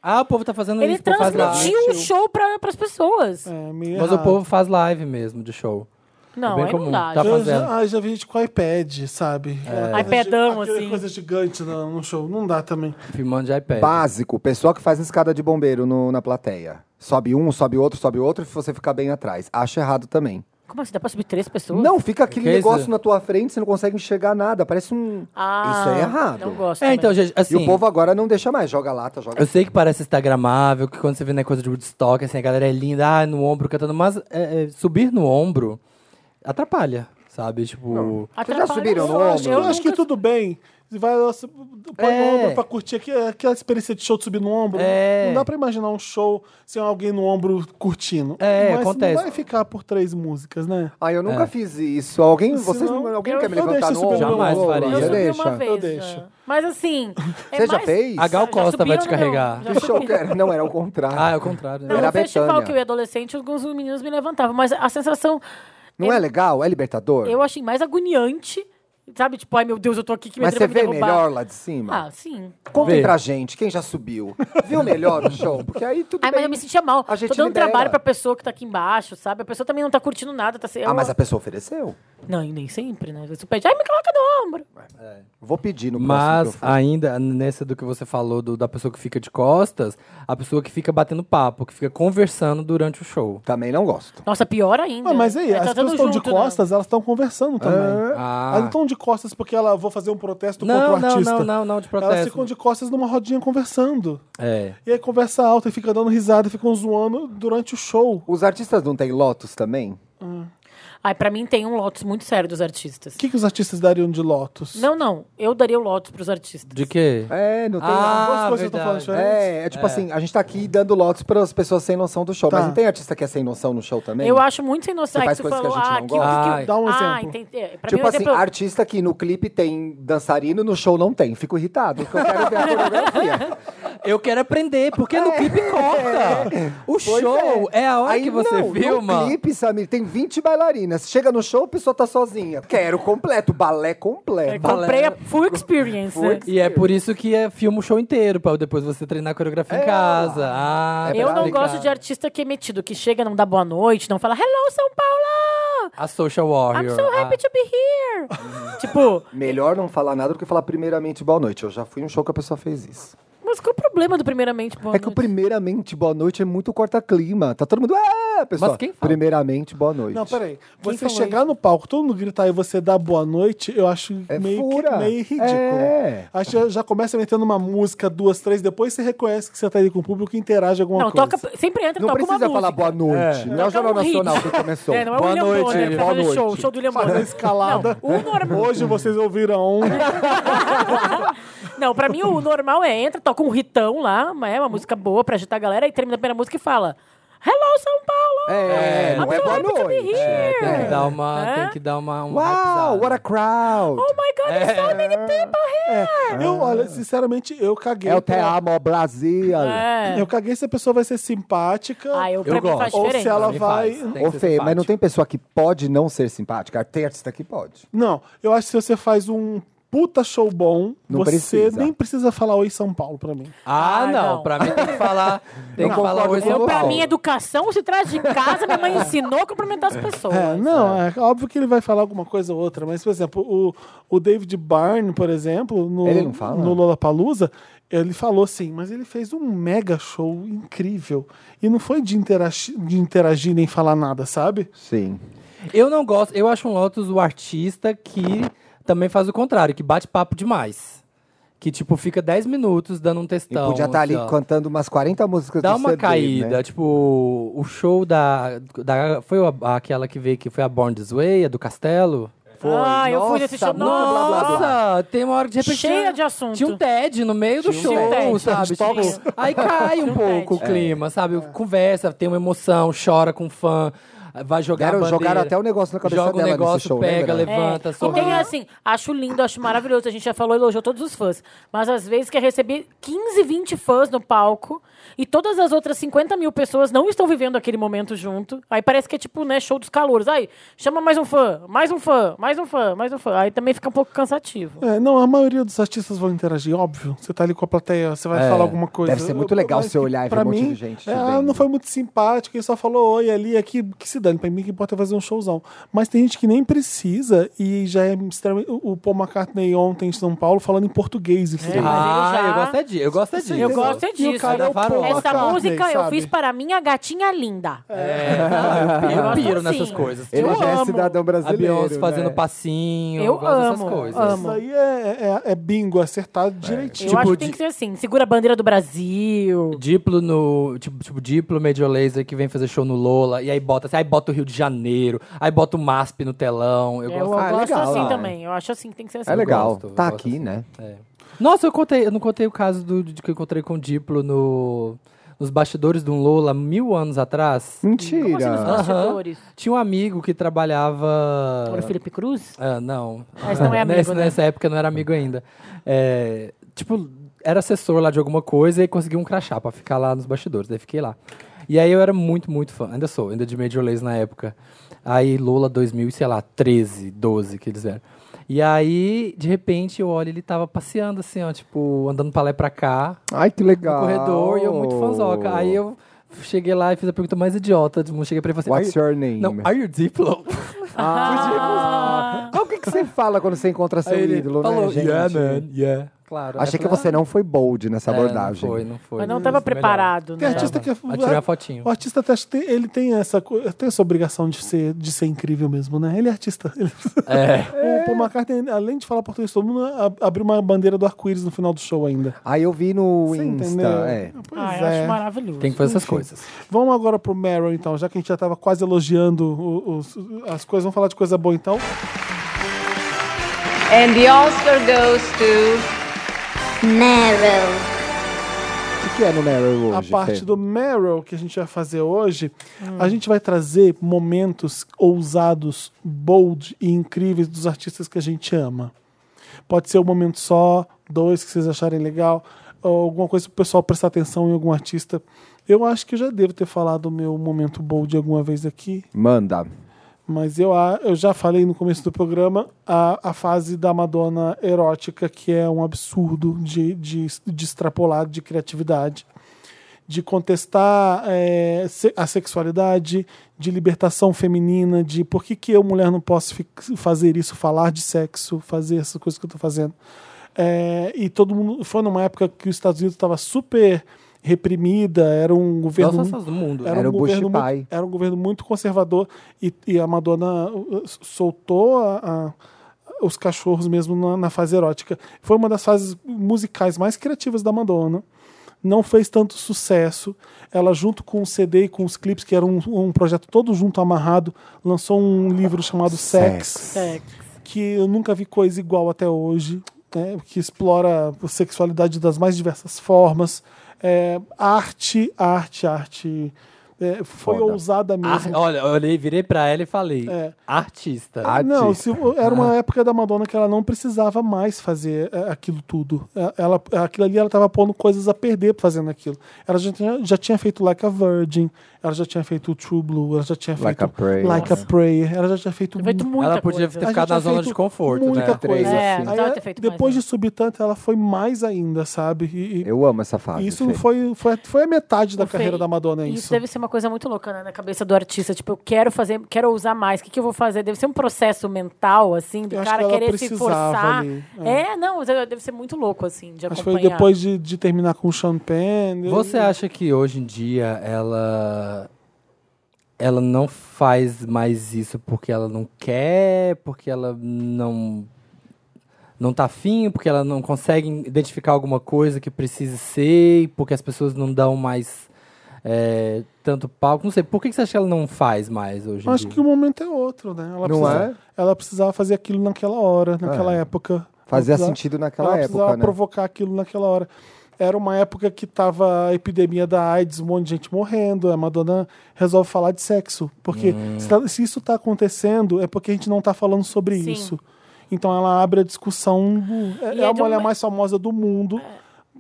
C: Ah, o povo tá fazendo
E: Ele
C: isso, o povo faz live.
E: transmitiu o show pra, pras pessoas.
D: É, meio
C: Mas o
D: errado.
C: povo faz live mesmo de show.
E: Não,
C: bem
E: aí
C: comum.
E: não dá.
C: Tá
E: gente.
D: Eu
C: fazendo.
D: já, ah, já vi gente com iPad, sabe? É.
E: iPadão, assim.
D: coisa gigante no, no show. Não dá também.
C: Filmando de iPad.
B: Básico, pessoal que faz escada de bombeiro no- na plateia. Sobe um, sobe outro, sobe outro, e você fica bem atrás. Acho errado também.
E: Como assim? Dá pra subir três pessoas?
B: Não, fica aquele
C: Que isso?
B: negócio na tua frente, você não consegue enxergar nada. Parece um.
E: Ah,
B: Isso é errado.
E: Não gosto.
C: É,
E: também.
D: né?
C: então, gente, assim.
B: E o povo agora não deixa mais. Joga lata, joga.
C: Eu sei que parece instagramável, que quando você vê na coisa de Woodstock, assim, a galera é linda, ah, no ombro cantando, mas é, é, subir no ombro atrapalha, sabe? Tipo.
B: Vocês
E: Atrapalha
B: já subiram no
E: muito.
B: ombro?
D: Eu, acho que
E: nunca-
D: tudo bem. Você Vai, nossa, põe
C: É.
D: no ombro pra curtir aqui, aquela experiência de show de subir no ombro.
C: É.
D: Não dá pra imaginar um show sem alguém no ombro curtindo.
C: É,
D: Mas
C: acontece.
D: Não vai ficar por três músicas, né?
B: Ah, eu
C: É.
B: nunca fiz isso. Alguém, vocês,
D: não-
B: alguém
E: eu-
B: quer me
D: eu
B: levantar
D: deixo
B: no
D: subir
B: ombro?
D: no meu
C: Jamais
B: Lola?
C: faria.
E: Eu
B: Você
E: subi
B: deixa?
E: uma vez.
D: Eu
E: né?
D: deixo.
E: Mas assim. é
B: Você já
E: mais-
B: fez?
C: A Gal
E: Já
C: Costa vai te
E: subiram no meu-
C: carregar.
E: já
B: Que show que era? Não, era o contrário.
C: Ah, é o contrário. Né?
E: No
B: Era a
E: festival
B: Bethânia.
E: que eu ia adolescente, alguns meninos me levantavam. Mas a sensação.
B: não é legal? É libertador?
E: Eu achei mais agoniante. Sabe? Tipo, ai meu Deus, eu tô aqui que minha
B: Mas
E: trama
B: você
E: vai
B: vê
E: me derrubar.
B: melhor lá de cima?
E: Ah, sim.
B: Contem
C: Vê.
B: pra gente, quem já subiu. Viu melhor o show? Porque aí tudo
E: Ai,
B: bem.
E: mas eu me sentia mal.
B: A gente
E: Tô dando
B: libera.
E: trabalho pra pessoa que tá aqui embaixo, sabe? A pessoa também não tá curtindo nada. Tá, se-
B: Ah, mas
E: eu-
B: a pessoa ofereceu?
E: Não, e nem sempre, né? Às vezes tu pede, ai, me coloca no ombro.
B: Vou pedir no próximo.
C: Mas
B: que eu for.
C: ainda nessa do que você falou do- da pessoa que fica de costas, a pessoa que fica batendo papo, que fica conversando durante o show.
B: Também não gosto.
E: Nossa, pior ainda.
D: Ah, mas aí,
E: tá
D: as
E: tudo
D: pessoas estão de
E: junto, né?
D: costas, elas estão conversando também.
C: Ah.
D: Elas não estão de costas porque ela vou fazer um protesto contra o
C: Não, não,
D: artista.
C: não, não, não, de
D: Elas
C: protesto.
D: ficam de costas numa rodinha conversando.
C: É.
D: E aí conversa alta e fica dando risada, ficam zoando durante o show.
B: Os artistas não têm Lotus também?
E: Ai, pra mim tem um Lotus muito sério dos artistas.
D: O que, que os artistas dariam de Lotus?
E: Não, não. Eu daria o Lotus pros artistas.
C: De quê?
B: É, não tem.
C: Ah,
D: Duas coisas que eu tô falando
C: verdade.
D: diferente.
B: É, é tipo assim, a gente tá aqui dando lotes para as pessoas sem noção do show.
D: Tá.
B: Mas não tem artista que é sem noção no show também?
E: Eu acho muito sem noção.
B: Você
E: É que
B: faz
E: tu
B: coisas que a
E: falou,
B: gente
E: ah,
B: não
E: que,
B: gosta?
E: que,
C: Ai.
E: que...
D: Dá um
E: ah,
D: exemplo.
E: entendi. É, Pra
B: Tipo
E: mim, um
B: assim,
E: exemplo...
B: artista que no clipe tem dançarino, no show não tem. Fico irritado, porque eu quero ver a coreografia.
C: Eu quero aprender, porque no clipe corta. O
B: É. Pois
C: show é. a hora
B: Aí,
C: que você
B: não,
C: filma.
B: No clipe, Samir, tem 20 bailarinas. Chega no show, a pessoa tá sozinha. Quero completo, balé
E: É,
B: completo.
E: comprei a Full Experience. né?
C: E é por isso que é, filma o show inteiro, pra depois você treinar a coreografia em casa. Ah,
B: É
C: tá
E: Eu não
C: ligado.
E: gosto de artista que é metido, que chega, não dá boa noite, não fala Hello, São Paulo!
C: A Social Warrior.
E: I'm so
C: ah.
E: happy to be here!
B: Uhum.
E: tipo,
B: Melhor não falar nada do que falar primeiramente boa noite. Eu já fui em um show que a pessoa fez isso.
E: mas qual o problema do primeiramente boa
B: é que o primeiramente boa noite é muito corta-clima. Tá todo mundo. É, pessoal.
C: Mas quem fala?
B: Primeiramente boa noite.
D: Não, peraí.
E: Quem
D: Você
E: falou
D: chegar no palco, todo mundo gritar e você dar boa noite, eu acho
B: É
D: meio, que-
B: fura.
D: meio ridículo.
B: É.
D: Acho que já- já começa metendo uma música, duas, três, depois você reconhece que você tá ali com o público e interage alguma
E: Não,
D: coisa.
E: toca, sempre entra,
B: é Não
E: toca
B: precisa
E: uma
B: falar
E: música.
B: boa noite. Não é o
E: Toca
B: Jornal
E: um hit.
B: Nacional que começou.
E: É, não é o
C: Boa
E: William
C: noite,
E: Bonner pra
C: boa
E: fazer
C: noite.
E: show, show do William
D: Faz a
E: Bonner.
D: escalada.
E: Não, o normal,
D: Hoje vocês ouviram.
E: não, pra mim o normal é entra, toca um ritão lá, uma- é uma música boa pra agitar a galera, e termina a primeira música e fala Hello, São Paulo!
B: É,
C: É,
B: não é
E: I'm so
B: boa
E: happy to be
B: noite.
E: here!
C: Ah, Tem que dar uma.
E: É?
C: Tem que dar uma. Um
B: Uau,
C: hypezado.
B: what a crowd!
E: Oh my God, there's so many people here!
D: Eu, olha, sinceramente, eu caguei.
B: É o Te
D: pra-
B: Amo Brasil.
E: É.
D: Eu caguei se a pessoa vai ser simpática.
E: Ah, eu, pra
C: Eu
E: mim faz
C: gosto.
D: Ou
E: diferença.
D: se ela
C: Me
D: vai-
C: faz, tem que
B: Ô,
C: ser
B: Fê, mas não
C: simpático.
B: tem pessoa que pode não ser simpática? Tem artista que pode.
D: Não, eu acho que se você faz um puta show bom,
B: Não
D: você
B: precisa.
D: nem precisa falar oi São Paulo pra mim.
C: Ah,
E: Ah,
C: não.
E: não.
C: Pra mim tem que falar. Tem que
B: concordo
C: falar oi,
B: com
C: São
E: Eu, pra
C: Paulo.
E: mim, educação se traz de casa. Minha mãe ensinou a cumprimentar as pessoas.
D: É, não, é óbvio que ele vai falar alguma coisa ou outra, mas, por exemplo, o, o David Byrne, por exemplo, no,
B: Ele não fala?
D: no Lollapalooza, ele falou sim, mas ele fez um mega show incrível. E não foi de, interagi- de interagir nem falar nada, sabe?
B: Sim.
C: Eu não gosto. Eu acho um Lotus o artista que também faz o contrário, que bate papo demais. Que, tipo, fica 10 minutos dando um
B: E
C: textão.
B: podia estar ali
C: assim, ó.
B: cantando umas 40 músicas
C: Dá
B: do
C: uma
B: CD,
C: caída,
B: né?
C: tipo, o show da. da foi a- aquela que veio que foi a Born This Way, a do Castelo.
B: Foi.
E: Ah, eu fui nesse
B: Nossa,
E: show.
B: muito blá, blá, blá.
C: Nossa, tem uma hora que de repente.
E: Cheia
C: tinha-
E: de assunto.
C: Tinha um TED no meio do
E: Tinha um
C: show,
E: TED,
C: sabe?
E: tinha.
C: Tipo, aí cai um
E: Tinha um
C: pouco o
E: TED.
C: clima, sabe? Conversa, tem uma emoção, chora com fã, vai jogar. a
B: Deram-
C: bandeira,
B: jogaram até o negócio na cabeça
C: joga
B: dela
C: o
B: nesse
C: negócio,
B: show,
C: pega,
B: lembra? né?
E: É,
C: levanta,
E: e
C: sorri.
E: tem assim, acho lindo, acho maravilhoso. A gente já falou, elogiou todos os fãs. Mas às vezes quer receber 15, 20 fãs no palco e todas as outras 50 mil pessoas não estão vivendo aquele momento junto. Aí parece que é tipo, né, show dos calouros. Aí, chama mais um fã, mais um fã, mais um fã, mais um fã. Aí também fica um pouco cansativo.
D: É, não, a maioria dos artistas vão interagir, óbvio. Você tá ali com a plateia, você vai
C: É,
D: falar alguma coisa.
B: deve ser muito legal
D: Mas
B: você olhar e ver
D: pra
B: um monte de
D: mim,
B: gente te
D: É,
B: vendo.
D: ah, não foi muito simpático, ele só falou oi ali, aqui, que se dane, pra mim que importa é fazer um showzão. Mas tem gente que nem precisa e já é extremamente... O o Paul McCartney ontem em São Paulo falando em português. e tudo.
C: Ah,
E: Mas ele já-
C: eu gosto é disso. Eu gosto é disso.
E: Eu gosto é
D: E o
E: disso.
D: cara é o
C: Varola.
D: Paul
E: Essa
D: McCartney,
E: música eu
D: sabe?
E: fiz para minha gatinha linda.
C: É, não, eu, eu
E: gosto
C: piro
E: assim.
C: nessas coisas. Tipo,
B: Ele
E: Eu
B: já é
E: amo.
B: cidadão
C: A
B: brasileiro.
C: Beyoncé fazendo
B: né?
C: passinho.
E: Eu
C: gosto dessas
E: amo,
C: coisas.
E: Ah, amo.
D: Isso aí é, é- é bingo, acertar direitinho.
E: Eu acho que
B: Tipo,
C: de- Tipo
E: tem que ser assim. Segura a bandeira do Brasil.
C: Diplo no. Tipo, tipo Diplo Major Laser que vem fazer show no Lola. E aí bota assim, aí bota o Rio de Janeiro, aí bota o MASP no telão. Eu
E: Eu,
C: gosto.
E: eu
B: Ah,
E: gosto
B: legal,
E: assim
B: né?
E: também. Eu acho assim que tem que ser assim.
B: É legal.
C: gosto, eu
B: tá
C: gosto
B: aqui,
C: assim.
B: né?
C: É. Nossa, eu contei, eu não contei o caso do, de que eu encontrei com o Diplo no, nos bastidores de um Lola mil anos atrás.
E: Como
B: Hum.
E: assim, nos
B: Mentira.
E: bastidores?
C: Tinha um amigo que trabalhava.
E: Para o Felipe Cruz?
C: Ah, não.
E: Mas não é amigo,
C: nessa,
E: né?
C: nessa época não era amigo ainda. É, tipo, era assessor lá de alguma coisa e consegui um crachá pra ficar lá nos bastidores. Daí fiquei lá. E aí eu era muito, muito fã. Ainda sou, ainda de Major Lazer na época. Aí Lola 2000, e sei lá, 13, 12 que eles eram. E aí, de repente, eu olho, ele tava passeando assim, ó, tipo, andando pra lá e pra cá
B: Ai, que
C: no
B: legal.
C: corredor e eu muito fanzoca. Aí eu cheguei lá e fiz a pergunta mais idiota do mundo. Cheguei pra ele e falei
B: What's
C: assim...
B: your name?
C: Não, are you Diplo?
E: Ah,
B: Mas o que, que você fala quando você encontra seu
C: Aí ele
B: ídolo,
C: falou,
B: né, gente?
C: yeah, man, yeah. Claro.
B: Achei
C: Aí
B: que
C: eu falei,
B: você não foi bold nessa
C: "Ah, é,
B: abordagem.
C: Não foi, não foi.
E: mas não tava
C: Melhor.
E: preparado,
D: Tem
E: né?
D: artista que é-
C: Aí tirei uma fotinho.
D: O artista até acho que tem- ele tem essa, co- tem essa obrigação de ser, de ser incrível mesmo, né? Ele é artista. Ele-
C: É.
D: O Paul McCartney, além de falar português todo mundo, a- abriu uma bandeira do arco-íris no final do show ainda.
B: Aí eu vi no
D: Você
B: Insta.
D: entendeu?
B: É.
D: Pois
E: Ah, eu
D: é.
E: acho maravilhoso.
C: Tem que fazer essas coisas.
D: Vamos agora pro Meryl, então, já que a gente já tava quase elogiando o- os- as coisas. Vamos falar de coisa boa, então.
G: And the Oscar goes to
H: Meryl.
B: O que, que é no Meryl hoje?
D: a parte
B: Fê?
D: do Meryl que a gente vai fazer hoje, a gente vai trazer momentos ousados, bold e incríveis dos artistas que a gente ama. Pode ser um momento só, dois que vocês acharem legal, ou alguma coisa pro pessoal prestar atenção em algum artista. Eu acho que eu já devo ter falado o meu momento bold alguma vez aqui,
B: Manda.
D: mas eu, a- eu já falei no começo do programa a, a fase da Madonna erótica, que é um absurdo de, de, de extrapolar de criatividade, de contestar eh, se- a sexualidade, de libertação feminina, de por que, que eu, mulher, não posso fi- fazer isso, falar de sexo, fazer essas coisas que eu tô fazendo. Eh, e todo mundo. Foi numa época que os Estados Unidos estava super reprimida, era um
C: Não
D: governo
C: só essas do mundo.
D: era,
B: Era o
D: um
B: Bush
D: governo
B: pai.
D: muito, era um governo muito conservador e, e a Madonna uh, soltou a- a- os cachorros mesmo na, na fase erótica. Foi uma das fases musicais mais criativas da Madonna. Não fez tanto sucesso. Ela, junto com o CD e com os clipes, que era um, um projeto todo junto, amarrado, lançou um livro chamado Sex
E: É,
D: que eu nunca vi coisa igual até hoje, né, que explora a sexualidade das mais diversas formas. É, arte, arte, arte. É, foi
B: Foda.
D: ousada
C: Ar-
D: mesmo.
C: Olha, eu olhei, virei pra ela e falei.
D: É.
C: Artista.
D: Não,
B: Artista.
D: se- era
B: Ah.
D: uma época da Madonna que ela não precisava mais fazer é, aquilo tudo. É, Ela, aquilo ali ela estava pondo coisas a perder fazendo aquilo. Ela já tinha, já tinha feito Like a Virgin, ela já tinha feito True Blue, ela já tinha
B: Like a
D: feito
B: Prayer.
D: Like a Prayer, ela já tinha feito
E: feito muita
C: ela podia
E: coisa.
C: ter
D: A
C: ficado
D: gente já
C: na zona
D: feito
C: de conforto,
D: muita
C: né?
B: Três,
D: coisa.
E: É,
B: assim.
E: não dava
D: Aí,
E: ter feito mais,
D: depois
E: né?
D: de subir tanto, ela foi mais ainda, sabe? E, e
B: Eu amo essa fase.
D: isso
B: Fê.
D: foi, foi, foi a metade da
E: Fê,
D: carreira da Madonna, é
E: Isso.
D: isso.
E: deve ser uma coisa muito louca né, na cabeça do artista. Tipo, eu quero fazer, quero usar mais. O que, que eu vou fazer? Deve ser um processo mental, assim, do
D: Eu acho
E: cara
D: que ela
E: querer se
D: precisava
E: forçar.
D: ali, né?
E: É. não, deve ser muito louco, assim, de
D: Acho que
E: acompanhar.
D: foi depois de, de terminar com o Champagne.
C: Você
B: Hum.
C: acha que hoje em dia ela ela não faz mais isso porque ela não quer, porque ela não não tá afim, porque ela não consegue identificar alguma coisa que precise ser, porque as pessoas não dão mais é, tanto palco. Não sei, por que que você acha que ela não faz mais hoje em
D: Acho
C: dia?
D: que o momento é outro, né? Ela,
B: Não
D: precisa-
B: é?
D: ela precisava fazer aquilo naquela hora, naquela
B: É.
D: época.
B: Fazia
D: Ela precisava-
B: sentido
D: ela
B: naquela época,
D: precisava
B: né?
D: provocar aquilo naquela hora. Era uma época que tava a epidemia da AIDS, um monte de gente morrendo. A Madonna resolve falar de sexo. Porque
B: Hum.
D: se, tá- se isso tá acontecendo, é porque a gente não tá falando sobre
E: Sim.
D: isso. Então ela abre a discussão. do- é
E: E
D: é
E: é
D: a
E: de um
D: mulher
E: ma-
D: mais famosa do mundo.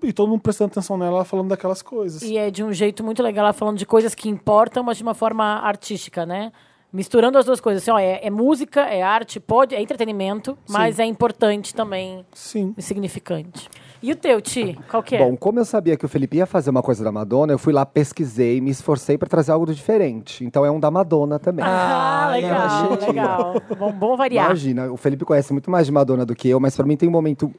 D: E todo mundo prestando atenção nela, ela falando daquelas coisas.
E: E é de um jeito muito legal, ela falando de coisas que importam, mas de uma forma artística, né? Misturando as duas coisas. Assim, ó, é, é música, é arte, pode, é entretenimento, mas é importante também
D: Sim.
E: e significante. E o teu, Ti? Qual que é?
B: Bom, como eu sabia que o Felipe ia fazer uma coisa da Madonna, eu fui lá, pesquisei, me esforcei pra trazer algo diferente. Então é um da Madonna também.
E: ah,
C: não,
E: legal,
C: achei.
E: legal. Bom, bom variar.
B: Imagina, o Felipe conhece muito mais de Madonna do que eu, mas pra mim tem um momento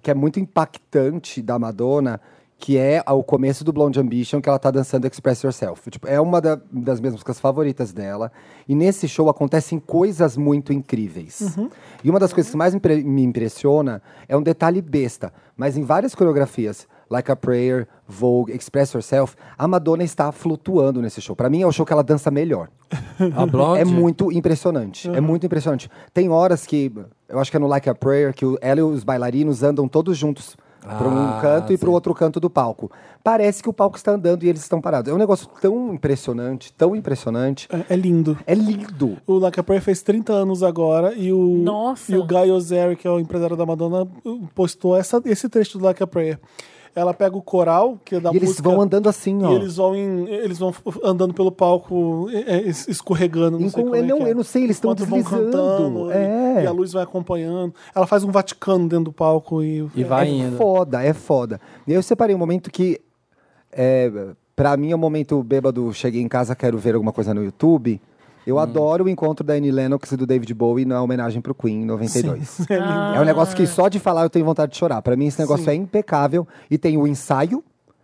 B: que é muito impactante da Madonna, que é o começo do Blonde Ambition, que ela tá dançando Express Yourself. Tipo, é uma da- das minhas músicas favoritas dela. E nesse show acontecem coisas muito incríveis. E uma das coisas que mais me impre- me impressiona é um detalhe besta, mas em várias coreografias. Like a Prayer, Vogue, Express Yourself, a Madonna está flutuando nesse show. Pra mim é o show que ela dança melhor.
C: A Blonde?
B: É muito impressionante. É muito impressionante. Tem horas que, eu acho que é no Like a Prayer, que o- ela e os bailarinos andam todos juntos. Para um
C: Ah,
B: canto e
C: sim.
B: para o outro canto do palco. Parece que o palco está andando e eles estão parados. É um negócio tão impressionante, tão impressionante.
D: É- é lindo.
B: É lindo.
D: O Like a Prayer fez 30 anos agora e o,
E: Nossa.
D: e o Guy Ozeri, que é o empresário da Madonna, postou essa, esse trecho do Like a Prayer. Ela pega o coral, que é da
B: e eles
D: música,
B: vão andando assim, ó.
D: e eles vão, em- eles vão andando pelo palco é, é, es- escorregando. Não
B: Enquanto-
D: sei como é
B: não,
D: que é.
B: eu não sei, eles estão
D: Enquanto vão
B: deslizando,
D: cantando, e-
B: é.
D: E a luz vai acompanhando. Ela faz um Vaticano dentro do palco e,
C: E vai
B: É
C: indo.
B: foda, é foda. E eu separei um momento que é, Pra mim, é o momento bêbado, cheguei em casa, quero ver alguma coisa no YouTube. Eu
D: Hum.
B: adoro o encontro da Annie Lennox e do David Bowie na homenagem pro Queen em 92.
D: Ah.
B: É um negócio que só de falar eu tenho vontade de chorar. Pra mim esse negócio é impecável e tem o ensaio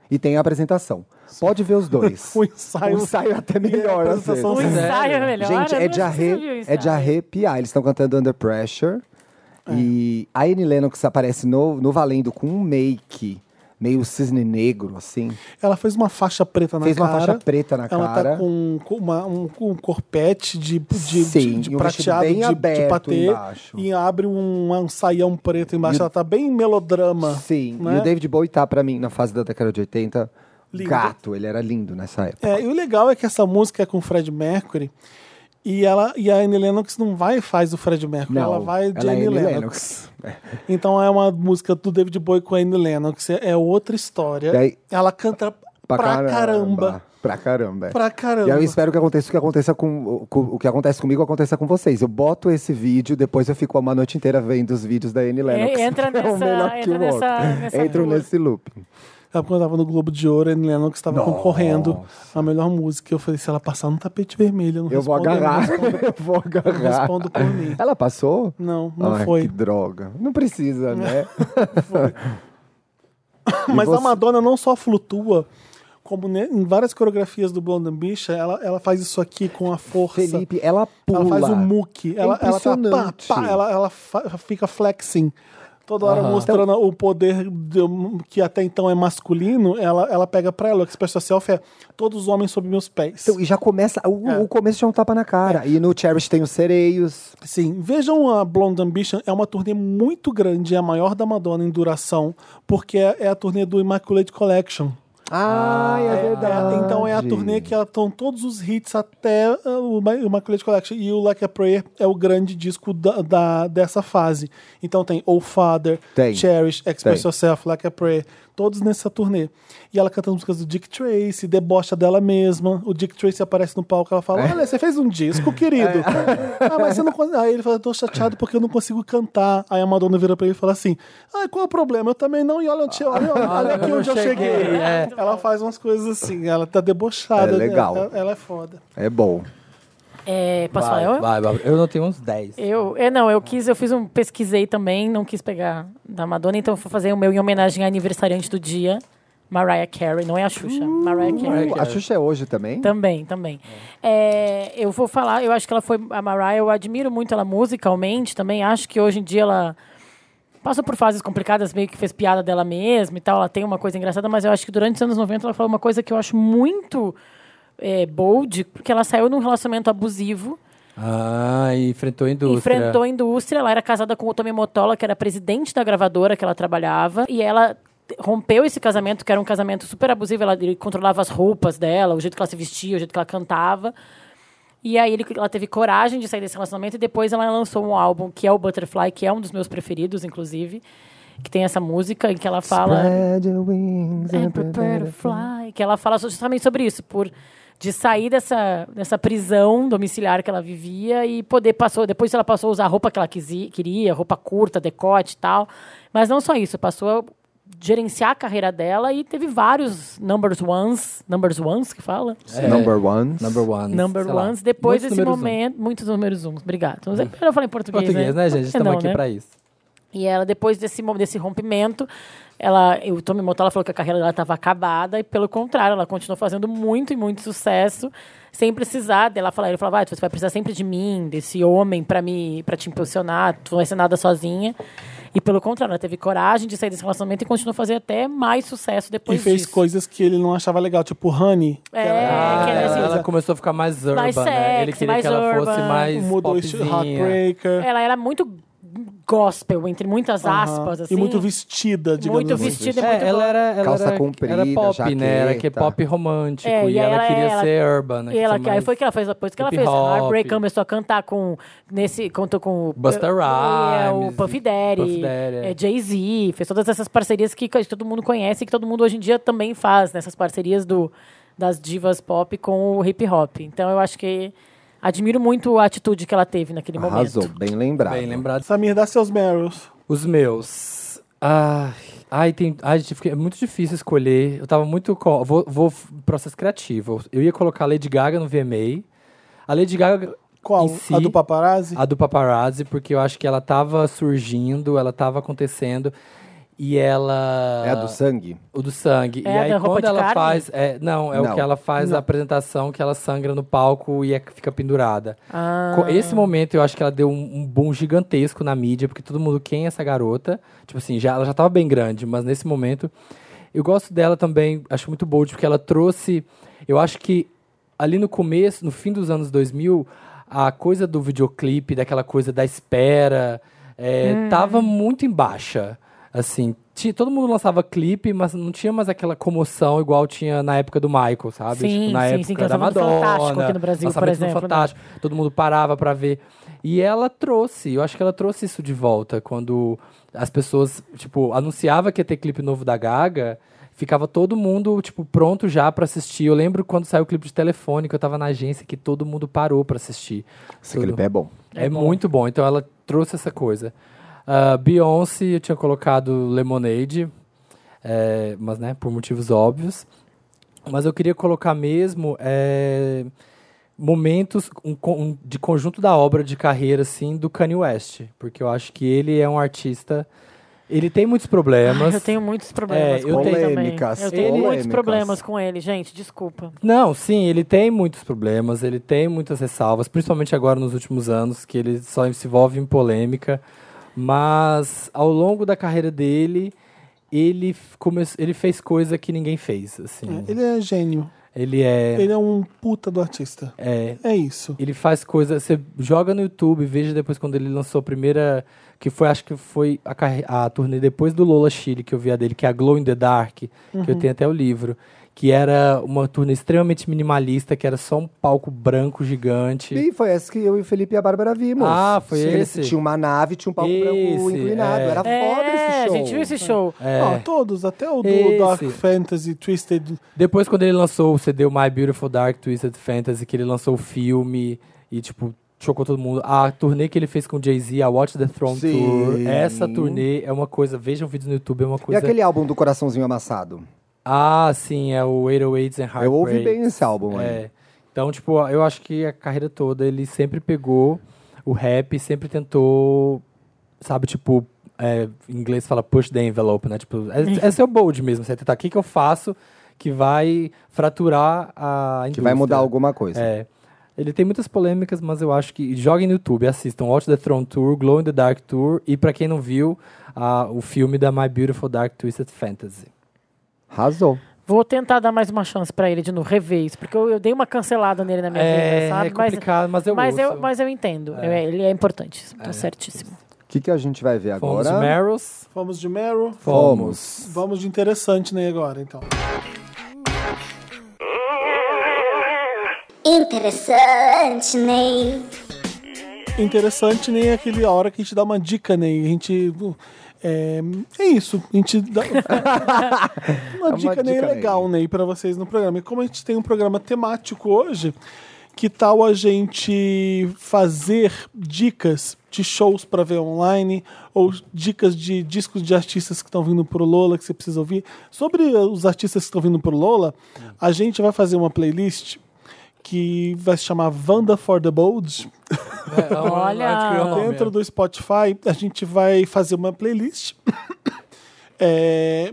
B: e tem a apresentação. Pode ver os dois.
D: O um ensaio-
B: o ensaio é até melhor.
D: E a
B: às vezes.
D: apresentação
E: O ensaio é melhor.
B: né? Gente,
E: Eu
B: é
E: não
B: de,
E: sei se você viu
B: arre...
E: isso,
B: é de
E: né?
B: arrepiar. Eles estão cantando Under Pressure.
E: É.
B: E a Annie Lennox aparece no, no Valendo com um make, meio cisne negro, assim.
D: Ela fez uma faixa preta na
B: Fez uma
D: cara.
B: faixa preta na
D: Ela
B: cara.
D: tá com, com uma- um, com um corpete de, de,
B: Sim,
D: de- de
B: e um vestido
D: prateado
B: bem
D: de, de
B: aberto
D: patê.
B: embaixo.
D: E abre um, um saião preto embaixo. Ela tá bem melodrama.
B: Sim.
D: né?
B: E o David Bowie tá, pra mim, na fase da década de 80,
D: Lindo.
B: gato. Ele era lindo nessa época.
D: É, e o legal é que essa música é com o Fred Mercury. E, ela, e a Annie Lennox não vai e faz o Fred Mercury, ela vai de
B: ela é
D: Annie Lennox.
B: É.
D: Então é uma música do David Bowie com a Annie Lennox, é é outra história.
B: E aí-
D: ela canta pra, caramba.
B: Pra caramba. é.
D: Pra
B: E
D: caramba.
B: aí eu espero que aconteça o que aconteça com, com- o que acontece comigo aconteça com vocês. Eu boto esse vídeo, depois eu fico uma noite inteira vendo os vídeos da Annie Lennox.
E: entra
B: É um
E: nessa-
B: melhor que
E: entra
B: o outro.
E: nessa- nessa
B: Entro
E: rua.
B: nesse loop.
D: Sabe quando eu tava no Globo de Ouro, a Annie Lennox tava
B: Nossa.
D: concorrendo a melhor música. Eu falei, se ela passar no tapete vermelho, eu não
B: Eu vou
D: respondo,
B: agarrar.
D: Eu não respondo,
B: Eu vou
D: eu não
B: agarrar.
D: respondo por mim.
B: Ela passou?
D: Não, não
B: Ai,
D: foi.
B: Que droga. Não precisa, né?
D: Mas a
B: você?
D: Madonna não só flutua, como ne- em várias coreografias do Blonde Ambition, ela, ela faz isso aqui com a força.
B: Felipe, ela pula. É
D: ela faz o muque. Ela, ela tá pá,
B: impressionante.
D: pá, ela, ela fa- fica flexing. Toda hora mostrando o poder de- que até então é masculino, ela, ela pega pra ela. O Express Yourself é todos os homens sob meus pés.
B: Então, e já começa. O,
D: É.
B: o começo já é um tapa na cara. E no Cherish tem os sereios.
D: Sim, vejam a Blonde Ambition, é uma turnê muito grande, é a maior da Madonna em duração, porque é é a turnê do Immaculate Collection.
B: Ah, é verdade.
D: É, então é a turnê que ela estão todos os hits até uh, o Ma- o Immaculate Collection. E o Like a Prayer é o grande disco da, da- dessa fase. Então tem Oh Father,
B: Tem.
D: Cherish, Express
B: Tem.
D: Yourself, Like a Prayer, todos nessa turnê. E ela canta músicas do Dick Tracy, debocha dela mesma. O Dick Tracy aparece no palco, ela
B: É.
D: fala: Olha, você fez um disco, querido. Ah, mas você não con-" Aí ele fala: Tô chateado porque eu não consigo cantar. Aí a Madonna vira pra ele e fala assim: Ah, qual é o problema? Eu também não. E olha, onde- olha, olha,
B: Ah,
D: olha aqui
C: eu
D: onde eu cheguei.
C: cheguei, é.
D: Ela faz umas coisas assim, ela tá debochada.
B: Ela é legal.
D: Ela, ela é foda.
B: É bom.
E: É, posso falar?
C: Vai,
E: Eu?
C: vai, Bárbara. Eu não tenho uns 10.
E: Eu, é, não, eu quis, eu fiz um, pesquisei também, não quis pegar da Madonna, então eu vou fazer o meu em homenagem à aniversariante do dia, Mariah Carey, não é a Xuxa, Mariah Carey.
B: Uh, a Xuxa é hoje também?
E: Também, também. É, eu vou falar, eu acho que ela foi a Mariah, eu admiro muito ela musicalmente também, acho que hoje em dia ela passou por fases complicadas, meio que fez piada dela mesma e tal, ela tem uma coisa engraçada, mas eu acho que durante os anos 90 ela falou uma coisa que eu acho muito é, bold, porque ela saiu num relacionamento abusivo,
C: Ah, e enfrentou a indústria.
E: enfrentou a indústria, ela era casada com o Tommy Motola, que era presidente da gravadora que ela trabalhava, e ela te- rompeu esse casamento, que era um casamento super abusivo, ela, ele controlava as roupas dela, o jeito que ela se vestia, o jeito que ela cantava. E aí ele, ela teve coragem de sair desse relacionamento e depois ela lançou um álbum que é o Butterfly, que é um dos meus preferidos, inclusive, que tem essa música em que ela fala
B: Spread your wings and
E: And prepare to fly, É, que ela fala justamente sobre isso, por de sair dessa, dessa prisão domiciliar que ela vivia e poder passou depois ela passou a usar a roupa que ela quisi- queria, roupa curta, decote e tal. Mas não só isso, passou a gerenciar a carreira dela e teve vários numbers ones, numbers ones que fala?
C: É,
B: Number ones.
C: Number ones.
E: Number
C: sei lá.
E: ones, depois
C: Muitos
E: desse
C: números um.
E: momento, muitos números uns, obrigado. Não sei porque Eu falei em português,
C: Português, né, gente? Estamos
E: Não,
C: aqui
E: né?
C: pra isso.
E: E ela, depois desse, mo- desse rompimento, ela, o Tommy Motola falou que a carreira dela estava acabada, e pelo contrário, ela continuou fazendo muito e muito sucesso, sem precisar dela falar. Ele falava, "Ah, você vai precisar sempre de mim, desse homem, para me para te impulsionar, tu não vai ser nada sozinha. E pelo contrário, ela teve coragem de sair desse relacionamento e continuou a fazer até mais sucesso
D: E
E: depois
D: fez
E: disso.
D: coisas que ele não achava legal, tipo Honey. que
E: É,
D: era-
E: que era
C: ela,
E: assim,
C: Ah, ela começou a ficar mais urban,
E: mais
C: né? Ele
E: sexy,
C: queria
E: mais É,
C: que ela fosse
E: urban,
C: tipo, mais
D: mudou o estilo
C: popzinha.
D: Heartbreaker.
E: Ela era muito gospel, entre muitas aspas, assim.
D: E muito vestida, digamos
E: Muito
D: assim.
E: vestida,
C: É,
E: muito
C: ela era, ela
B: Calça
C: era,
B: comprida,
C: era pop, né? Era
B: jaqueta.
C: que pop romântico.
E: É,
C: e
E: e aí
C: ela,
E: ela-
C: queria
E: ela-
C: ser urban. né?
E: E ela,
C: Ser
E: aí
C: mais-
E: foi que ela fez depois que ela
C: hip
E: fez
C: hop.
E: Heartbreak, começou a cantar com nesse contou com
C: Busta
E: eh, é, o
C: Rhymes,
E: Puff Daddy,
C: Puff Daddy, é.
E: eh, Jay-Z, fez todas essas parcerias que que todo mundo conhece e que todo mundo hoje em dia também faz, nessas parcerias do das divas pop com o hip hop. Então eu acho que admiro muito a atitude que ela teve naquele
B: Arrasou,
E: momento.
B: bem lembrado.
C: Bem lembrado.
D: Samir, dá seus Meryls.
C: Os meus. Ai, Ai, tem. Ai, gente, fiquei- é muito difícil escolher. Eu tava muito. co- Vou, vou f- processo criativo. Eu ia colocar a Lady Gaga no VMA. A Lady Gaga,
D: Qual?
C: Em si,
D: a do paparazzi?
C: a do paparazzi, porque eu acho que ela tava surgindo, ela tava acontecendo. E ela.
B: É a do sangue?
C: O do sangue.
E: É
C: e
E: a
C: aí,
E: da roupa
C: quando
E: de
C: ela
E: carne?
C: faz. é, não, é
B: Não.
C: o que ela faz a apresentação que ela sangra no palco e é- fica pendurada.
E: Ah.
C: Co- Esse momento eu acho que ela deu um, um boom gigantesco na mídia, porque todo mundo, quem é essa garota? Tipo assim, já, ela já tava bem grande, mas nesse momento. Eu gosto dela também, acho muito bold, porque ela trouxe. Eu acho que ali no começo, no fim dos anos 2000, a coisa do videoclipe, daquela coisa da espera, é,
E: Hum.
C: tava muito em baixa. Assim, ti- todo mundo lançava clipe, mas não tinha mais aquela comoção igual tinha na época do Michael, sabe? Tipo,
E: Sim,
C: na
E: sim,
C: época
E: sim, que
C: da
E: lançava no Fantástico
C: Madonna.
E: aqui no Brasil, por
C: lançamento no
E: exemplo, né?
C: Fantástico, todo mundo parava pra ver. E ela trouxe, eu acho que ela trouxe isso de volta, quando as pessoas, tipo, anunciava que ia ter clipe novo da Gaga, ficava todo mundo, tipo, pronto já pra assistir. Eu lembro quando saiu o clipe de telefone, que eu tava na agência, que todo mundo parou pra assistir.
B: Esse
C: Tudo.
B: clipe é bom.
C: É, muito bom. Então ela trouxe essa coisa. Ah, Beyoncé, eu tinha colocado Lemonade, é, mas né, por motivos óbvios. Mas eu queria colocar mesmo é, momentos um co- um de conjunto da obra de carreira assim do Kanye West, porque eu acho que ele é um artista. Ele tem muitentos problemas.
E: Ah, Eu tenho muitos problemas
C: É, eu
E: com ele
B: tenho-
E: também.
B: Polêmicas,
E: Eu tenho muitos
B: polêmicas.
E: problemas com ele, gente. Desculpa.
C: Não, sim, ele tem muitos problemas, ele tem muitas ressalvas, principalmente agora nos últimos anos, que ele só se envolve em polêmica. Mas ao longo da carreira dele, ele, f- come... ele fez coisa que ninguém fez. Assim.
D: Ele é gênio.
C: Ele é.
D: Ele é um puta do artista.
C: é
D: É isso.
C: ele faz coisa. Você joga no YouTube, veja depois quando ele lançou a primeira. Que foi, acho que foi a, carre- a turnê depois do Lola Chile que eu vi a dele, que é a Glow in the Dark, que
B: Uhum.
C: eu tenho até o livro. Que era uma turnê extremamente minimalista, que era só um palco branco gigante.
B: E foi esse que eu e o Felipe e a Bárbara vimos.
C: Ah, foi
B: Tinha-
C: esse?
B: Tinha uma nave, tinha um palco branco
C: Esse,
B: inclinado.
C: é.
B: Era foda
E: é,
B: esse show.
E: a gente viu esse show.
C: É.
D: Ó, todos, até o do
C: Esse.
D: Dark Fantasy, Twisted.
C: Depois, quando ele lançou o CD My Beautiful Dark Twisted Fantasy, que ele lançou o filme e, tipo, chocou todo mundo. A turnê que ele fez com Jay-Z, a Watch the Throne
B: Sim.
C: Tour. Essa turnê é uma coisa. Vejam vídeos no YouTube, é uma
B: E
C: coisa.
B: aquele álbum do Coraçãozinho Amassado?
C: Ah, sim, é o 808s and Heartbreak.
B: Eu ouvi bem esse álbum. aí.
C: É. Então, tipo, eu acho que a carreira toda ele sempre pegou o rap, sempre tentou, sabe, tipo, é, em inglês fala push the envelope, né? Tipo, é, é seu bold mesmo, você tentar o que, que eu faço que vai fraturar a indústria.
B: Que vai mudar alguma coisa.
C: É. Ele tem muitas polêmicas, mas eu acho que joguem no YouTube, assistam Watch the Throne Tour, Glow in the Dark Tour e pra quem não viu, a- o filme da My Beautiful Dark Twisted Fantasy.
B: Arrasou.
E: Vou tentar dar mais uma chance pra ele de novo, rever isso. Porque eu, eu dei uma cancelada nele na minha vida,
C: É,
E: sabe?
C: é complicado, mas, eu
E: mas, eu,
C: ouço.
E: mas eu entendo. Eu- ele é importante. Tá certíssimo.
B: O que, que a gente vai ver
C: Fomos
B: agora?
C: Meryls,
D: Vamos de Meryl.
B: Fomos.
D: Vamos de interessante, né, agora, então.
H: Interessante, Ney.
D: Interessante nem é aquele a hora que a gente dá uma dica, né? e A gente. É, é isso. A gente dá. uma
B: uma
D: dica nem
B: dica, Ney.
D: legal, Ney, pra vocês no programa. E como a gente tem um programa temático hoje, que tal a gente fazer dicas de shows pra ver online ou dicas de discos de artistas que estão vindo pro Lola que você precisa ouvir? Sobre os artistas que estão vindo pro Lola, a gente vai fazer uma playlist que vai se chamar Vanda for the Bold.
E: Olha.
D: Dentro do Spotify, a gente vai fazer uma playlist é,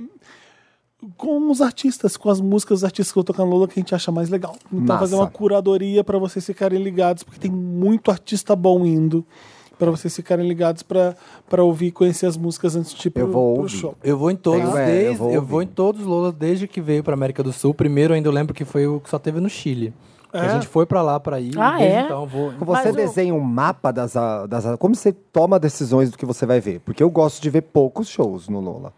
D: com os artistas, com as músicas dos artistas que eu tocar no Lola que a gente acha mais legal. Então,
B: Massa.
D: fazer uma curadoria para vocês ficarem ligados, porque tem muito artista bom indo. Para vocês ficarem ligados para ouvir e conhecer as músicas antes de ir pro,
B: Eu vou
D: pro
B: ouvir.
D: show.
C: Eu vou em todos,
B: Tem- é,
C: desde,
B: eu
C: eu,
B: vou
C: vou
B: ouvir.
C: em todos os Lolas desde que veio pra América do Sul. Primeiro ainda eu lembro que foi o que só teve no Chile. Que
D: É?
C: A gente foi pra lá pra ir.
E: Ah,
C: desde
E: é?
C: Então eu vou.
B: Você
E: Mas o-
B: desenha um mapa das, a- das. a- Como você toma decisões do que você vai ver? Porque eu gosto de ver poucos shows no Lola.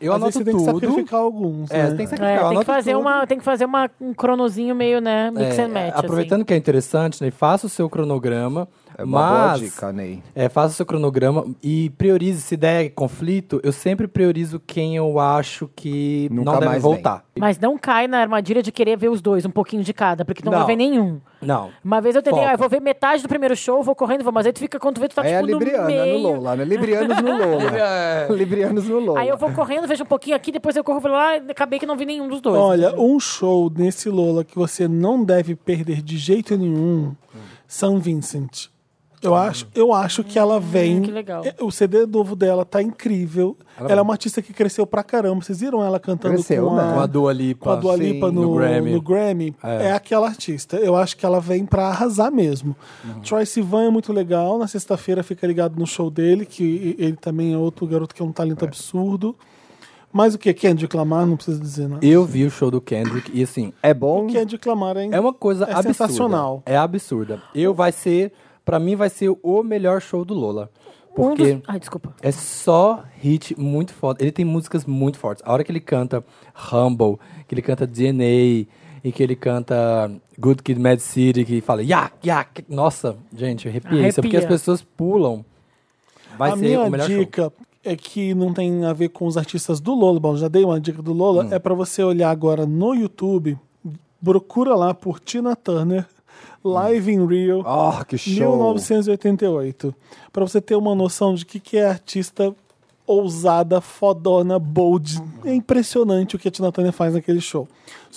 C: Eu
D: Às vezes
C: anoto
D: você tem que
C: tudo.
D: sacrificar alguns.
C: É,
D: né?
C: você tem que sacrificar.
E: É,
C: eu
E: tem, que
C: anoto
E: fazer
C: tudo.
E: uma, tem que fazer uma, um cronozinho meio, né? Mix
C: É,
E: and match.
C: aproveitando que é interessante, né? Faça o seu cronograma.
B: É uma
C: mas,
B: boa dica, Ney.
C: É, faça o seu cronograma e priorize. Se der conflito, eu sempre priorizo quem eu acho que
B: Nunca
C: não deve
B: mais
C: voltar.
E: assim. Mas não cai na armadilha de querer ver os dois, um pouquinho de cada, porque não,
C: Não.
E: vai ver nenhum.
C: Não.
E: Uma vez eu tentei,
C: Foca.
E: ah, eu vou ver metade do primeiro show, vou correndo, vou, mas aí tu fica, quando tu vê, tu tá
B: Aí é a
E: tipo no
B: Libriana
E: meio.
B: no Lola, né? Librianos no Lola.
C: É.
B: Librianos no Lola.
E: Aí eu vou correndo, vejo um pouquinho aqui, depois eu corro, vou lá, e acabei que não vi nenhum dos dois.
D: Olha, um show nesse Lola que você não deve perder de jeito nenhum, São Vincent. Eu acho, eu acho que ela vem.
E: Hum, que legal.
D: é, O CD novo dela tá incrível. Ela, é uma artista que cresceu pra caramba. Vocês viram ela cantando
B: Cresceu,
D: com,
B: né?
D: a,
C: Com a Dua Lipa.
D: com a Dua Lipa
B: Sim,
D: no,
C: no Grammy.
D: no Grammy. É. aquela artista. Eu acho que ela vem pra arrasar mesmo. Troy Sivan é muito legal. Na sexta-feira fica ligado no show dele, que ele também é outro garoto que é um talento absurdo. Mas o que? Kendrick Lamar, não precisa dizer, né?
C: Eu vi o show do Kendrick e assim,
B: É bom?
D: que é de clamar, hein?
C: é uma coisa
D: É
C: absurda.
D: sensacional.
C: É absurda. Eu vai ser, pra mim vai ser o melhor show do Lola.
E: um
C: Porque
E: dos... Ai, desculpa.
C: É só hit muito foda. Ele tem músicas muito fortes. A hora que ele canta Humble, que ele canta DNA e que ele canta Good Kid Mad City, que fala yak, yak. Nossa, gente, eu arrepiei. Isso é porque as
E: Arrepia.
C: pessoas pulam. Vai
D: a
C: ser
D: minha
C: o melhor show.
D: dica é que não tem a ver com os artistas do Lola. Bom, já dei uma dica do Lola.
C: Hum.
D: É pra você olhar agora no YouTube. Procura lá por Tina Turner, Live in Rio,
B: Oh, que show.
D: 1988. Pra você ter uma noção de que que é artista ousada, fodona, bold. É impressionante o que a Tina Turner faz naquele show.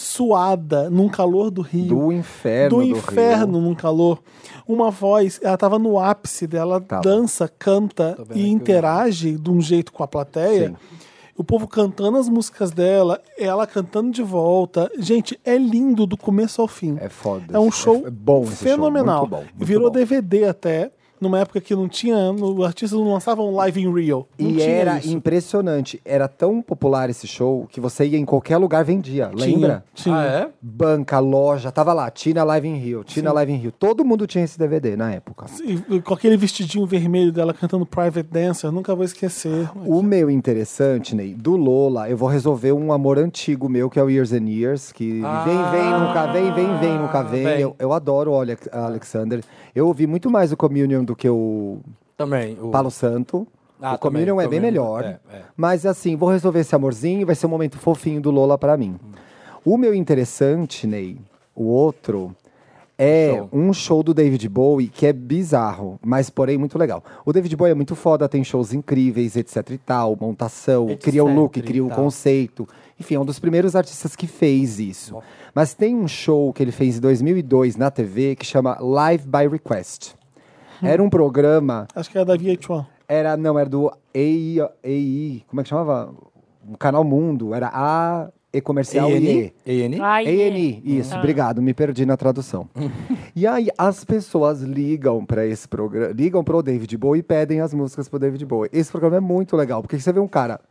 D: Suada, num calor do
C: um.
D: Rio.
B: Do inferno.
D: do
B: Rio.
D: inferno num calor. Uma voz, ela tava no ápice dela,
B: Tava.
D: dança, canta
C: vendo aqui
D: e
C: o-
D: interage de um jeito com a plateia.
B: Sim.
D: O povo cantando as músicas dela, ela cantando de volta. Gente, é lindo do começo ao fim.
B: É foda.
D: É um
B: esse-
D: show
B: é bom esse show,
D: fenomenal.
B: muito bom, muito
D: Virou
B: bom.
D: DVD até, numa época que não tinha, no, artistas não lançavam live in real. Não
B: E
D: tinha
B: era
D: isso.
B: impressionante. Era tão popular esse show que você ia em qualquer lugar vendia.
D: Tinha,
B: Lembra?
D: Tinha.
C: Ah, é?
B: Banca, loja, tava lá. Tina Live in Rio, Tina Live in Rio. Todo mundo tinha esse DVD na época.
D: E- e com aquele vestidinho vermelho dela cantando Private Dancer, eu nunca vou esquecer.
B: O meu interessante, Ney, do Lola, eu vou resolver um amor antigo meu, que é o Years and Years, que vem,
D: Ah!
B: vem, nunca vem, vem, vem, nunca vem.
C: Vem.
B: Eu, eu adoro o Alex- Alexander. Eu ouvi muito mais o Communion do que o
C: Também. O...
B: Palo Santo.
C: Ah,
B: o Communion
C: também,
B: é bem
C: Communion,
B: melhor.
C: é, é.
B: Mas assim, vou resolver esse amorzinho e vai ser um momento fofinho do Lola pra mim. O meu interessante, Ney, o outro, é
C: Show.
B: um show do David Bowie que é bizarro, mas porém muito legal. O David Bowie é muito foda, tem shows incríveis, etc e tal, montação,
C: Etc
B: cria o look,
C: e
B: cria o
C: tal.
B: conceito. Enfim, é um dos primeiros artistas que fez isso. Mas tem um show que ele fez em 2002 na TV que chama Live by Request. Era um programa
D: Acho que era da VH1.
B: era, não, era do EI, EI, como é que chamava? O canal Mundo, era A E Comercial
C: ENI?
B: E. Ah,
C: ENI?
E: Ai,
B: ENI, isso,
E: Ah.
B: obrigado, me perdi na tradução. e aí as pessoas ligam pra esse programa, ligam pro David Bowie e pedem as músicas pro David Bowie. Esse programa é muito legal, porque você vê um cara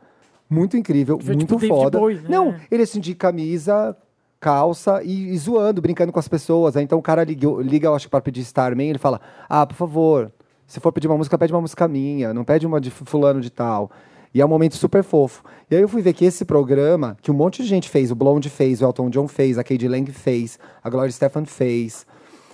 B: muito incrível,
E: Vê,
B: muito
E: tipo, David
B: foda.
E: Bowie, né?
B: Não, ele assim de camisa, calça e, e zoando, brincando com as pessoas. Aí, então o cara liga, liga eu acho que para pedir Starman, ele fala: "Ah, por favor, se for pedir uma música, pede uma música minha, não pede uma de fu- fulano de tal". E é um momento super fofo. E aí eu fui ver que esse programa, que um monte de gente fez, o Blonde fez, o Elton John fez, a Cade Lang fez, a Gloria Stefan fez,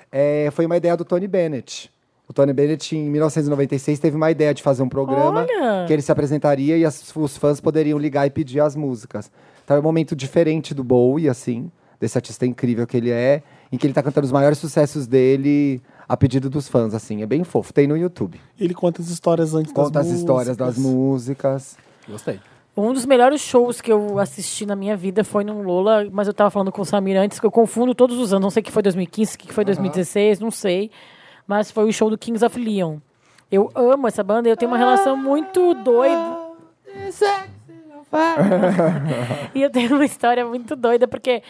B: é, foi uma ideia do Tony Bennett. O Tony Bennett, em 1996, teve uma ideia de fazer um programa
E: Olha!
B: que ele se apresentaria e as- os fãs poderiam ligar e pedir as músicas. Então é um momento diferente do Bowie, assim, desse artista incrível que ele é, em que ele tá cantando os maiores sucessos dele a pedido dos fãs, assim. É bem fofo. Tem no YouTube.
D: Ele conta as histórias antes
B: Conta
D: das É
B: as histórias das músicas.
C: Gostei.
E: Um dos melhores shows que eu assisti na minha vida foi num Lola, mas eu tava falando com o Samir antes, que eu confundo todos os anos, não sei que foi 2015, que foi 2016, não sei. Mas foi o show do Kings of Leon. Eu amo essa banda, eu tenho uma relação muito doida. e eu tenho uma história muito doida, porque.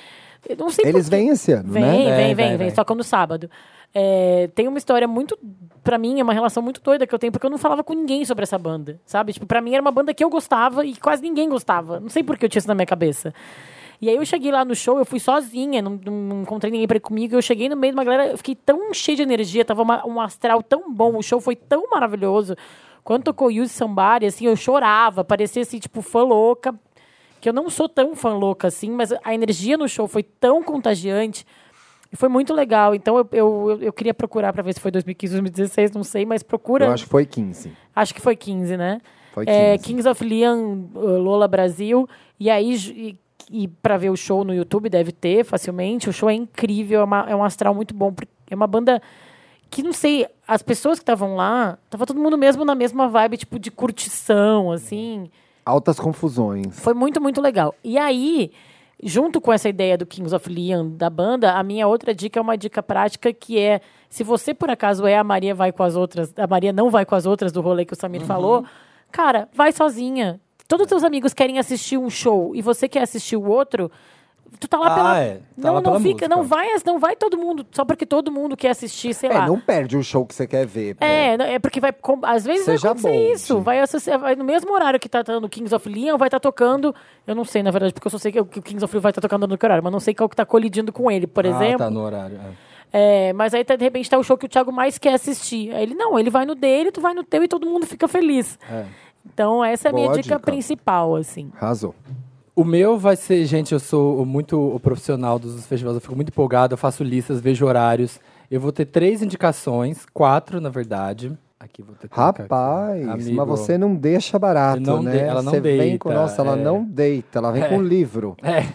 E: Eu não sei
B: Eles
E: por quê.
B: vêm esse ano,
E: Vem,
B: né?
E: vem, vem,
C: vem,
E: vem,
C: vem.
E: Só que no sábado. É, tem uma história muito. Pra mim, é uma relação muito doida que eu tenho, porque eu não falava com ninguém sobre essa banda, sabe? Tipo, pra mim era uma banda que eu gostava e quase ninguém gostava. Não sei por que eu tinha isso na minha cabeça. E aí eu cheguei lá no show, eu fui sozinha, não, não- não encontrei ninguém pra ir comigo. Eu cheguei no meio de uma galera, eu fiquei tão cheia de energia, tava uma- um astral tão bom, o show foi tão maravilhoso. Quando tocou Use Somebody, assim, eu chorava, parecia assim, tipo, fã louca. Que eu não sou tão fã louca assim, mas a energia no show foi tão contagiante e foi muito legal. Então eu, eu, eu- eu queria procurar pra ver se foi 2015, 2016, não sei, mas procura.
B: Eu acho que foi 15.
E: Acho que foi 15, né?
B: Foi
E: É,
B: 15.
E: Kings of Leon, uh, Lola Brasil. E aí, ju- e, e para ver o show no YouTube, deve ter facilmente. O show é incrível, é, uma- é um astral muito bom. Por- É uma banda que, não sei, as pessoas que estavam lá, tava todo mundo mesmo na mesma vibe, tipo, de curtição, assim.
B: Altas confusões.
E: Foi muito, muito legal. E aí, junto com essa ideia do Kings of Leon da banda, a minha outra dica é uma dica prática que é: se você por acaso é a Maria vai com as outras, a Maria não vai com as outras do rolê que o
C: Uhum.
E: Samir falou, cara, vai sozinha. Todos os teus amigos querem assistir um show e você quer assistir o outro, tu tá lá
C: Ah,
E: pela.
C: é. Tá
E: não,
C: lá
E: não
C: pela
E: fica, não
C: música.
E: vai, não vai todo mundo, só porque todo mundo quer assistir, sei
B: É,
E: lá.
B: não perde o show que você quer ver. pô.
E: É, não- é porque vai. com- Às vezes
B: Seja
E: vai acontecer
B: bold.
E: isso. Vai, associar- vai no mesmo horário que tá dando Kings of Leon, vai estar tocando. Eu não sei, na verdade, porque eu só sei que o que o Kings of Leon vai estar tocando no que horário, mas não sei qual que tá colidindo com ele, por
C: Ah,
E: exemplo.
C: tá no horário. é.
E: É, mas aí, tá- de repente, tá o show que o Thiago mais quer assistir. Aí ele, não, ele vai no dele, tu vai no teu e todo mundo fica feliz. Então, essa é a minha
B: Boa
E: dica,
B: dica.
E: principal, assim.
B: Arrasou.
C: O meu vai ser, gente, eu sou muito o profissional dos festivais, eu fico muito empolgado, eu faço listas, vejo horários. Eu vou ter três indicações, quatro, na verdade. Aqui vou ter que colocar aqui.
B: Rapaz,
C: Amigo,
B: mas você não deixa barato,
C: Não
B: né?
C: de- ela não
B: você vem
C: deita,
B: com, nossa, ela
C: é.
B: não deita, ela vem com um livro.
C: É.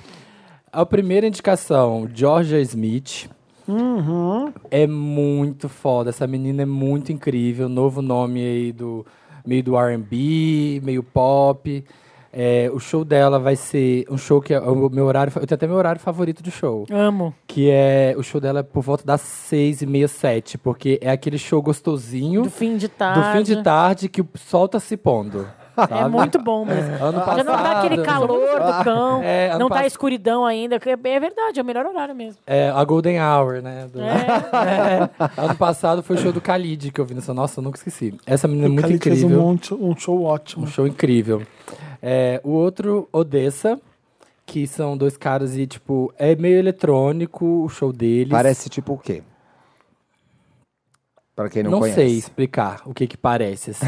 C: A primeira indicação, Georgia Smith.
E: Uhum.
C: É muito foda. Essa menina é muito incrível. Novo nome aí do meio do RB, meio pop. É, o show dela vai ser um show que é o meu horário. fa- Eu tenho até meu horário favorito de show.
E: Amo.
C: Que é. O show dela é por volta das seis e meia, sete. Porque é aquele show gostosinho
E: Do
C: do
E: fim de
C: fim,
E: tarde.
C: de tarde que o sol tá se pondo.
E: É
C: sabe?
E: muito bom mesmo.
C: Ano
E: Já não tá aquele
C: passado-
E: calor do cão,
C: É, ano
E: não tá
C: pass-
E: escuridão ainda. que É é verdade, é o melhor horário mesmo.
C: É, a Golden Hour, né? Do-
E: É.
C: É. Ano passado foi o show do Khalid que eu vi nessa. Nossa, eu nunca esqueci. Essa menina é
D: O
C: muito
D: Khalid fez um,
C: incrível.
D: monte- um show
C: Um
D: ótimo.
C: show incrível. É, o outro, Odessa, que são dois caras e, tipo, é meio eletrônico o show deles.
B: Parece tipo o quê? Pra quem não,
C: Não
B: conhece.
C: sei explicar o que que parece, assim.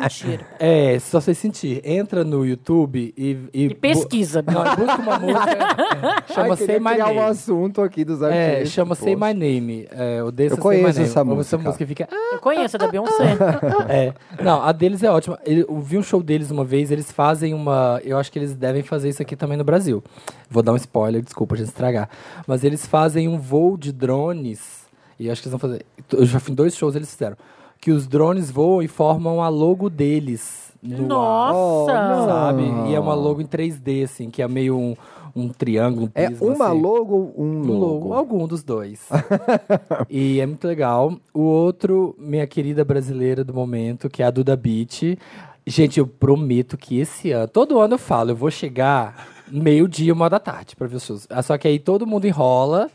E: Mentira.
C: é, só você sentir. Entra no YouTube e...
E: E pesquisa.
C: Não, e busca uma música. É. chama
B: Ai, queria
C: Say My
B: criar
C: Name.
B: um assunto aqui dos artistas.
C: É, chama Say
B: poxa.
C: My Name. É, Odessa
B: Eu conheço
C: Say My Name.
B: essa
C: Ou Essa
B: música.
C: música fica...
E: Eu conheço a da Beyoncé.
C: É. Não, a deles é ótima. Ele- Eu vi um show deles uma vez, eles fazem uma. Eu acho que eles devem fazer isso aqui também no Brasil. Vou dar um spoiler, desculpa, gente estragar. Mas eles fazem um voo de drones. E eu acho que eles vão fazer. Eu já fiz dois shows eles fizeram. Que os drones voam e formam a logo deles. No ar,
E: Nossa!
C: sabe? E é uma logo em 3D, assim, que é meio um, um triângulo. um
B: É
C: prisma,
B: uma
C: assim.
B: logo ou um
C: Um
B: logo?
C: logo, algum dos dois. e é muito legal. O outro, minha querida brasileira do momento, que é a Duda Beat. Gente, eu prometo que esse ano, todo ano eu falo, eu vou chegar meio-dia, uma da tarde pra ver os shows. Ah, Só que aí todo mundo enrola.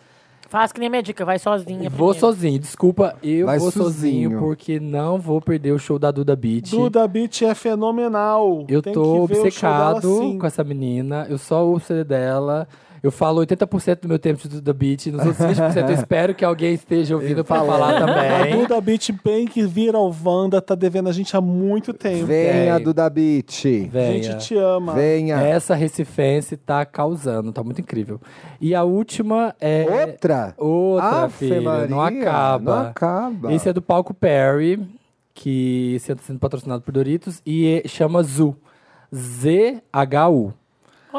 E: Faz que nem a minha dica, vai sozinha.
C: Vou
E: primeiro.
C: sozinho, desculpa, eu
B: Vai
C: vou sozinho,
B: sozinho.
C: porque não vou perder o show da Duda Beat.
D: Duda Beat é fenomenal.
C: Eu
D: Tem
C: tô
D: que ver o show dela, assim.
C: obcecado
D: sim.
C: com essa menina. Eu só ouço o CD dela. Eu falo 80% do meu tempo de Duda Beat. Nos outros 20% eu espero que alguém esteja ouvindo pra falar
D: A
C: também.
D: Duda Beat bem que vira ao Wanda, tá devendo a gente há muito tempo.
B: Venha,
C: Vem.
B: Duda Beat.
D: A
C: Venha.
D: gente te ama.
B: Venha.
C: Essa recifense tá causando, tá muito incrível. E a última é...
B: Outra?
C: Outra,
B: Ave
C: filha. não
B: Maria,
C: acaba.
B: Não acaba.
C: Esse é do palco Perry, que está sendo patrocinado por Doritos, e chama ZU. Z-H-U.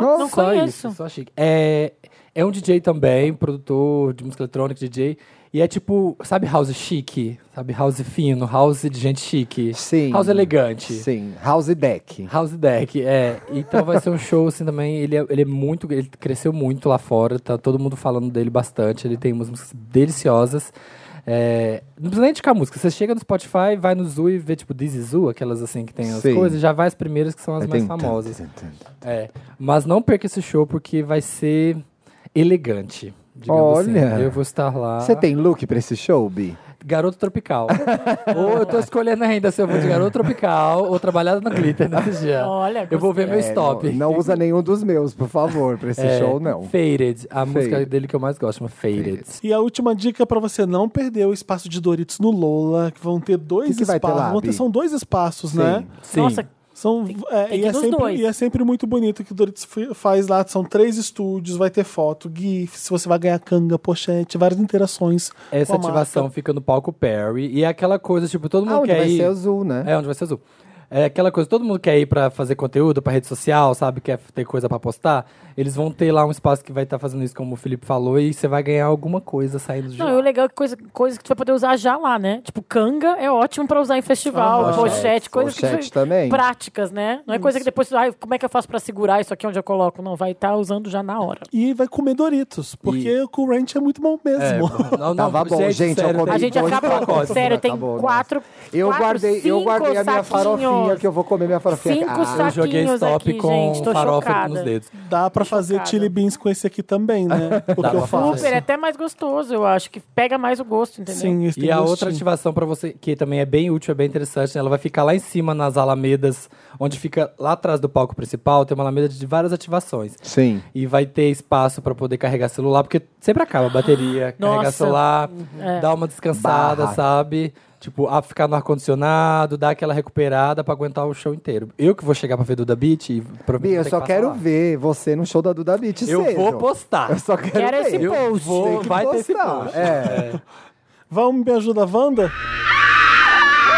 E: Não
C: só
E: conheço.
C: Isso, só chique. É, é um DJ também, produtor de música eletrônica, DJ. E é tipo, sabe house chique? Sabe house fino, house de gente chique.
B: Sim.
C: House elegante.
B: Sim, House Deck.
C: House Deck, é. Então vai ser um show assim também. Ele é, ele é muito. Ele cresceu muito lá fora, tá todo mundo falando dele bastante. Ele tem umas músicas deliciosas. É, não precisa nem indicar música. Você chega no Spotify, vai no Zoo e vê, tipo, This is Zoo, aquelas assim que tem as
B: Sim.
C: coisas, já vai as primeiras que são as
B: Aí
C: mais
B: tem-
C: famosas.
B: tem- tem- tem-
C: É, mas não perca esse show porque vai ser elegante. digamos
B: Olha.
C: assim. eu vou estar lá.
B: Você tem look pra esse show, Bi?
C: Garoto Tropical. ou eu tô escolhendo ainda se eu vou de Garoto Tropical ou Trabalhada no Glitter nesse dia.
E: Olha,
C: eu vou ver meu
B: É,
C: stop.
B: Não, não usa nenhum dos meus, por favor, pra esse
C: É,
B: show, não.
C: Faded, a música
B: Faded.
C: dele que eu mais gosto, chama Faded.
D: E a última dica é pra você não perder o espaço de Doritos no Lola, que vão ter dois
B: Que que vai ter
D: espaços.
B: lá,
D: vão ter-
B: Bi?
D: são dois espaços, né?
C: Sim.
E: Nossa,
D: São,
E: tem
D: é, e,
E: que ir
D: é
E: nos
D: sempre,
E: dois.
D: e é sempre muito bonito que o Doritos fi- faz lá. São três estúdios, vai ter foto, GIF, se você vai ganhar canga, pochete, várias interações.
C: Essa
D: com a marca.
C: ativação fica no palco Perry. E é aquela coisa, tipo, todo mundo
B: Aonde
C: quer
B: vai
C: ir...
B: ser azul, né?
C: É, onde vai ser azul. É aquela coisa, todo mundo quer ir pra fazer conteúdo, pra rede social, sabe? Quer ter coisa pra postar. Eles vão ter lá um espaço que vai estar fazendo isso, como o Felipe falou, e você vai ganhar alguma coisa saindo de
E: Não,
C: lá.
E: e o legal é que coisa, coisa que tu vai poder usar já lá, né? Tipo, canga é ótimo pra usar em festival,
B: Ah,
E: pochete,
B: pochete,
E: coisas que tipo
B: pochete também.
E: práticas, né? Não é coisa que depois tu, ai, como é que eu faço pra segurar isso aqui onde eu coloco? Não, vai estar usando já na hora.
D: E vai comer Doritos, porque o Cool Ranch é muito bom mesmo.
C: É, não, não,
B: Tava bom, gente,
C: sério,
B: eu
C: tem
E: A gente
B: dois
E: acabou,
B: pacotes,
E: sério, tem
B: acabou, né?
E: quatro,
B: Eu
E: quatro,
B: guardei, eu
E: cinco
B: guardei a minha
E: saquinhos.
B: farofinha que eu vou comer minha farofinha.
E: Cinco
B: Ah,
E: saquinhos.
C: Eu joguei stop
E: aqui,
C: com
E: gente, tô
C: farofa
E: chocada.
C: nos dedos.
D: Dá pra fazer
E: chocada.
D: chili beans com esse aqui também, né? O
C: Dá
D: que eu
C: pra
D: faço.
E: Super, é até mais gostoso, eu acho, que pega mais o gosto, entendeu?
D: Sim, esse
C: E
D: tem
C: a
D: gostinho.
C: outra ativação pra você, que também é bem útil, é bem interessante, né? ela vai ficar lá em cima nas alamedas, onde fica lá atrás do palco principal, tem uma alameda de várias ativações.
B: Sim.
C: E vai ter espaço pra poder carregar celular, porque sempre acaba a bateria,
E: Nossa.
C: carregar celular,
E: É.
C: dar uma descansada,
B: Barra.
C: sabe? Tipo, a ficar no ar-condicionado, dar aquela recuperada pra aguentar o show inteiro. Eu que vou chegar pra ver Duda Beat e
B: Bia,
C: provavelmente
B: eu
C: vou ter
B: só
C: que
B: quero
C: passar lá.
B: ver você no show da Duda Beat.
C: Eu
B: cedo.
C: vou postar.
B: Eu só quero,
E: Quero
B: ver.
E: esse
B: Eu
E: post.
B: vou-
C: Tem que
B: vai ter esse
C: postar.
B: post. É.
D: Vamos, me ajuda, Wanda?
H: Me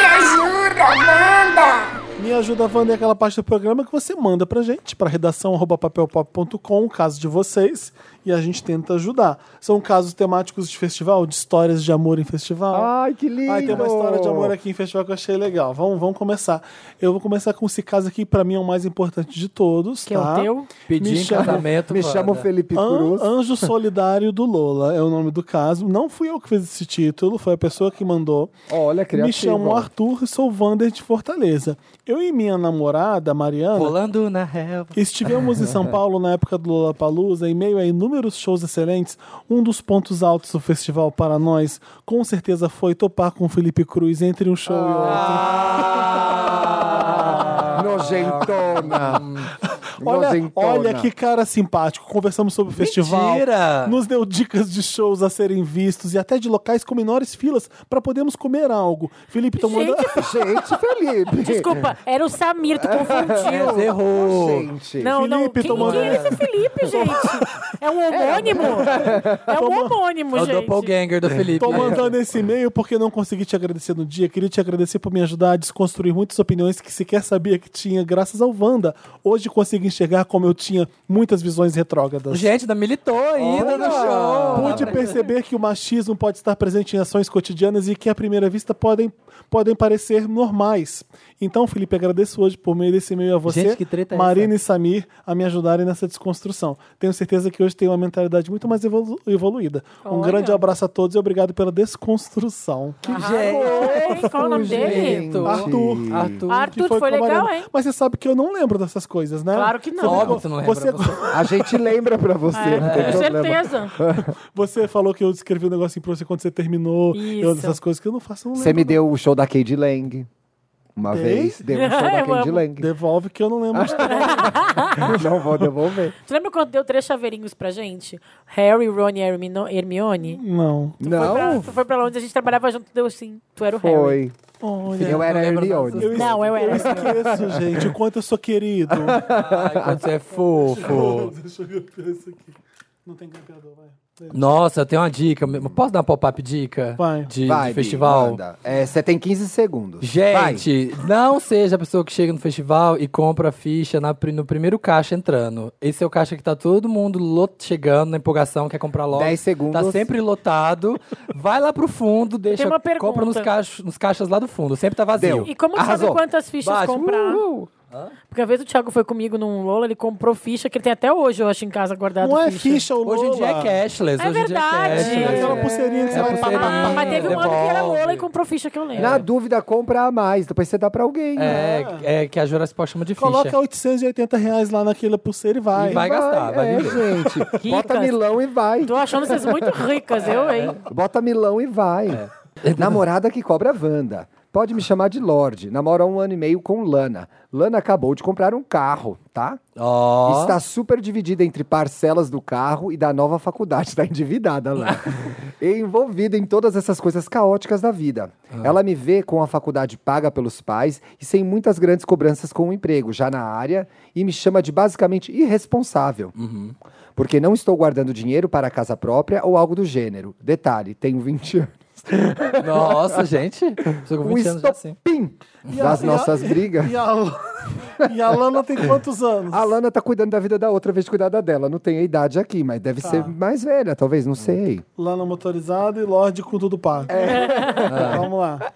H: ajuda, Wanda!
D: Me ajuda, Wanda, é aquela parte do programa que você manda pra gente, pra redação arroba papelpop.com, o caso de vocês, e a gente tenta ajudar. São casos temáticos de festival, de histórias de amor em festival.
B: Ai, que lindo.
D: Ai, tem uma história de amor aqui em festival que eu achei legal. Vamos, vamos começar. Eu vou começar com esse caso aqui, pra mim é o mais importante de todos.
E: Que é
D: tá?
E: o teu.
C: Pedir
D: Me
C: em
D: chama-
C: casamento.
B: Me
C: Wanda.
B: chama o Felipe
D: An-
B: Cruz.
D: Anjo Solidário do Lola é o nome do caso. Não fui eu que fiz esse título, foi a pessoa que mandou.
B: Olha, criativo.
D: Me chamo Arthur e sou Wander de Fortaleza. Eu e minha namorada, Mariana,
C: Rolando na relva.
D: Estivemos em São Paulo na época do Lollapalooza, em meio a inúmeros shows excelentes. Um dos pontos altos do festival para nós, com certeza, foi topar com o Felipe Cruz entre um show
B: Ah! Nojentona.
D: e outro. Hum. Olha,
B: Nojentona.
D: olha que cara simpático. Conversamos sobre o festival.
C: Mentira!
D: Nos deu dicas de shows a serem vistos e até de locais com menores filas para podermos comer algo. Felipe, tô mandando.
B: Gente, Felipe.
E: Desculpa, era o Samir, tu
C: Mas
E: confundiu.
C: errou. É
B: Gente.
E: Não, não,
D: Felipe,
E: quem,
D: tô
E: quem é
D: mandando-
E: esse Felipe, gente? É um homônimo? É um homônimo,
C: É o
E: gente.
C: doppelganger do Felipe.
D: Tô mandando esse e-mail porque não consegui te agradecer no dia. Queria te agradecer por me ajudar a desconstruir muitas opiniões que sequer sabia que tinha, graças ao Wanda. Hoje consigo enxergar como eu tinha muitas visões retrógradas.
C: Gente, ainda militou ainda no show.
D: Pude perceber que o machismo pode estar presente em ações cotidianas e que à primeira vista podem, podem parecer normais. Então, Felipe, agradeço hoje por meio desse e-mail a você,
C: Gente, que treta é
D: Marina e Samir, a me ajudarem nessa desconstrução. Tenho certeza que hoje tem uma mentalidade muito mais evolu- evoluída. Um
E: Olha.
D: grande abraço a todos e obrigado pela desconstrução.
E: Arrasou, hein? Qual é o nome dele?
C: Gente.
D: Arthur.
C: Arthur.
E: Arthur, foi,
D: com a
E: legal,
D: Mariana.
E: hein?
D: Mas você sabe que eu não lembro dessas coisas, né?
E: Claro que não.
C: Óbvio que você não lembra.
D: Você,
B: A gente lembra pra você, não tem
E: É, com
B: problema.
E: certeza.
D: você falou que eu escrevi um negocinho pra você quando você terminou. Eu,
E: Isso.
D: dessas coisas que eu não faço, eu não
B: Você
D: lembro.
B: me deu o show da Cade Lang. Uma
D: Dei?
B: vez, deu o show da
E: Eu
B: Cade
E: amo.
B: Lang.
D: Devolve que eu não lembro. de tudo.
B: Não vou devolver.
E: Tu lembra quando deu três chaveirinhos pra gente? Harry, Ron e Hermino- Hermione?
D: não.
E: Foi pra-
B: Não,
E: tu foi pra Londres, a gente trabalhava junto, deu sim. Tu era o Harry.
B: Hum. foi.
D: Olha.
E: É.
B: Eu era
C: não lembro
B: Hermione.
D: Eu
E: Não, eu era.
D: esqueço, gente, o quanto eu sou querido.
C: Ai, quando você é fofo.
D: Deixa eu ver isso aqui. Não tem campeador, vai.
C: Nossa, eu tenho uma dica. Posso dar uma pop-up dica?
D: Vai.
C: De,
B: Vai, É,
C: de festival?
B: Você tem 15 segundos. Vai.
C: Gente, não seja a pessoa que chega no festival e compra a ficha na pri- no primeiro caixa entrando. Esse é o caixa que tá todo mundo lot chegando na empolgação, quer comprar logo.
B: 10 segundos.
C: Tá sempre lotado. Vai lá pro fundo, deixa.
E: uma
C: compra
E: pergunta.
C: nos, caixos, nos caixas lá do fundo. Sempre tá vazio.
B: Deu.
E: E como tu
B: Arrasou.
E: sabe quantas fichas
C: Bate.
E: comprar? Porque a vez o Thiago foi comigo num Lola, ele comprou ficha, que ele tem até hoje, eu acho, em casa guardado.
D: Não é ficha o Lola.
C: Hoje em dia é cashless.
E: É
C: hoje em dia
E: verdade.
C: é
D: É
C: cashless.
D: aquela pulseirinha que
C: É
D: você
C: a
D: vai
C: pulseirinha.
E: Ah, mas teve um ano que era Lola
C: Devolve.
E: e comprou ficha que eu lembro.
B: Na dúvida, compra a mais. Depois você dá pra alguém. né?
C: É, é que a Jurassic Park chama de ficha.
D: Coloca 880 reais lá naquela pulseira e vai.
C: E vai gastar, vai
B: é,
C: viver.
B: gente. Bota
E: Ricas.
B: Milão e vai.
E: Tô achando vocês muito ricas, eu, hein?
B: Bota Milão e vai.
C: É.
B: Namorada que cobra Wanda. Pode me chamar de Lorde. Namora há um ano e meio com Lana. Lana acabou de comprar um carro, tá?
C: Ó.
B: Está super dividida entre parcelas do carro e da nova faculdade. Está endividada lá. e envolvida em todas essas coisas caóticas da vida.
C: Ah.
B: Ela me vê com a faculdade paga pelos pais e sem muitas grandes cobranças com o emprego, já na área, e me chama de basicamente irresponsável.
C: Uhum.
B: Porque não estou guardando dinheiro para a casa própria ou algo do gênero. Detalhe, tenho 20 anos.
C: Nossa, gente. Estou com
B: Um
C: 20 anos já assim.
B: estopim das
D: E a-
B: nossas brigas.
D: E a, e a Lana tem quantos anos?
B: A Lana tá cuidando da vida da outra, em vez de cuidar da dela. Não tem a idade aqui, mas deve ser mais velha, talvez, não sei.
D: Lana motorizada e Lorde com tudo pago. Vamos lá.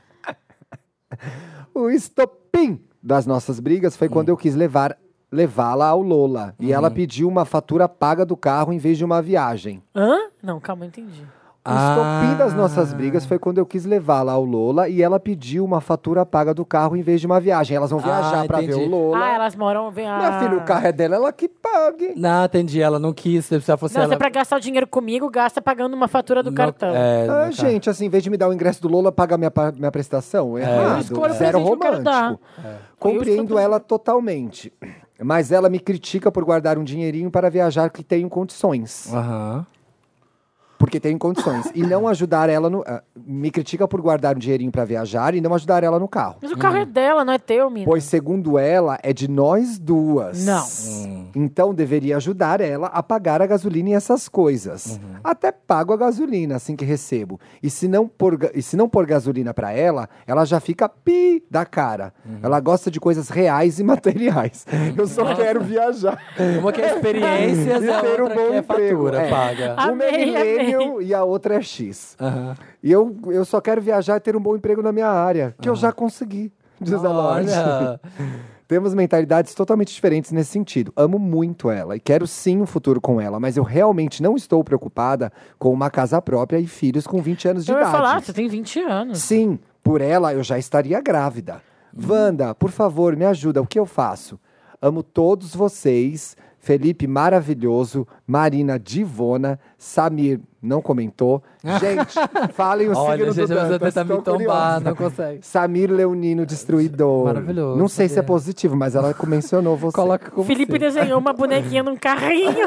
B: O estopim das nossas brigas foi quando eu quis levar levá-la ao Lola. E ela pediu uma fatura paga do carro em vez de uma viagem.
E: Hã? Não, calma, eu entendi.
B: O
C: um
B: estopim das nossas
E: Ah.
B: brigas foi quando eu quis levá-la ao Lola e ela pediu uma fatura paga do carro em vez de uma viagem. Elas vão viajar pra ver
C: entendi.
B: o Lola.
E: Ah, elas moram. Vem, ah.
B: Minha filha, o carro é dela, ela que pague.
C: Não, entendi. Ela não quis. Se ela fosse
E: Não,
C: ela...
E: se é pra gastar o dinheiro comigo, gasta pagando uma fatura do
C: no-
E: cartão.
C: É,
B: Ah,
C: no
B: gente, assim, em vez de me dar o ingresso do Lola, paga minha, pa- minha prestação. É, errado.
E: Eu escolho o
B: Zero
E: presente que eu quero
B: romântico.
E: dar.
B: Compreendo
E: Eu estou-
B: ela totalmente. Mas ela me critica por guardar um dinheirinho para viajar que tenho condições.
C: carro. Aham.
B: Porque tenho condições. E não ajudar ela no. ah, me critica por guardar um dinheirinho para viajar e não ajudar ela no carro.
E: Mas o carro é dela, não é teu, menino.
B: Pois, segundo ela, é de nós duas.
E: Não.
B: Então deveria ajudar ela a pagar a gasolina e essas coisas. Até pago a gasolina assim que recebo. E se não pôr, ga- e se não pôr gasolina para ela, ela já fica pi da cara. Ela gosta de coisas reais e materiais. Eu só quero viajar.
C: Uma que é experiências,
B: E
C: a
B: ter um
C: outra
B: bom
C: que é
B: emprego,
C: fatura
B: é.
C: paga.
B: Uma é
E: Amei,
B: millennial e a outra é X.
E: Ah.
C: Aham.
B: E eu, eu só quero viajar e ter um bom emprego na minha área, que eu já consegui. Diz a Lorde.
C: Olha.
B: Temos mentalidades totalmente diferentes nesse sentido. Amo muito ela e quero sim um futuro com ela, mas eu realmente não estou preocupada com uma casa própria e filhos com 20 anos de
E: Então eu ia
B: idade.
E: falar, você tem 20 anos.
B: Sim, por ela eu já estaria grávida.
E: Uhum.
B: Wanda, por favor, me ajuda, o que eu faço? Amo todos vocês. Felipe maravilhoso, Marina divona, Samir não comentou. Gente, falem o
C: Olha,
B: signo
C: gente,
B: do
C: a pessoa
B: Dantas,
C: tenta
B: estou
C: me tombar,
B: curiosa.
C: não consegue.
B: Samir Leonino Destruidor.
C: É, Maravilhoso,
B: Não sei se é
C: sabia.
B: positivo, mas ela mencionou você.
C: Coloca como
E: Felipe
C: você.
E: desenhou uma bonequinha num carrinho.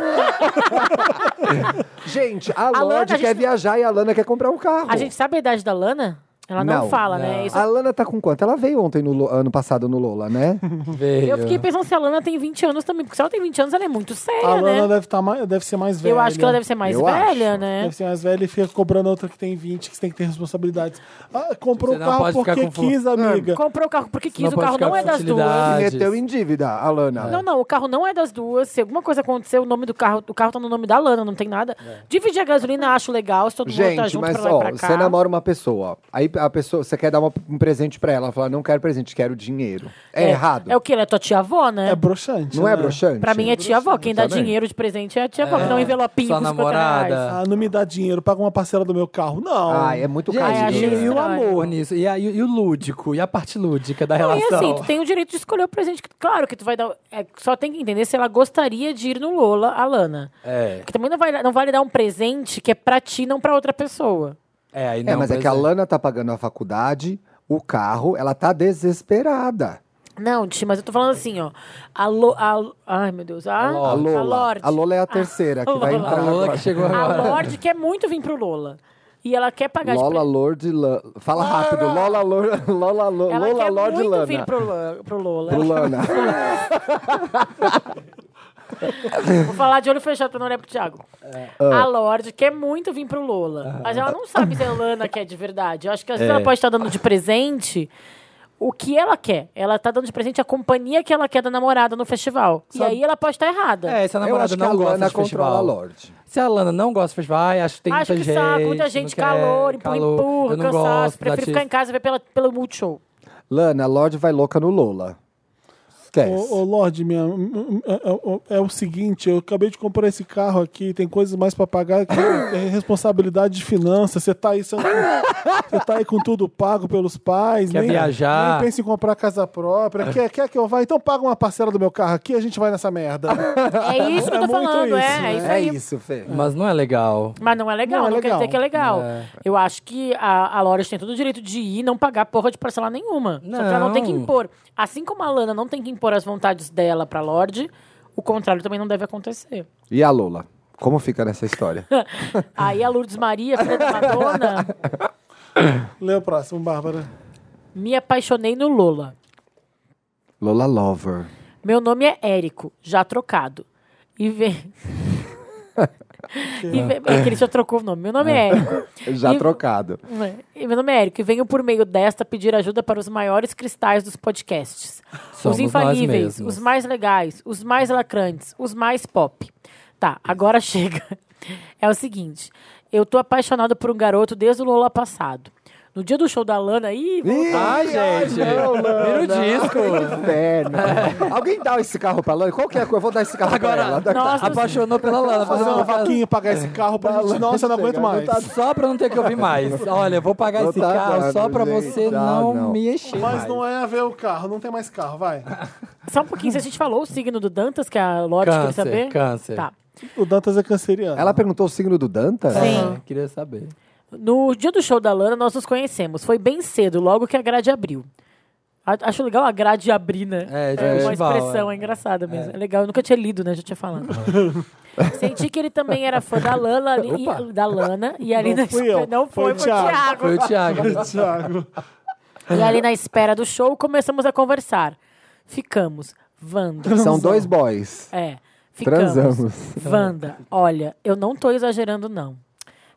B: Gente, a,
E: Lana,
B: Lorde
E: a gente
B: quer
E: não-
B: viajar e a Lana quer comprar um carro.
E: A gente sabe a idade da Lana? Ela não,
B: Não,
E: fala,
C: não.
E: né? Isso-
B: A Lana tá com quanto? Ela veio ontem, no Lo- ano passado, no Lola, né?
C: Veio.
E: Eu fiquei pensando se a Lana tem 20 anos também, porque se ela tem 20 anos, ela é muito séria,
D: A Lana
E: né?
D: deve, tá mais, deve ser mais velha.
E: Eu acho que ela deve ser mais
B: Eu
E: velha,
B: acho.
C: É.
E: né?
D: Deve ser mais velha e fica cobrando a outra que tem 20, que você tem que ter responsabilidades. Ah, comprou
C: Você
D: o
C: não
D: carro
C: pode ficar
D: porque
C: com É. fu-
D: quis, amiga.
E: Comprou o carro porque quis,
C: Não
E: o
C: pode
E: carro
C: ficar
E: não é
C: com
E: das
C: futilidade.
E: duas.
B: E
C: Ah,
B: meteu
C: diz.
B: em dívida, a Lana.
E: Não, não, o carro não é das duas. Se alguma coisa acontecer, o nome do carro, o carro tá no nome da Lana, não tem nada.
C: É.
E: Dividir a gasolina acho legal, se todo mundo tá
B: Gente,
E: junto
B: mas
E: pra lá e
B: ó,
E: pra cá.
B: você é namora uma pessoa, ó. aí a pessoa, você quer dar uma- um presente pra ela, ela fala, não quero presente, quero dinheiro. É, errado?
E: É o que? Ela é tua tia-avó, né?
D: É broxante.
B: Não é
D: né?
B: broxante?
E: pra mim é tia-avó. Quem dá
B: Também.
E: dinheiro de presente é a tia-avó, que dá um envelopinho
C: Sua
E: com 50
C: namorada.
E: reais.
D: Ah, não me dá dinheiro, paga uma parcela do meu carro. Não.
B: Ah, é muito
C: Gente,
B: caro.
E: Ai, achei
C: e, e o
E: estranho.
C: amor nisso? E, aí e o lúdico? E a parte lúdica da
E: Não, e
C: relação?
E: assim, tu tem o direito de escolher o presente. que- Claro que tu vai dar. é, só tem que entender se ela gostaria de ir no Lola, a Lana.
C: É,
E: Porque também não vai, não vale dar um presente que é pra ti, não pra outra pessoa.
C: é, aí não,
B: É, mas é que a
C: pois
B: Lana tá pagando a faculdade, o carro, ela tá desesperada.
E: Não, Ti, mas eu tô falando assim, ó. A Lo, a, ai, meu Deus. A,
B: A
E: a
B: Lola.
E: Lorde.
B: A Lola é a terceira que
E: Lola.
B: vai entrar
C: A Lola
B: agora.
C: que chegou
E: A
C: agora.
E: Lorde quer muito vir pro Lola. E ela quer pagar
B: Lola
E: de
B: Lorde Lan- Fala rápido. Lola Lorde Lola, Lo-
E: pre- Ela
B: Lola
E: quer
B: Lorde
E: muito
B: Lana.
E: vir pro, Lo- pro Lola.
B: Pro Lana.
E: Vou falar de olho fechado pra não olhar pro Thiago.
C: É.
E: A
C: Ah.
E: Lorde quer muito vir pro Lola. Mas ela não sabe se a Lana quer de verdade. Eu acho que às vezes
C: É.
E: ela pode estar dando de presente o que ela quer. Ela tá dando de presente a companhia que ela quer da namorada no festival. E aí ela pode estar errada.
C: É, se a
B: Eu
C: namorada
B: acho que
C: não
B: a
C: gosta
B: Lana
C: de festival.
B: controla a Lorde.
C: Se a Lana não gosta de festival, ai, acho que tem
E: Acho
C: muita
E: que
C: gente.
E: saco, muita gente,
C: não quer,
E: calor, empurra,
C: calor,
E: empurra,
C: eu não
E: cansaço.
C: gosto,
E: prefiro
C: artista.
E: ficar em casa e ver pela, pelo Multishow.
B: Lana, a Lorde vai louca no Lola. Esquece.
D: Ô, ô Lorde, minha, é, é- é o seguinte, eu acabei de comprar esse carro aqui, tem coisas mais pra pagar, que é responsabilidade de finanças, você tá aí, você, você tá aí com tudo pago pelos pais,
C: Quer viajar?
D: nem pensa em comprar casa própria, quer, quer que eu vá? Então paga uma parcela do meu carro aqui, a gente vai nessa merda.
E: É isso que eu tô
D: É muito
E: falando, é.
D: isso,
E: É
C: né?
E: isso
B: é
E: aí.
B: isso, Fê.
C: Mas não é legal.
E: Mas não é legal,
D: Não
E: não,
D: é
E: quer
D: legal.
E: dizer que é legal.
C: É.
E: Eu acho que a, a Lores tem todo o direito de ir e não pagar porra de parcela nenhuma. Só que ela não tem que
C: Não.
E: impor. Assim como a Lana não tem que impor as vontades dela pra Lorde, o contrário também não deve acontecer.
B: E a Lola? Como fica nessa história?
E: Aí a Lourdes Maria, filha da Madonna,
D: Lê o próximo, Bárbara.
E: me apaixonei no Lola.
B: Lola Lover.
E: Meu nome é Érico, já trocado. E vem. e vem... É que ele já trocou o nome. Meu nome é Érico.
B: Já
E: E-
B: trocado.
E: É, meu nome é Érico, e venho por meio desta pedir ajuda para os maiores cristais dos podcasts.
C: Somos
E: os
C: nós
E: infalíveis,
C: mesmos.
E: os mais legais, os mais lacrantes, os mais pop. Tá, agora chega. É o seguinte, eu tô apaixonada por um garoto desde o Lola passado. No dia do show da Lana, ih, voltou.
C: Ai, gente. Vira o disco.
B: Inferno. Alguém dá esse carro pra Lani? Qual que é? Eu vou dar esse carro pra ela. Dá-
E: Nossa,
C: Apaixonou pela Lana.
D: Fazer
B: um
C: falou,
D: uma
C: "Vou
D: vaquinha e
B: É.
D: pagar esse carro pra gente. Nossa, eu não aguento mais.
B: tá
C: pagar Só pra não ter que ouvir mais. Olha, vou pagar
B: Não
C: esse
B: tá
C: carro
B: dando,
C: só pra
B: gente.
C: você
B: Tá,
C: não,
B: não.
C: me encher.
D: Mas
C: mais.
D: não é a ver o carro, não tem mais carro, vai.
E: só um pouquinho, se a gente falou o signo do Dantas, que é a Lorde quer
C: Câncer,
E: saber.
C: câncer.
E: Tá.
D: O Dantas é canceriano.
B: Ela perguntou o signo do Danta?
C: Sim. Queria saber.
E: No dia do show da Lana, nós nos conhecemos. Foi bem cedo, logo que a grade abriu. A- Acho legal a grade abrir, né?
C: É, de
E: uma
C: festival,
E: expressão,
C: é.
E: é engraçada mesmo. É. legal, eu nunca tinha lido, né? Já tinha falado. Senti que ele também era fã da Lana, ali- e, da Lana e ali
D: Não
E: na
D: fui
E: espe-
D: eu,
E: Não
D: foi
E: foi,
D: o
E: foi o
D: Thiago.
E: Thiago.
C: Foi o Thiago.
D: Thiago.
E: E ali na espera do show, começamos a conversar. Ficamos. Wanda.
B: São dois boys.
E: É. Ficamos.
B: Transamos.
E: Wanda, olha, eu não tô exagerando, não.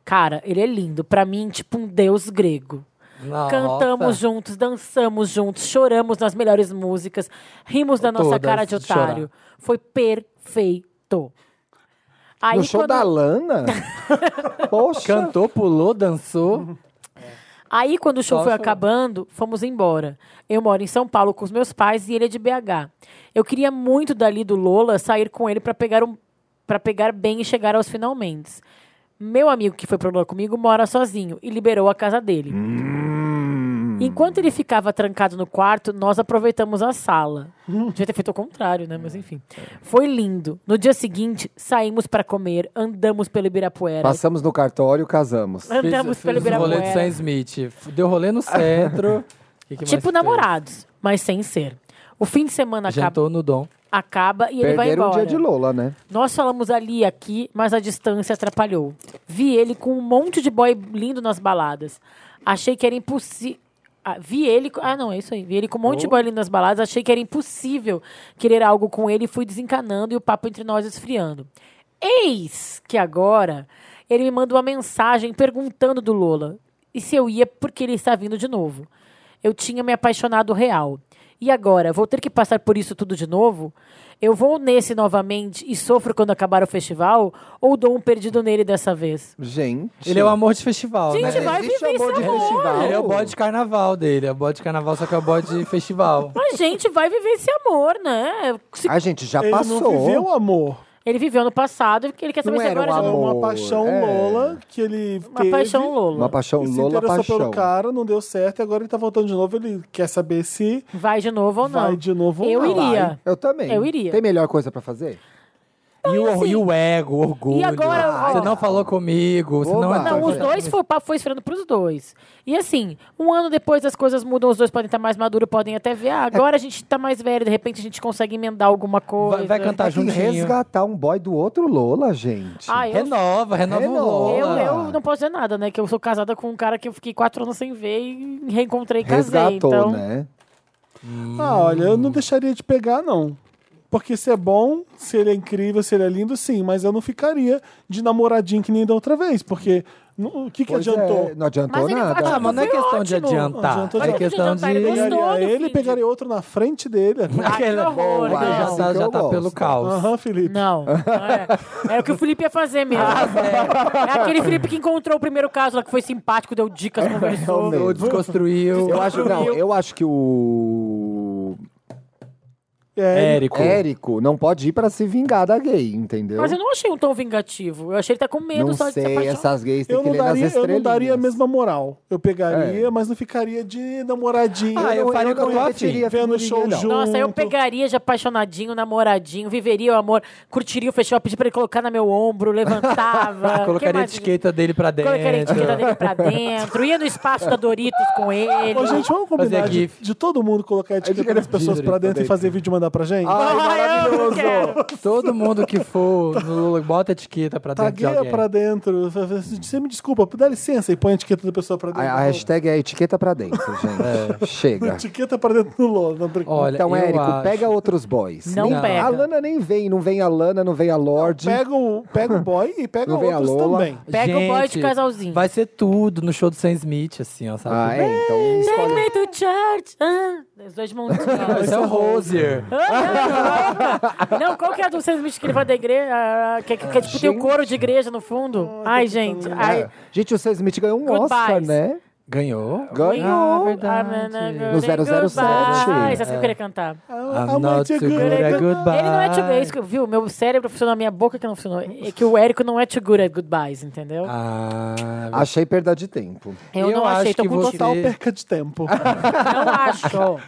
E: Cara, ele é lindo. Pra mim, tipo um deus grego.
C: Ah, Nossa.
E: Cantamos juntos, dançamos juntos, choramos nas melhores músicas, rimos da nossa
C: Todas
E: cara de
C: de chorar.
E: otário. Foi perfeito. Aí
B: no show
E: quando-
B: da Lana? Poxa.
C: Cantou, pulou, dançou.
E: Aí, quando o show
C: Só
E: foi
C: chorar.
E: acabando, fomos embora. Eu moro em São Paulo com os meus pais e ele é de BH. Eu queria muito dali do Lola sair com ele para pegar um para pegar bem e chegar aos finalmente. Meu amigo que foi pro Lola comigo mora sozinho e liberou a casa dele. Enquanto ele ficava trancado no quarto, nós aproveitamos a sala.
C: Uhum.
E: Devia ter feito o contrário, né? Mas enfim. Foi lindo. No dia seguinte, saímos para comer, andamos pelo Ibirapuera.
B: Passamos no cartório, casamos.
E: Andamos
C: Fiz-
E: pelo
C: fiz o rolê de Sam
E: Ibirapuera.
C: Smith. Deu rolê no centro. Que que mais
E: Tipo né,
C: teve?
E: namorados, mas sem ser. O fim de semana acaba,
C: Jantou no Dom.
E: acaba e ele vai
B: Perderam
E: embora.
B: o dia de Lola, né?
E: Nós falamos ali e aqui, mas a distância atrapalhou. Vi ele com um monte de boy lindo nas baladas. Achei que era impossível. vi ele. co- Ah, não, é isso aí. Vi ele com um monte de boy lindo nas baladas. Achei que era impossível querer algo com ele e fui desencanando e o papo entre nós esfriando. Eis que agora ele me manda uma mensagem perguntando do Lola e se eu ia porque ele está vindo de novo. Eu tinha me apaixonado real. E agora, vou ter que passar por isso tudo de novo? Eu vou nesse novamente e sofro quando acabar o festival? Ou dou um perdido nele dessa vez?
B: Gente.
C: Ele é o amor de festival,
E: Gente,
C: né?
E: vai
B: Existe
E: viver
B: amor
E: esse
B: de
E: amor.
B: festival.
C: Ele é o bode de carnaval dele. É o bode de carnaval, só que é o bode de festival.
E: Mas, gente, vai viver esse amor, né? Se-
B: A Ah, gente já
D: Ele
B: passou.
D: não viveu o amor.
E: Ele viveu no passado e ele quer saber
B: Não
E: se
B: era
E: agora
B: um
E: já-
D: É uma
B: Amor,
D: paixão
B: é.
D: Lola que ele
E: Uma paixão Lola.
B: Uma paixão,
D: Ele se
B: Lola
D: interessou
B: paixão.
D: pelo cara, não deu certo, e agora ele tá voltando de novo. Ele quer saber se
E: Vai de novo ou não?
D: vai de novo ou
E: Eu
D: não.
E: iria.
B: Eu também.
E: Eu iria.
B: Tem melhor coisa pra fazer?
C: E o, e o ego, o orgulho.
E: assim, E agora, ó.
C: Ah, Você não falou comigo. Você não,
B: Oba.
C: é entrou
E: Não, os
C: em-
E: dois foi, o papo foi esfriando pros dois. E assim, um ano depois as coisas mudam, os dois podem estar mais maduros, podem até ver. Ah, agora a gente tá mais velho, de repente a gente consegue emendar alguma coisa.
C: Vai, vai cantar
B: Tem que
C: juntinho.
B: resgatar um boy do outro Lola, gente.
E: Ah, eu,
C: Renova, renova o
B: Renova.
E: eu,
C: Lola.
E: eu não posso dizer nada, né? Que eu sou casada com um cara que eu fiquei quatro anos sem ver e reencontrei e casei.
B: Resgatou,
E: então,
B: né? Hum.
D: Ah, olha, eu não deixaria de pegar, não. Porque se é bom, se ele é incrível, se ele é lindo, sim. Mas eu não ficaria de namoradinho que nem da outra vez. Porque no- o que, que
B: Pois
D: adiantou?
B: é, não adiantou
E: Mas ele-
B: nada.
C: Ah, mas não é
E: Foi
C: questão de
E: ótimo.
C: adiantar.
D: Não, adiantou
C: é
D: de-
C: questão de.
E: adiantar, ele
D: Pegaria
E: Gostou do
D: ele
E: fim.
D: pegaria outro na frente dele.
C: Aquele
E: que horror, não.
C: Aquele já tá,
B: Assim que
C: já
B: eu
C: tá pelo
B: gosto.
C: caos.
D: Aham, Felipe.
E: Não, é, Era o que o Felipe ia fazer mesmo.
B: Ah,
E: é. aquele Felipe que encontrou o primeiro caso lá, que foi simpático, deu dicas, conversou.
C: Ou desconstruiu.
B: Eu acho, não, eu acho que o
D: É,
C: Érico.
B: Érico não pode ir pra se vingar da gay, entendeu?
E: Mas eu não achei um tom vingativo. Eu achei ele tá com medo
B: não
E: só de se
B: sei,
E: apaixonar.
B: essas gays têm
D: eu,
B: que
D: não
B: ler nas
D: daria, eu
B: estrelinhas.
D: não daria a mesma moral. Eu pegaria, mas não ficaria de namoradinho.
C: Ah, eu faria
D: não
C: o que eu tô
D: repetiria
B: afim.
D: Vendo show
B: Não.
D: junto.
E: Nossa, eu pegaria de apaixonadinho, namoradinho, viveria o amor, curtiria o festival, pedia pra ele colocar na meu ombro, levantava. Que
C: Ah, Colocaria a
E: mais?
C: etiqueta dele pra dentro.
E: Colocaria a etiqueta dele pra dentro, ia no espaço da Doritos com ele.
D: Ô, gente, vamos combinar
C: Fazer
D: de,
C: gif.
D: de todo mundo colocar a etiqueta das pessoas pra dentro e fazer vídeo e mandar etiqueta pra gente?
B: Ai, maravilhoso.
C: Todo mundo que for no Lula, bota a etiqueta pra dentro de
D: Tagueia
C: alguém.
D: Tá pra dentro. Você me desculpa, dá licença e põe a etiqueta da pessoa pra
B: A,
D: dentro.
B: a hashtag é etiqueta pra dentro, gente. Chega.
D: É. Etiqueta pra dentro do Lola. Não, brinca-
C: Olha,
B: Então,
C: eu
B: Érico,
C: acho-
B: pega outros boys.
E: Não
B: Nem-
E: pega.
B: A Lana nem vem, não vem a Lana, não vem a Lorde.
D: Pega o, pega o boy e pega
B: Não vem a
D: outros
B: Lola.
D: também.
E: Pega o boy de
C: Gente,
E: casalzinho.
C: Vai ser tudo no show do Sam Smith, assim, ó, sabe?
B: Ah, é, então
E: Take
B: escolhe.
E: me to church. Ah, os dois de mão
C: Não, esse é o Rosier.
E: Não, qual que é a do Sam Smith que ele vai da igreja? Ah, Que, que, que é tipo tem o coro de igreja no fundo? Ai, gente. Ai,
B: É. Gente, o Sam Smith ganhou um
E: Goodbyes.
B: Oscar, né?
C: Ganhou?
B: Ganhou.
E: é
C: Ah, verdade.
E: I'm gonna go
B: No
E: say
B: 007.
E: goodbye. Ah, Essa que eu
C: É.
E: queria cantar.
D: A, a
C: I'm
D: mãe
C: not
D: de
C: too good
D: Greta.
C: at goodbye.
E: Ele não é too good, é isso que eu- viu? Meu cérebro funcionou, a minha boca que não funcionou. É que o Érico não é too good at goodbyes, entendeu? É.
C: Ah,
B: Achei perda de tempo.
E: eu,
C: eu
E: não achei,
C: acho
E: tô
C: que
E: com
C: você-
E: total.
D: Total perca de tempo.
E: Não acho.
D: Então,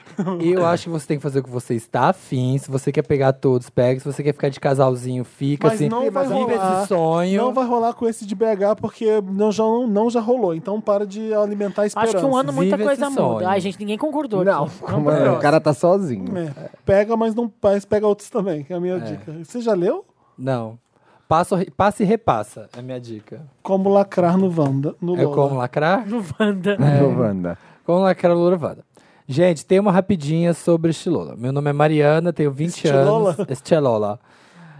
C: eu acho que você tem que fazer o que você está afim. Se você quer pegar todos, pega. Se você quer ficar de casalzinho, fica.
D: Mas
C: assim,
D: não vai
C: vive
D: rolar.
C: esse sonho.
D: Não vai rolar com esse de BH, porque não já, não já rolou. Então para de alimentar a
E: Acho
D: esperança.
E: que um ano muita
C: Vive
E: coisa
C: esse sonho.
E: muda. Ai, gente, ninguém concordou
B: Não,
E: aqui.
B: como é, o cara tá sozinho.
D: É, pega, mas não mas pega outros também, que é a minha dica. Você já leu?
C: Não. Passa, re- passa e repassa, é a minha dica.
D: Como lacrar no Wanda, no
C: É
D: Lola.
C: como lacrar?
E: Wanda.
B: Giovana.
C: Como lacrar Loura Vanda. Gente, tem uma rapidinha sobre Estilola. Meu nome é Mariana, tenho 20
D: Estilola?
C: anos. Estilola.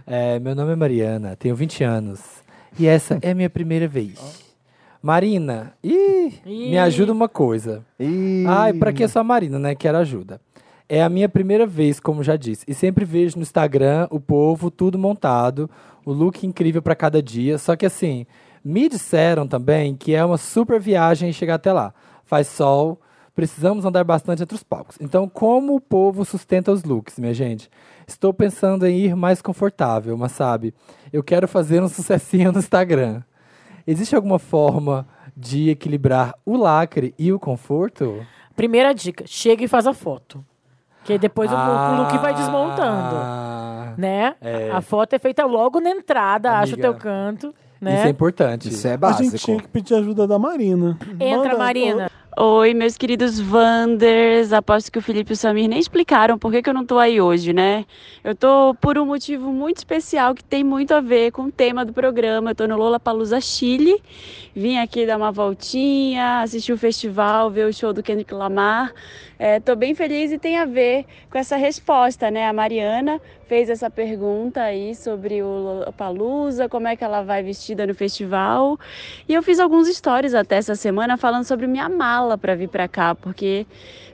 C: É, meu nome é Mariana, tenho 20 anos. E essa é a minha primeira vez. Marina, ih, me
E: Ih.
C: ajuda uma coisa.
B: Ih,
C: Ai, Ah, pra que só a Marina, né? Quero ajuda. É a minha primeira vez, como já disse. E sempre vejo no Instagram o povo tudo montado, o look incrível pra cada dia. Só que assim, me disseram também que é uma super viagem chegar até lá. Faz sol, precisamos andar bastante entre os palcos. Então, como o povo sustenta os looks, minha gente? Estou pensando em ir mais confortável, mas sabe, eu quero fazer um sucessinho no Instagram. Existe alguma forma de equilibrar o lacre e o conforto?
E: Primeira dica, chega e faz a foto. Que depois o- o look vai desmontando.
C: Ah,
E: Né?
C: É.
E: A foto é feita logo na entrada, acha o
C: Amiga.
E: teu canto.
C: Isso é
E: Né?
C: importante.
B: Isso é
D: A gente
B: básico.
D: tinha que pedir ajuda da Marina.
E: Entra,
D: Manda-
E: Marina.
I: Oi, meus queridos Wanders. Aposto que o Felipe e o Samir nem explicaram por que, que eu não tô aí hoje, né? Eu tô por um motivo muito especial que tem muito a ver com o tema do programa. Eu tô no Lollapalooza Chile. Vim aqui dar uma voltinha, assistir o festival, ver o show do Kendrick Lamar. É, tô bem feliz e tem a ver com essa resposta, né? A Mariana fez essa pergunta aí sobre o Lollapalooza, como é que ela vai vestida no festival. E eu fiz alguns stories até essa semana falando sobre minha mala para vir para cá, porque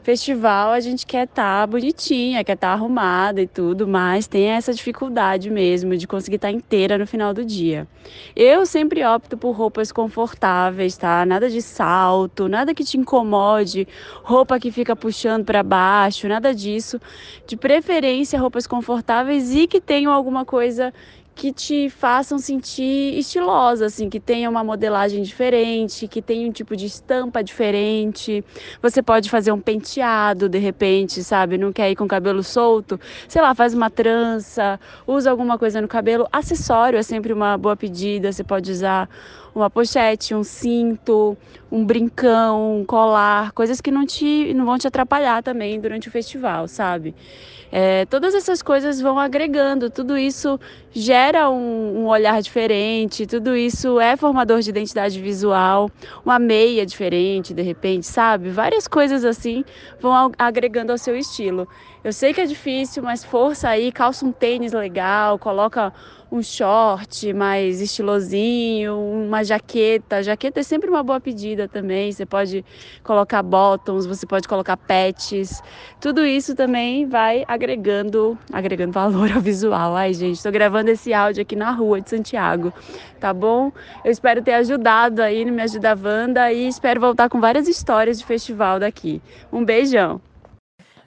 I: festival a gente quer estar bonitinha, quer estar arrumada e tudo, mas tem essa dificuldade mesmo de conseguir estar inteira no final do dia. Eu sempre opto por roupas confortáveis, tá? Nada de salto, nada que te incomode, roupa que fica puxando para baixo, nada disso. De preferência roupas confortáveis e que tenham alguma coisa que te façam sentir estilosa, assim, que tenha uma modelagem diferente, que tenha um tipo de estampa diferente. Você pode fazer um penteado de repente, sabe? Não quer ir com o cabelo solto? Sei lá, faz uma trança, usa alguma coisa no cabelo. Acessório é sempre uma boa pedida. Você pode usar uma pochete, um cinto, um brincão, um colar, coisas que não te não vão te atrapalhar também durante o festival, sabe? É, todas essas coisas vão agregando, tudo isso gera um, um olhar diferente, tudo isso é formador de identidade visual, uma meia diferente, de repente, sabe? Várias coisas assim vão ao- agregando ao seu estilo. Eu sei que é difícil, mas força aí, calça um tênis legal, coloca um short mais estilosinho, uma jaqueta. Jaqueta é sempre uma boa pedida também. Você pode colocar bottoms, você pode colocar patches. Tudo isso também vai agregando, agregando valor ao visual. Ai, gente, tô gravando esse áudio aqui na rua de Santiago, tá bom? Eu espero ter ajudado aí no Me Ajuda Wanda e espero voltar com várias histórias de festival daqui. Um beijão!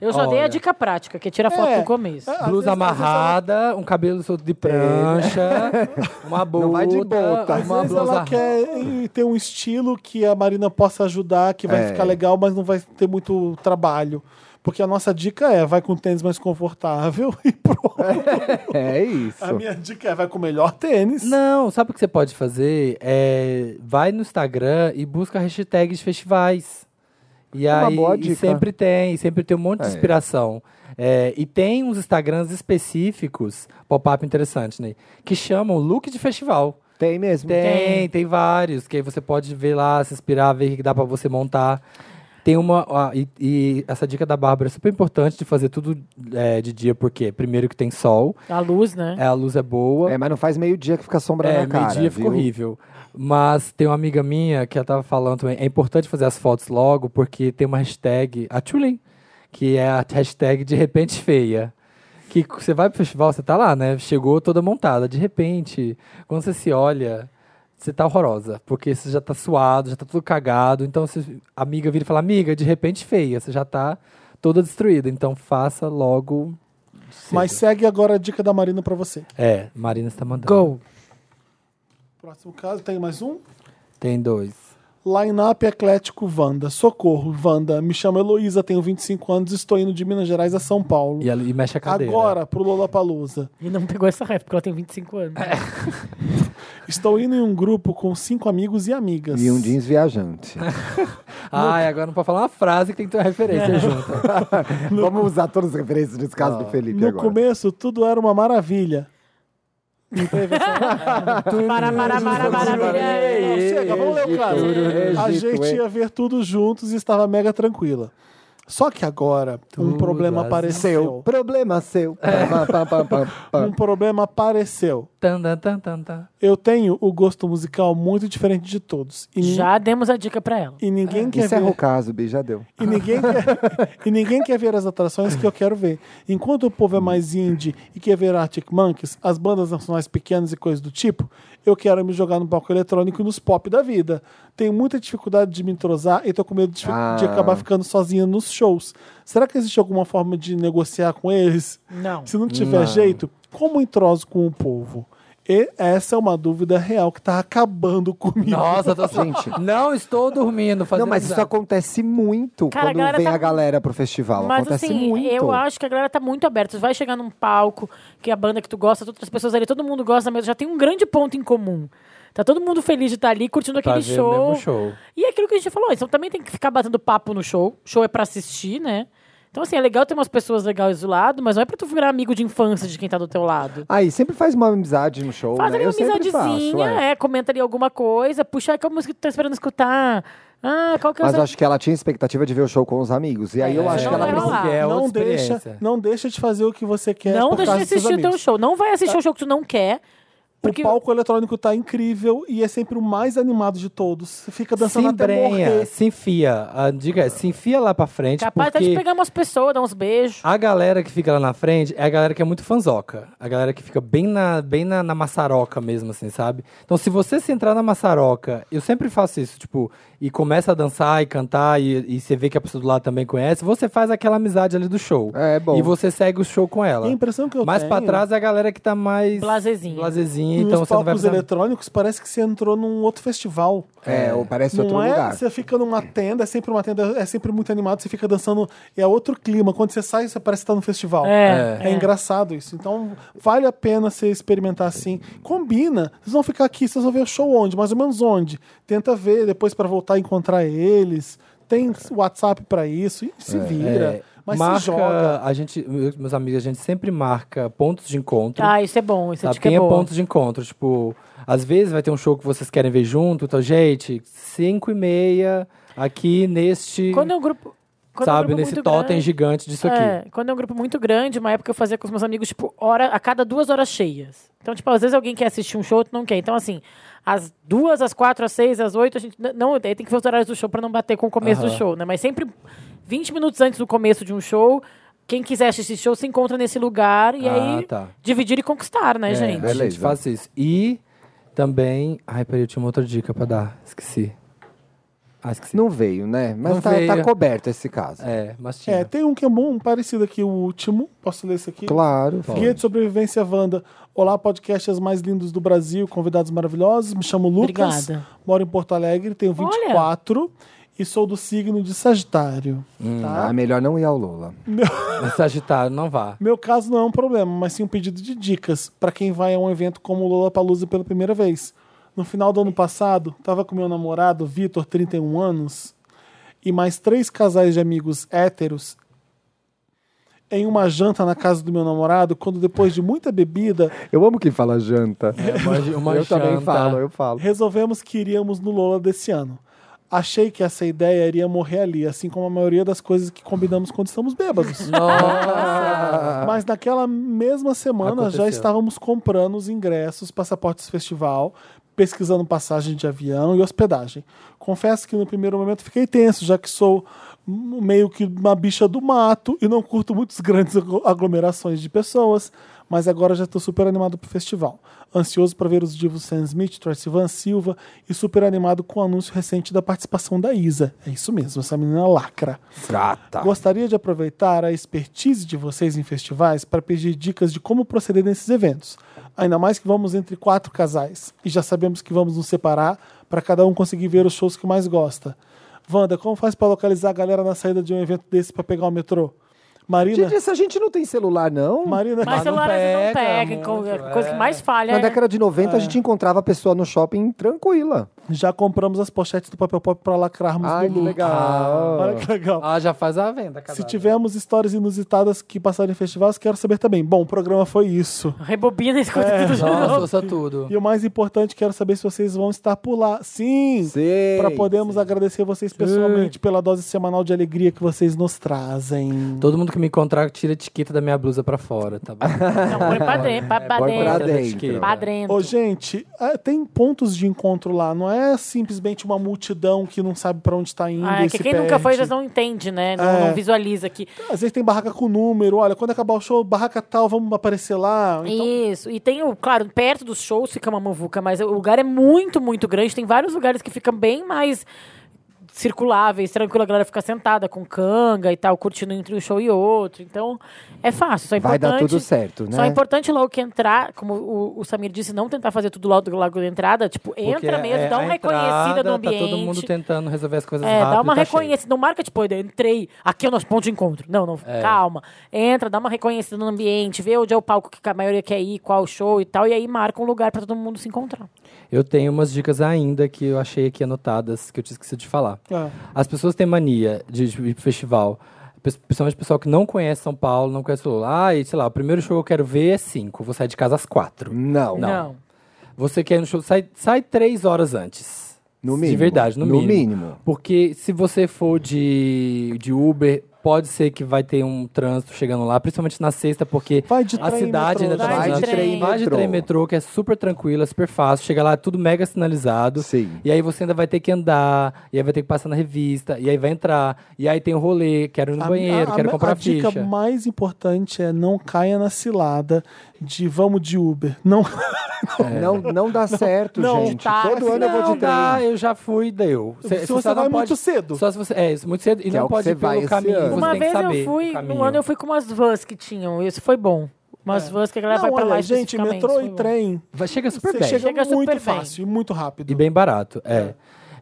E: Eu só dei a
C: Olha.
E: dica prática, que tira a foto
D: É.
E: no começo.
D: É, às vezes-
C: Blusa amarrada, um cabelo solto de prancha, uma bota,
B: Não vai de bota.
D: Às
C: uma
D: vezes
C: blusa
D: ela quer ter um estilo que a Marina possa ajudar, que vai
B: É.
D: ficar legal, mas não vai ter muito trabalho. Porque a nossa dica é, vai com tênis mais confortável e pronto.
B: É isso.
D: A minha dica é, vai com o melhor tênis.
C: Não, sabe o que você pode fazer? É, vai no Instagram e busca hashtags de festivais. E
B: Uma
C: aí
B: boa
C: e
B: dica.
C: sempre tem, sempre tem um monte de
B: É.
C: inspiração. É, e tem uns Instagrams específicos, pop-up interessante, né? Que chamam look de festival.
B: Tem mesmo.
C: Tem, tem vários, que aí você pode ver lá, se inspirar, ver o que dá pra você montar. Tem uma. ó, e, e essa dica da Bárbara é super importante de fazer tudo é, de dia, porque primeiro que tem sol,
E: A luz, né?
C: é, a luz é boa.
B: É, mas não faz meio dia que fica sombra
C: É,
B: na cara.
C: meio-dia fica
B: viu?
C: horrível. Mas tem uma amiga minha que ela tava falando também, é importante fazer as fotos logo, porque tem uma hashtag, a Tulin, que é a hashtag de repente feia. Que c- você vai pro festival, você tá lá, né? Chegou toda montada. De repente, quando você se olha, você tá horrorosa. Porque você já tá suado, já tá tudo cagado. Então você- a amiga vira e fala, amiga, de repente feia. Você já tá toda destruída. Então faça logo. cedo.
D: Mas segue agora a dica da Marina pra você.
C: É, Marina está mandando.
A: Go.
D: Próximo caso, tem mais um?
C: Tem dois.
D: Line-up eclético Wanda. Socorro, Wanda. Me chamo Heloísa, tenho 25 anos, estou indo de Minas Gerais a São Paulo.
C: E, ela, e mexe a cadeira.
D: Agora, pro Lollapalooza.
E: E não pegou essa ref, porque ela tem 25 anos.
D: Estou indo em um grupo com cinco amigos e amigas.
B: E um jeans viajante.
C: Ai, agora não pode falar uma frase que tem que ter uma referência junto.
B: Vamos usar todas as referências nesse caso do Felipe
D: No
B: agora.
D: começo, tudo era uma maravilha.
E: Para, para, para, para,
D: Não,
E: para.
D: chega, vamos ler o caso. A
B: Egito,
D: gente
B: hein?
D: ia ver tudo juntos e estava mega tranquila. Só que agora, um
C: Tudo
D: problema
C: azul.
B: Seu
D: apareceu.
B: problema seu. Pá, pá, pá, pá, pá.
D: Um problema apareceu.
C: Tan, tan, tan, tan, tan.
D: Eu tenho o gosto musical muito diferente de todos. E, nin-
E: Já demos a dica pra ela.
D: e ninguém quer ver.
B: Encerra o caso, Bi, já deu.
D: E ninguém, quer, e ninguém quer ver as atrações que eu quero ver. Enquanto o povo é mais indie e quer ver Arctic Monkeys, as bandas nacionais pequenas e coisas do tipo, eu quero me jogar no palco eletrônico e nos pop da vida. Tenho muita dificuldade de me entrosar e tô com medo de, fi-
B: Ah.
D: de acabar ficando sozinha nos shows. Será que existe alguma forma de negociar com eles?
E: Não.
D: Se não tiver jeito, como entroso com o povo? E essa é uma dúvida real que tá acabando comigo.
C: Nossa, eu tô
B: Gente.
C: Não estou dormindo fazendo
B: Não, mas isso
C: nada.
B: acontece muito
E: Cara, a
B: quando
E: galera
B: vem
E: tá-
B: a galera pro festival.
E: Mas
B: acontece
E: assim,
B: muito.
E: eu acho que a galera tá muito aberta. Você vai chegar num palco, que é a banda que tu gosta, as outras pessoas ali, todo mundo gosta mesmo, já tem um grande ponto em comum. Tá todo mundo feliz de estar ali, curtindo
C: Pra
E: aquele
C: ver o
E: show.
C: mesmo show.
E: E é aquilo que a gente falou, então também tem que ficar batendo papo no show. Show é pra assistir, né? Então, assim, é legal ter umas pessoas legais do lado, mas não é pra tu virar amigo de infância de quem tá do teu lado.
B: Aí, sempre faz uma amizade no show,
E: Faz
B: né?
E: ali
B: eu
E: uma
B: sempre faço,
E: amizadezinha,
B: é.
E: é, comenta ali alguma coisa, puxa, "Ai, qual música que tu tá esperando escutar? Ah, qual que é o
B: Mas
E: seu-
B: acho que ela tinha expectativa de ver o show com os amigos. E aí eu
E: É,
B: acho que
E: não
B: ela
E: vai
B: precisa...
E: rolar.
C: Porque é
D: não
C: outra
D: deixa,
C: experiência.
D: não deixa de fazer o que você
C: É,
D: quer.
E: Não
D: por
E: deixa
D: causa
E: de
D: dos seus
E: assistir o teu
D: amigos.
E: show. Não vai
C: Tá.
E: assistir o show que tu não quer. Porque
D: O palco eletrônico tá incrível e é sempre o mais animado de todos. Você
B: é
D: fica
C: se
D: dançando até
C: embrenha,
D: morrer.
C: se enfia. A dica é, se enfia lá pra frente,
E: capaz até de
C: porque Ah,
E: pegar umas pessoas, dar uns beijos.
C: a galera que fica lá na frente é a galera que é muito fanzoca. A galera que fica bem na, bem na, na maçaroca mesmo, assim, sabe? Então, se você se entrar na maçaroca, eu sempre faço isso, tipo, e começa a dançar e cantar, e, e você vê que a pessoa do lado também conhece, você faz aquela amizade ali do show.
B: É, é bom.
C: E você segue o show com ela.
D: A impressão que eu
C: Mais
D: tenho. é
C: pra trás é a galera que tá mais.
E: Blazezinha.
C: Blazezinha,
D: nos
C: então você não vai
D: palcos
C: fazer.
D: eletrônicos parece que você entrou num outro festival.
B: É, ou parece
D: não
B: outro
D: é?
B: lugar.
D: Você fica numa tenda, é sempre uma tenda, é sempre muito animado, você fica dançando, é outro clima. Quando você sai, você parece estar no festival.
E: É,
D: É engraçado isso. Então, vale a pena você experimentar assim. Combina. Vocês vão ficar aqui, vocês vão ver o show onde? Mais ou menos onde? Tenta ver depois pra voltar a encontrar eles. Tem WhatsApp pra isso. E se vira.
C: É,
D: mas
C: marca,
D: se joga.
C: A gente, eu- meus amigos, a gente sempre marca pontos de encontro.
E: Ah, isso é bom, isso
C: sabe?
E: é
C: Tem
E: é bom.
C: pontos de encontro. Tipo, às vezes vai ter um show que vocês querem ver junto. Então, gente, 5 e meia aqui neste.
E: Quando é um grupo. Quando é um
C: sabe,
E: grupo
C: nesse
E: muito
C: totem
E: grande-
C: gigante disso aqui.
E: É, quando é um grupo muito grande, uma época eu fazia com os meus amigos, tipo, hora, a cada duas horas cheias. Então, tipo, às vezes alguém quer assistir um show, outro não quer. Então, assim, às duas, às quatro, às seis, às oito, a gente. n- Não, daí tem que ver os horários do show pra não bater com o começo do
C: Aham.
E: show, né? Mas sempre 20 minutos antes do começo de um show, quem quiser assistir show se encontra nesse lugar e
C: Ah,
E: aí
C: tá.
E: dividir e conquistar, né,
C: É,
E: gente?
C: A gente
B: Beleza.
C: faz isso. E também. Ai, peraí, eu tinha uma outra dica pra dar. Esqueci. Ah, esqueci.
B: Não veio, né? Mas
C: Não
B: tá,
C: veio.
B: tá coberto esse caso.
C: É, mas tinha.
D: É, tem um que é bom, um parecido aqui, o último. Posso ler esse aqui?
B: Claro.
D: Guia de Sobrevivência Wanda. Olá, podcasts mais lindos do Brasil, convidados maravilhosos. Me chamo Lucas,
E: Obrigada.
D: moro em Porto Alegre, tenho
E: Olha.
D: 24 e sou do signo de Sagitário.
E: Hum,
D: tá?
B: Ah, melhor não ir ao Lola.
C: Mas Sagitário, não vá.
D: Meu caso não é um problema, mas sim um pedido de dicas para quem vai a um evento como o Lollapalooza pela primeira vez. No final do ano passado, estava com meu namorado, Vitor, 31 anos, e mais três casais de amigos héteros em uma janta na casa do meu namorado, quando depois de muita bebida,
B: Eu amo quem fala janta.
C: É, uma- uma
B: eu também
C: janta.
B: falo, eu falo.
D: resolvemos que iríamos no Lola desse ano. Achei que essa ideia iria morrer ali, assim como a maioria das coisas que combinamos quando estamos bêbados. Mas naquela mesma semana
C: Aconteceu.
D: já estávamos comprando os ingressos, passaportes festival, pesquisando passagem de avião e hospedagem. Confesso que no primeiro momento fiquei tenso, já que sou m- meio que uma bicha do mato e não curto muitas grandes aglo- aglomerações de pessoas, mas agora já estou super animado pro festival. Ansioso para ver os divos Sam Smith, Tracy Van Silva e super animado com o anúncio recente da participação da Isa. É isso mesmo, essa menina lacra. Ah. Gostaria de aproveitar a expertise de vocês em festivais para pedir dicas de como proceder nesses eventos. Ainda mais que vamos entre quatro casais e já sabemos que vamos nos separar para cada um conseguir ver os shows que mais gosta. Wanda, como faz para localizar a galera na saída de um evento desse para pegar o metrô? Marina,
B: Gente, essa gente não tem celular, não?
D: Marina,
E: Mas
C: Mas não
E: celular às vezes não
C: pega
E: pega,
C: muito,
E: co- coisa que mais falha.
B: Na
E: é-
B: década de 90, a gente encontrava a pessoa no shopping tranquila.
D: já compramos as pochetes do papel pop para lacrarmos
B: Ai,
D: no
B: que
D: look.
B: legal. né?
D: Olha que legal.
C: Ah, já faz a venda, cara.
D: Se tivermos histórias inusitadas que passaram em festivais, quero saber também. Bom, o programa foi isso.
E: Rebobina e escuta tudo de
C: Nossa,
E: novo.
C: ouça tudo.
D: E o mais importante, quero saber se vocês vão estar por lá. Sim!
B: Sei.
D: Para podermos agradecer vocês pessoalmente pela dose semanal de alegria que vocês nos trazem.
C: Todo mundo que me encontrar, tira a etiqueta da minha blusa pra fora, tá bom?
E: Não, põe pra dentro, pra, pra
B: põe pra
E: dentro.
B: dentro.
E: Pra dentro.
D: Ô, gente, ah, tem pontos de encontro lá. Não é simplesmente uma multidão que não sabe para onde tá indo.
E: Ah, é
D: e
E: que
D: se
E: quem nunca foi, às
D: perde.
E: vezes não entende, né? Não,
D: É.
E: não visualiza que.
D: Às vezes tem barraca com número. Olha, quando acabar o show, barraca tal, vamos aparecer lá. Então,
E: Isso. E tem, o- claro, perto dos shows fica uma muvuca, mas o lugar é muito, muito grande. Tem vários lugares que ficam bem mais circuláveis, tranquilo, a galera fica sentada com canga e tal, curtindo entre um show e outro. Então, é fácil. Só é
B: Vai
E: importante,
B: dar tudo certo, né?
E: Só é importante logo que entrar, como o, o Samir disse, não tentar fazer tudo logo, logo da entrada. Tipo,
C: Porque
E: entra mesmo,
C: é-
E: dá uma
C: a
E: reconhecida
C: entrada,
E: do ambiente.
C: Tá todo mundo tentando resolver as coisas
E: É,
C: rápido.
E: dá uma
C: tá
E: reconhecida. Não marca, tipo, eu entrei, aqui é o nosso ponto de encontro. Não, não,
C: É.
E: calma. Entra, dá uma reconhecida no ambiente, vê onde é o palco que a maioria quer ir, qual o show e tal, e aí marca um lugar pra todo mundo se encontrar.
C: cheio. Eu tenho umas dicas ainda que eu achei aqui anotadas, que eu tinha esquecido de falar.
D: é.
C: As pessoas têm mania de, de ir pro festival. Pes- Principalmente o pessoal que não conhece São Paulo, não conhece o Lula. Ah, e sei lá, o primeiro show que eu quero ver é 5. Vou sair de casa às 4.
B: Não,
C: Não. Você quer ir no show, sai, sai três horas antes.
B: no mínimo.
C: De verdade, no, mínimo.
B: No mínimo.
C: Porque se você for de, de Uber, pode ser que vai ter um trânsito chegando lá, principalmente na sexta, porque
D: Vai de
C: a
D: trem,
C: cidade
D: metrô,
C: ainda tá
E: vai de
C: mais-
E: trem,
C: vai de
B: metrô.
C: trem metrô, que é super tranquila, super fácil. Chega lá, é tudo mega sinalizado.
B: Sim.
C: E aí você ainda vai ter que andar, e aí vai ter que passar na revista, e aí vai entrar, e aí tem o rolê, quero ir no
D: A-
C: banheiro,
D: a-
C: quero
D: a-
C: comprar
D: a dica
C: ficha.
D: mais importante é não caia na cilada de vamos de Uber. Não
C: É.
B: Não, não dá certo,
D: não.
B: gente.
E: Tá,
B: Todo ano eu vou
C: Não
B: de trem.
C: dá, eu já fui, deu. Cê-
D: se
C: cê
D: você
C: só não
D: vai
C: pode-
D: muito cedo.
C: Só se você. É, isso, muito cedo. E
B: é
C: não
B: o que
C: pode
B: você
C: ir
B: vai
C: pelo
B: esse
C: caminho.
B: ano.
C: Você
E: Uma
C: tem que
E: vez
C: saber
E: eu
C: o
E: fui,
C: caminho.
E: num ano eu fui com umas vans que tinham, isso foi bom. Umas vans que a galera vai
D: Não,
E: pra lá
D: olha, gente,
E: especificamente,
D: metrô
E: foi
D: e
E: bom.
D: trem.
C: Vai- Chega super
D: Você
C: bem.
D: chega,
E: Chega super
D: muito
E: bem.
D: fácil, muito rápido.
C: E bem barato, é.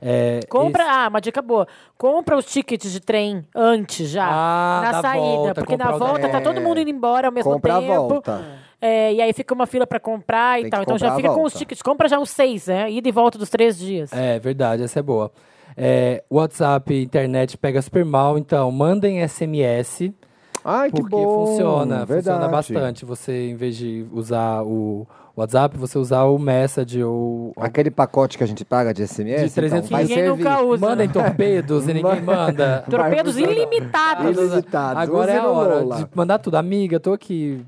C: É,
E: Compra,
C: esse-
E: ah, uma dica boa. Compra os tickets de trem antes já,
C: Ah,
E: na
C: da
E: saída,
C: volta,
E: porque na
C: comprar o
E: volta tá
B: trem.
E: todo mundo indo embora ao mesmo
B: Compra a
E: tempo.
B: volta.
E: É, e aí fica uma fila pra comprar e
B: Tem que
E: tal. Então já
B: comprar a
E: fica com os
B: volta.
E: tickets. Compra já os seis, né? Ida e volta dos três dias.
C: É, verdade, essa é boa. É, WhatsApp, internet pega super mal, então mandem SMS,
B: Ai, que
C: porque
B: bom.
C: funciona, funciona
B: Verdade.
C: bastante. Você, em vez de usar o WhatsApp, você usar o Message ou...
B: Aquele pacote que a gente paga de SMS,
C: De 300
B: então, vai
E: Ninguém
B: servir.
E: nunca usa. né?
C: Mandem torpedos e ninguém manda.
E: Torpedos
B: vai usar.
E: ilimitados.
B: Ilimitados.
C: Agora é
B: Use
C: a
B: no
C: hora
B: Lola.
C: de mandar tudo. Amiga, tô aqui.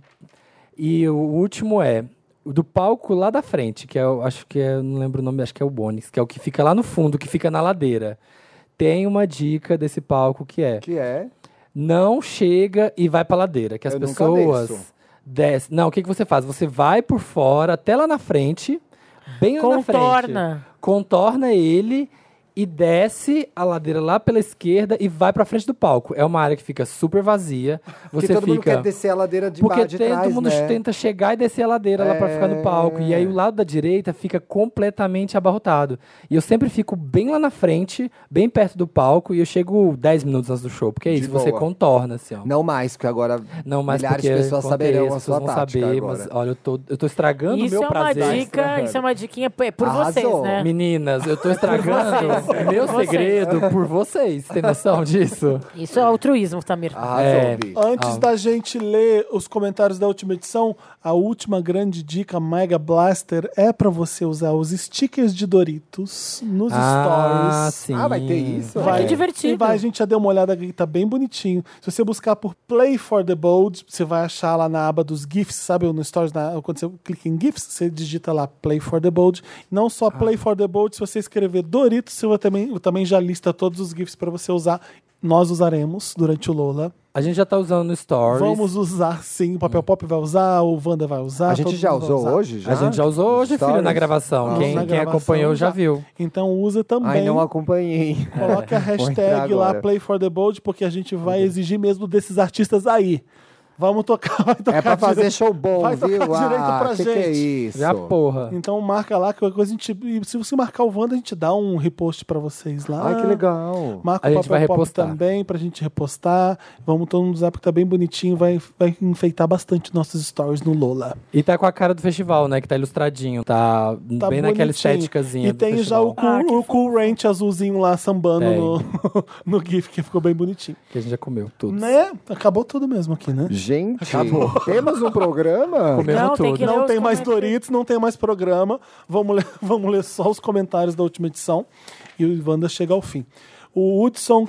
C: E o último é o do palco lá da frente, que é, o- acho que é, não lembro o nome, acho que é o Bonix, que é o que fica lá no fundo, que fica na ladeira. Tem uma dica desse palco que é:
B: Que é?
C: não chega e vai pra ladeira, que as
B: Eu nunca
C: pessoas
B: desço.
C: descem. Não, o que, que você faz? Você vai por fora até lá na frente, bem lá na frente.
E: Contorna.
C: Contorna ele e desce a ladeira lá pela esquerda e vai pra frente do palco. É uma área que fica super vazia. Você
B: Porque todo mundo
C: fica
B: quer descer a ladeira de
C: porque
B: baixo de
C: tem-
B: trás,
C: todo mundo
B: né? É.
C: tenta chegar e descer a ladeira lá pra ficar no palco. E aí o lado da direita fica completamente abarrotado. E eu sempre fico bem lá na frente, bem perto do palco, e eu chego 10 minutos antes do show. Porque é
B: De
C: isso, você
B: boa.
C: contorna, assim, ó.
B: Não mais, porque agora
C: Não, mas
B: milhares de
C: porque
B: pessoas
C: contei,
B: saberão
C: as
B: a
C: pessoas
B: sua
C: vão
B: tática
C: saber,
B: agora.
C: mas olha, eu tô, eu tô estragando o
E: Isso
C: meu
E: é uma
C: prazer.
E: dica, isso é uma diquinha p- por
B: Arrasou.
E: vocês, né?
C: Meninas, eu tô estragando Meu
E: Vocês.
C: segredo por vocês. Tem noção disso?
E: Isso é altruísmo, Tamir.
C: É.
B: Arrasou, Bi.
D: Antes
C: Ah.
D: da gente ler os comentários da última edição, a última grande dica Mega Blaster é pra você usar os stickers de Doritos nos
C: Ah,
D: stories.
C: sim.
B: Ah, vai ter isso?
E: Vai.
D: Vai.
E: que divertido.
D: E vai, a gente já deu uma olhada aqui, tá bem bonitinho. Se você buscar por Play for the Bold, você vai achar lá na aba dos GIFs, sabe? No Stories, na- quando você clica em GIFs, você digita lá Play for the Bold. Não
B: Ah.
D: só Play for the Bold, se você escrever Doritos, você vai também, também já lista todos os GIFs pra você usar. Nós usaremos durante o Lola.
C: A gente já tá usando no Stories.
D: Vamos usar sim, o Papel Pop vai usar, o Wanda vai usar.
B: A gente
D: todo
B: já
D: mundo vai
B: usou
D: usar.
B: hoje? Já?
C: A gente já usou hoje, filho, na
B: Stories?
C: gravação.
D: Ah,
C: quem
D: na
C: quem
D: gravação
C: acompanhou já
D: já.
C: viu.
D: Então usa também.
B: Ai, não acompanhei.
C: É.
D: Coloque
B: entrar
D: a hashtag lá
B: agora.
D: Play for the Bold, porque a gente vai exigir mesmo desses artistas aí. Vamos tocar, vai tocar
B: É pra fazer
D: direito.
B: show bom,
D: vai
B: viu?
D: tocar direito
B: ah,
D: pra
B: que que é
D: gente.
B: isso?
C: Já porra.
D: Então marca lá, que qualquer coisa a gente. e Se você marcar o Wanda, a gente dá um repost pra vocês lá.
B: Ai, que legal.
D: Marca
C: A
D: o
C: gente vai
D: Papel Pop
C: repostar.
D: também pra gente repostar. Vamos todo mundo usar porque tá bem bonitinho. Vai, vai enfeitar bastante nossos stories no Lola.
C: E tá com a cara do festival, né? Que tá ilustradinho. Tá,
D: Tá
C: bem naquela
D: bonitinho.
C: estéticazinha.
D: E
C: do
D: tem já
C: festival,
D: o cool, o cool Ranch azulzinho lá sambando
C: Tem.
D: no, no GIF, que ficou bem bonitinho.
C: Que a gente já comeu tudo.
D: Né? Acabou tudo mesmo aqui, né?
B: Gente, temos um programa?
C: Comeu
E: Não, tem
C: tudo.
E: que-
D: Não
E: ler
D: tem
E: os
D: mais
E: comentários.
D: Doritos, não tem mais programa. Vamos ler, vamos ler só os comentários da última edição. E o Wanda chega ao fim. O Hudson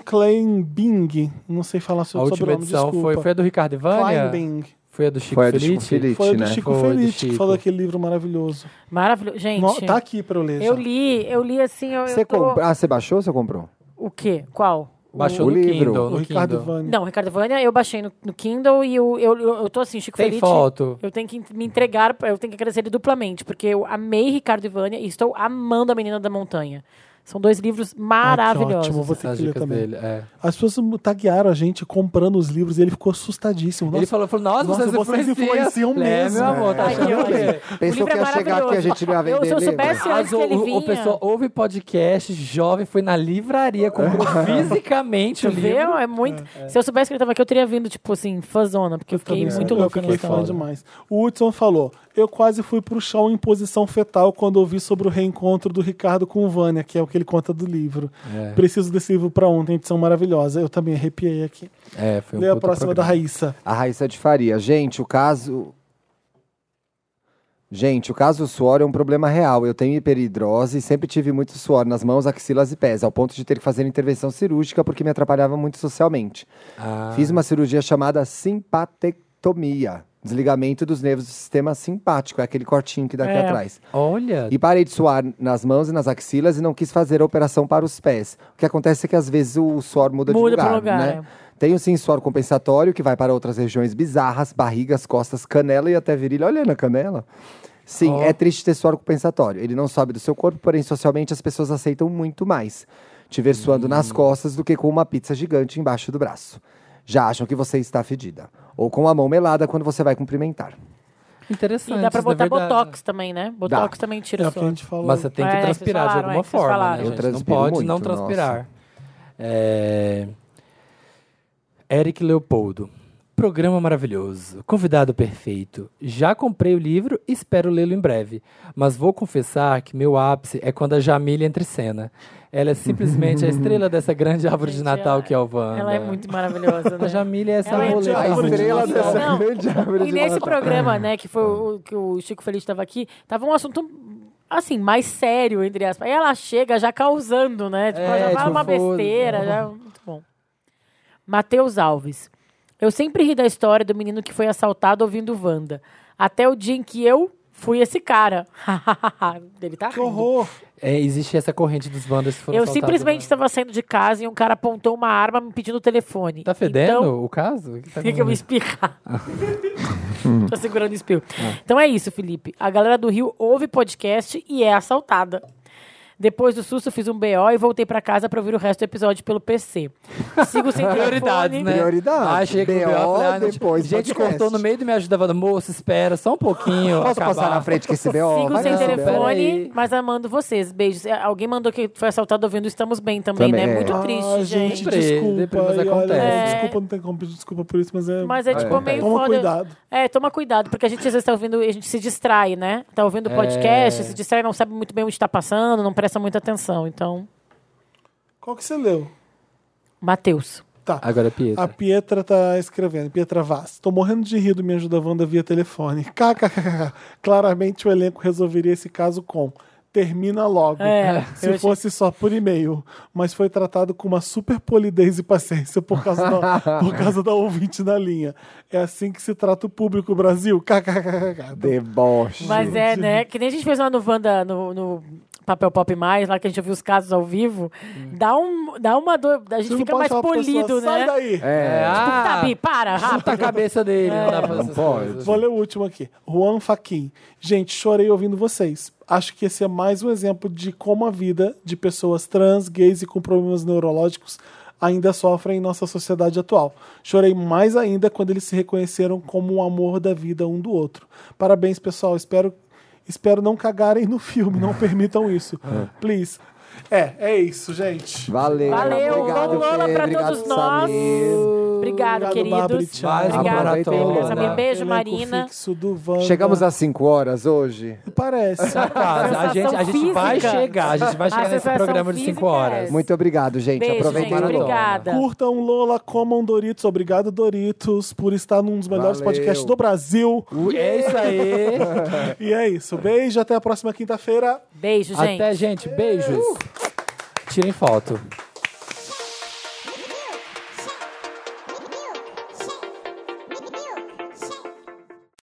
D: Kleinbing, não sei falar
C: A
D: sobre, sobre o
C: última
D: nome,
C: edição
D: desculpa.
C: foi, foi a do Ricardo Ivânia?
D: Kleinbing.
C: Foi a do Chico
B: Foi a do Chico
C: Felice?
B: Felice,
D: Foi o do
B: né?
D: Chico
C: Foi do
D: Feliz, que
C: Chico.
D: falou aquele livro maravilhoso.
E: Maravilhoso. Gente,
D: No- tá aqui pra eu ler.
E: eu
D: já.
E: li, eu li assim, eu,
B: Você
E: eu tô...
B: compra- Ah, você baixou ou você comprou?
E: O quê? Qual?
C: Baixou
B: O
C: no
B: livro.
C: Kindle.
D: O
C: No
D: Ricardo
C: Kindle.
D: Vani.
E: Não, Ricardo Vânia, eu baixei no, no Kindle e eu, eu, eu, eu tô assim, Chico
C: Tem
E: Feliz.
C: foto.
E: Eu tenho que me entregar, eu tenho que agradecer ele duplamente, porque eu amei Ricardo Ivânia e estou amando A Menina da Montanha. São dois livros
D: Ah,
E: maravilhosos.
D: que ótimo, vou ter
C: As
D: que ler
C: dicas
D: também.
C: dele. é.
D: As pessoas taguearam a gente comprando os livros e ele ficou assustadíssimo.
C: Ele
D: Nossa,
C: falou, falou, nossa,
D: Nossa,
C: vocês,
D: vocês influenciam
C: É,
D: mesmo.
C: meu amor, tá
E: Ai,
C: achando
E: que
C: o quê?
E: ótimo. O
B: Pensou
E: livro
B: que
E: é
B: ia chegar aqui e a
E: maravilhoso.
B: gente não ia
E: Eu-
B: vender
E: se eu
B: livro?
E: soubesse antes
C: Mas
E: que
C: o,
E: ele
C: o-
E: vinha...
C: o pessoal ouve podcast, jovem, foi na livraria, comprou fisicamente o livro.
E: Viu? É muito... Se eu soubesse que ele tava aqui, eu teria vindo, tipo assim, fãzona, porque eu fiquei
D: Também
E: muito
D: Tá eu
E: louca
D: fiquei
E: nessa
D: fã
E: hora.
D: demais. O Hudson falou: Eu quase fui pro chão em posição fetal quando ouvi sobre o reencontro do Ricardo com o Vânia, que é o que ele conta do livro.
C: É.
D: Preciso desse livro pra ontem, edição maravilhosa. Eu também arrepiei aqui.
C: É, foi um
D: Lê a
C: puta
D: próxima da
C: programa.
D: Raíssa.
B: A Raíssa de Faria. Gente, o caso. Gente, o caso do suor é um problema real. Eu tenho hiperidrose e sempre tive muito suor nas mãos, axilas e pés, ao ponto de ter que fazer intervenção cirúrgica porque me atrapalhava muito socialmente.
C: Ah,
B: Fiz uma cirurgia chamada simpatectomia. Desligamento dos nervos do sistema simpático, é aquele cortinho que dá aqui
E: É.
B: atrás.
C: Olha,
B: E parei de suar nas mãos e nas axilas e não quis fazer a operação para os pés. O que acontece é que às vezes o suor
E: Muda
B: muda, de
E: pro
B: lugar,
E: lugar, é.
B: né? Tenho sim suor compensatório que vai para outras regiões bizarras, barrigas, costas, canela e até virilha. Olha na canela. Sim,
C: Ó.
B: é triste ter suor compensatório. Ele não sobe do seu corpo, porém socialmente as pessoas aceitam muito mais te ver suando nas
E: Uhum.
B: costas do que com uma pizza gigante embaixo do braço. Já acham que você está fedida. Ou com a mão melada quando você vai cumprimentar.
C: interessante.
E: E dá pra
C: isso, na
E: botar
C: verdade.
E: botox também, né? Botox
B: Dá.
E: também
D: É
E: tira
D: o que a
E: suor.
D: gente falou.
C: Mas você tem que
E: É, vocês
C: transpirar de
E: falaram,
C: alguma
E: é, vocês
C: forma,
E: falaram.
C: né,
E: Eu
C: gente? Não
B: transpiro
C: pode
B: muito,
C: não
B: nossa.
C: transpirar. É... Eric Leopoldo. Programa maravilhoso. Convidado perfeito. Já comprei o livro e espero lê-lo em breve. Mas vou confessar que meu ápice é quando a Jamília entra em cena. Ela é simplesmente a estrela dessa grande árvore de
E: Gente,
C: Natal
E: ela-
C: que é o Wanda.
E: Ela é muito maravilhosa,
C: A
E: né?
C: Jamília é essa
E: Ela é
C: roleta.
D: de
B: A
D: árvore de
B: estrela
E: Natal.
B: dessa
E: Não,
B: grande árvore
E: E
B: de
E: nesse
B: Natal.
C: É.
E: programa, né, que foi o que o Chico Feliz estava aqui, tava um assunto assim, mais sério, entre aspas. Aí ela chega já causando, né? Tipo, ela
C: É,
E: já fala
C: tipo,
E: uma
C: foda-se.
E: besteira, já muito bom. Matheus Alves. Eu sempre ri da história do menino que foi assaltado ouvindo Wanda. Até o dia em que eu fui esse cara. Ele tá
D: Que
E: rindo.
D: horror!
C: É, existe essa corrente dos Wanders que foram
E: Eu
C: assaltados,
E: simplesmente
C: né?
E: estava saindo de casa e um cara apontou uma arma me pedindo o telefone.
C: Tá fedendo
E: Então,
C: o caso? O que tá
E: Queria que eu me
C: acontecendo?
E: espirrar. Tô segurando o espirro. Então é isso, Felipe. A galera do Rio ouve podcast e é assaltada. Depois do susto, fiz um BO e voltei pra casa pra ouvir o resto do episódio pelo PC. Sigo sem
C: Prioridades,
E: telefone.
C: né?
B: Prioridade.
C: Ah, cheguei com o
B: BO,
C: BO, falei, ah, não,
B: depois
C: Gente,
B: podcast.
C: cortou no meio do Me Ajudava do Moço, espera só um pouquinho.
B: Posso
C: acabar.
B: passar na frente que esse B.O.?
E: Sigo
B: Vai
E: sem
B: que esse B.O.
E: telefone,
C: peraí.
E: mas amando vocês. Beijos. É, Alguém mandou que foi assaltado ouvindo Estamos Bem também,
B: Também,
E: né?
B: é.
E: Muito
B: Ah,
E: triste, gente. É.
C: Depre- depre- mas
D: e olha,
C: acontece.
D: Desculpa, não tem como pedir desculpa por isso, mas é.
E: Mas é tipo
B: É.
E: meio
D: Toma
E: foda.
D: cuidado.
E: É, toma cuidado, porque a gente às vezes tá ouvindo, a gente se distrai, né? Tá ouvindo podcast, se distrai, não sabe muito bem onde tá passando, não presta muita atenção. Então,
D: Qual que você leu?
E: Matheus.
D: Tá.
C: Agora, é Pietro.
D: A Pietra tá escrevendo. Pietra Vaz. Tô morrendo de rir do Me Ajuda Wanda via telefone. KKKK. Claramente o elenco resolveria esse caso com termina logo.
E: É, eu
D: Se
E: achei-
D: fosse só por e-mail. Mas foi tratado com uma super polidez e paciência por causa da, por causa da ouvinte na linha. É assim que se trata o público Brasil. KKKK.
B: Deboche.
E: Mas é, né? Que nem a gente fez lá no Wanda, no, no Papel Pop Mais, lá que a gente ouviu os casos ao vivo. Dá, um, dá uma dor. A gente
D: Você não
E: fica
D: pode
E: mais
D: falar pra
E: polido,
D: pessoa, Sai
E: né?
D: daí.
C: É,
E: Tá, Bi,
C: ah,
E: para,
C: chuta a
E: rápido.
C: cabeça dele. Não, dá pra fazer
B: Não
C: essas
B: pode.
C: coisas.
D: Vou ler o último aqui. Juan Faquin. Gente, chorei ouvindo vocês. Acho que esse é mais um exemplo de como a vida de pessoas trans, gays e com problemas neurológicos ainda sofrem em nossa sociedade atual. Chorei mais ainda quando eles se reconheceram como um amor da vida um do outro. Parabéns, pessoal. Espero, espero não cagarem no filme. Não permitam isso. Please. É, é isso, gente.
B: Valeu.
E: Valeu,
B: obrigado,
E: bom Lola
B: Fê,
E: pra
B: obrigado,
E: todos nós.
B: Samir.
E: Obrigado,
D: Obrigado, Bárbara e
E: queridos.
D: Thiago.
E: Obrigado,
B: Aproveitem,
E: Fê,
B: Lola.
E: saber. Beijo,
D: Elenco
E: Marina.
D: fixo do Wanda.
B: Chegamos às 5 horas hoje.
D: Parece.
C: Casa, Tá, a gente, a gente vai
E: física.
C: chegar, a gente vai chegar nesse
E: sensação
C: programa de 5
E: física
C: horas.
E: é-
B: Muito obrigado, gente.
E: Beijo,
B: Aproveitem
E: gente.
B: o Lola.
E: Obrigada.
D: Curtam Lola, comam Doritos. Obrigado, Doritos, por estar num dos melhores
B: Valeu.
D: podcasts do Brasil.
C: Ui, É isso aí.
D: E é isso. Beijo, até a próxima quinta-feira.
E: Beijo, gente.
C: Até, gente. Beijos. Tirem foto.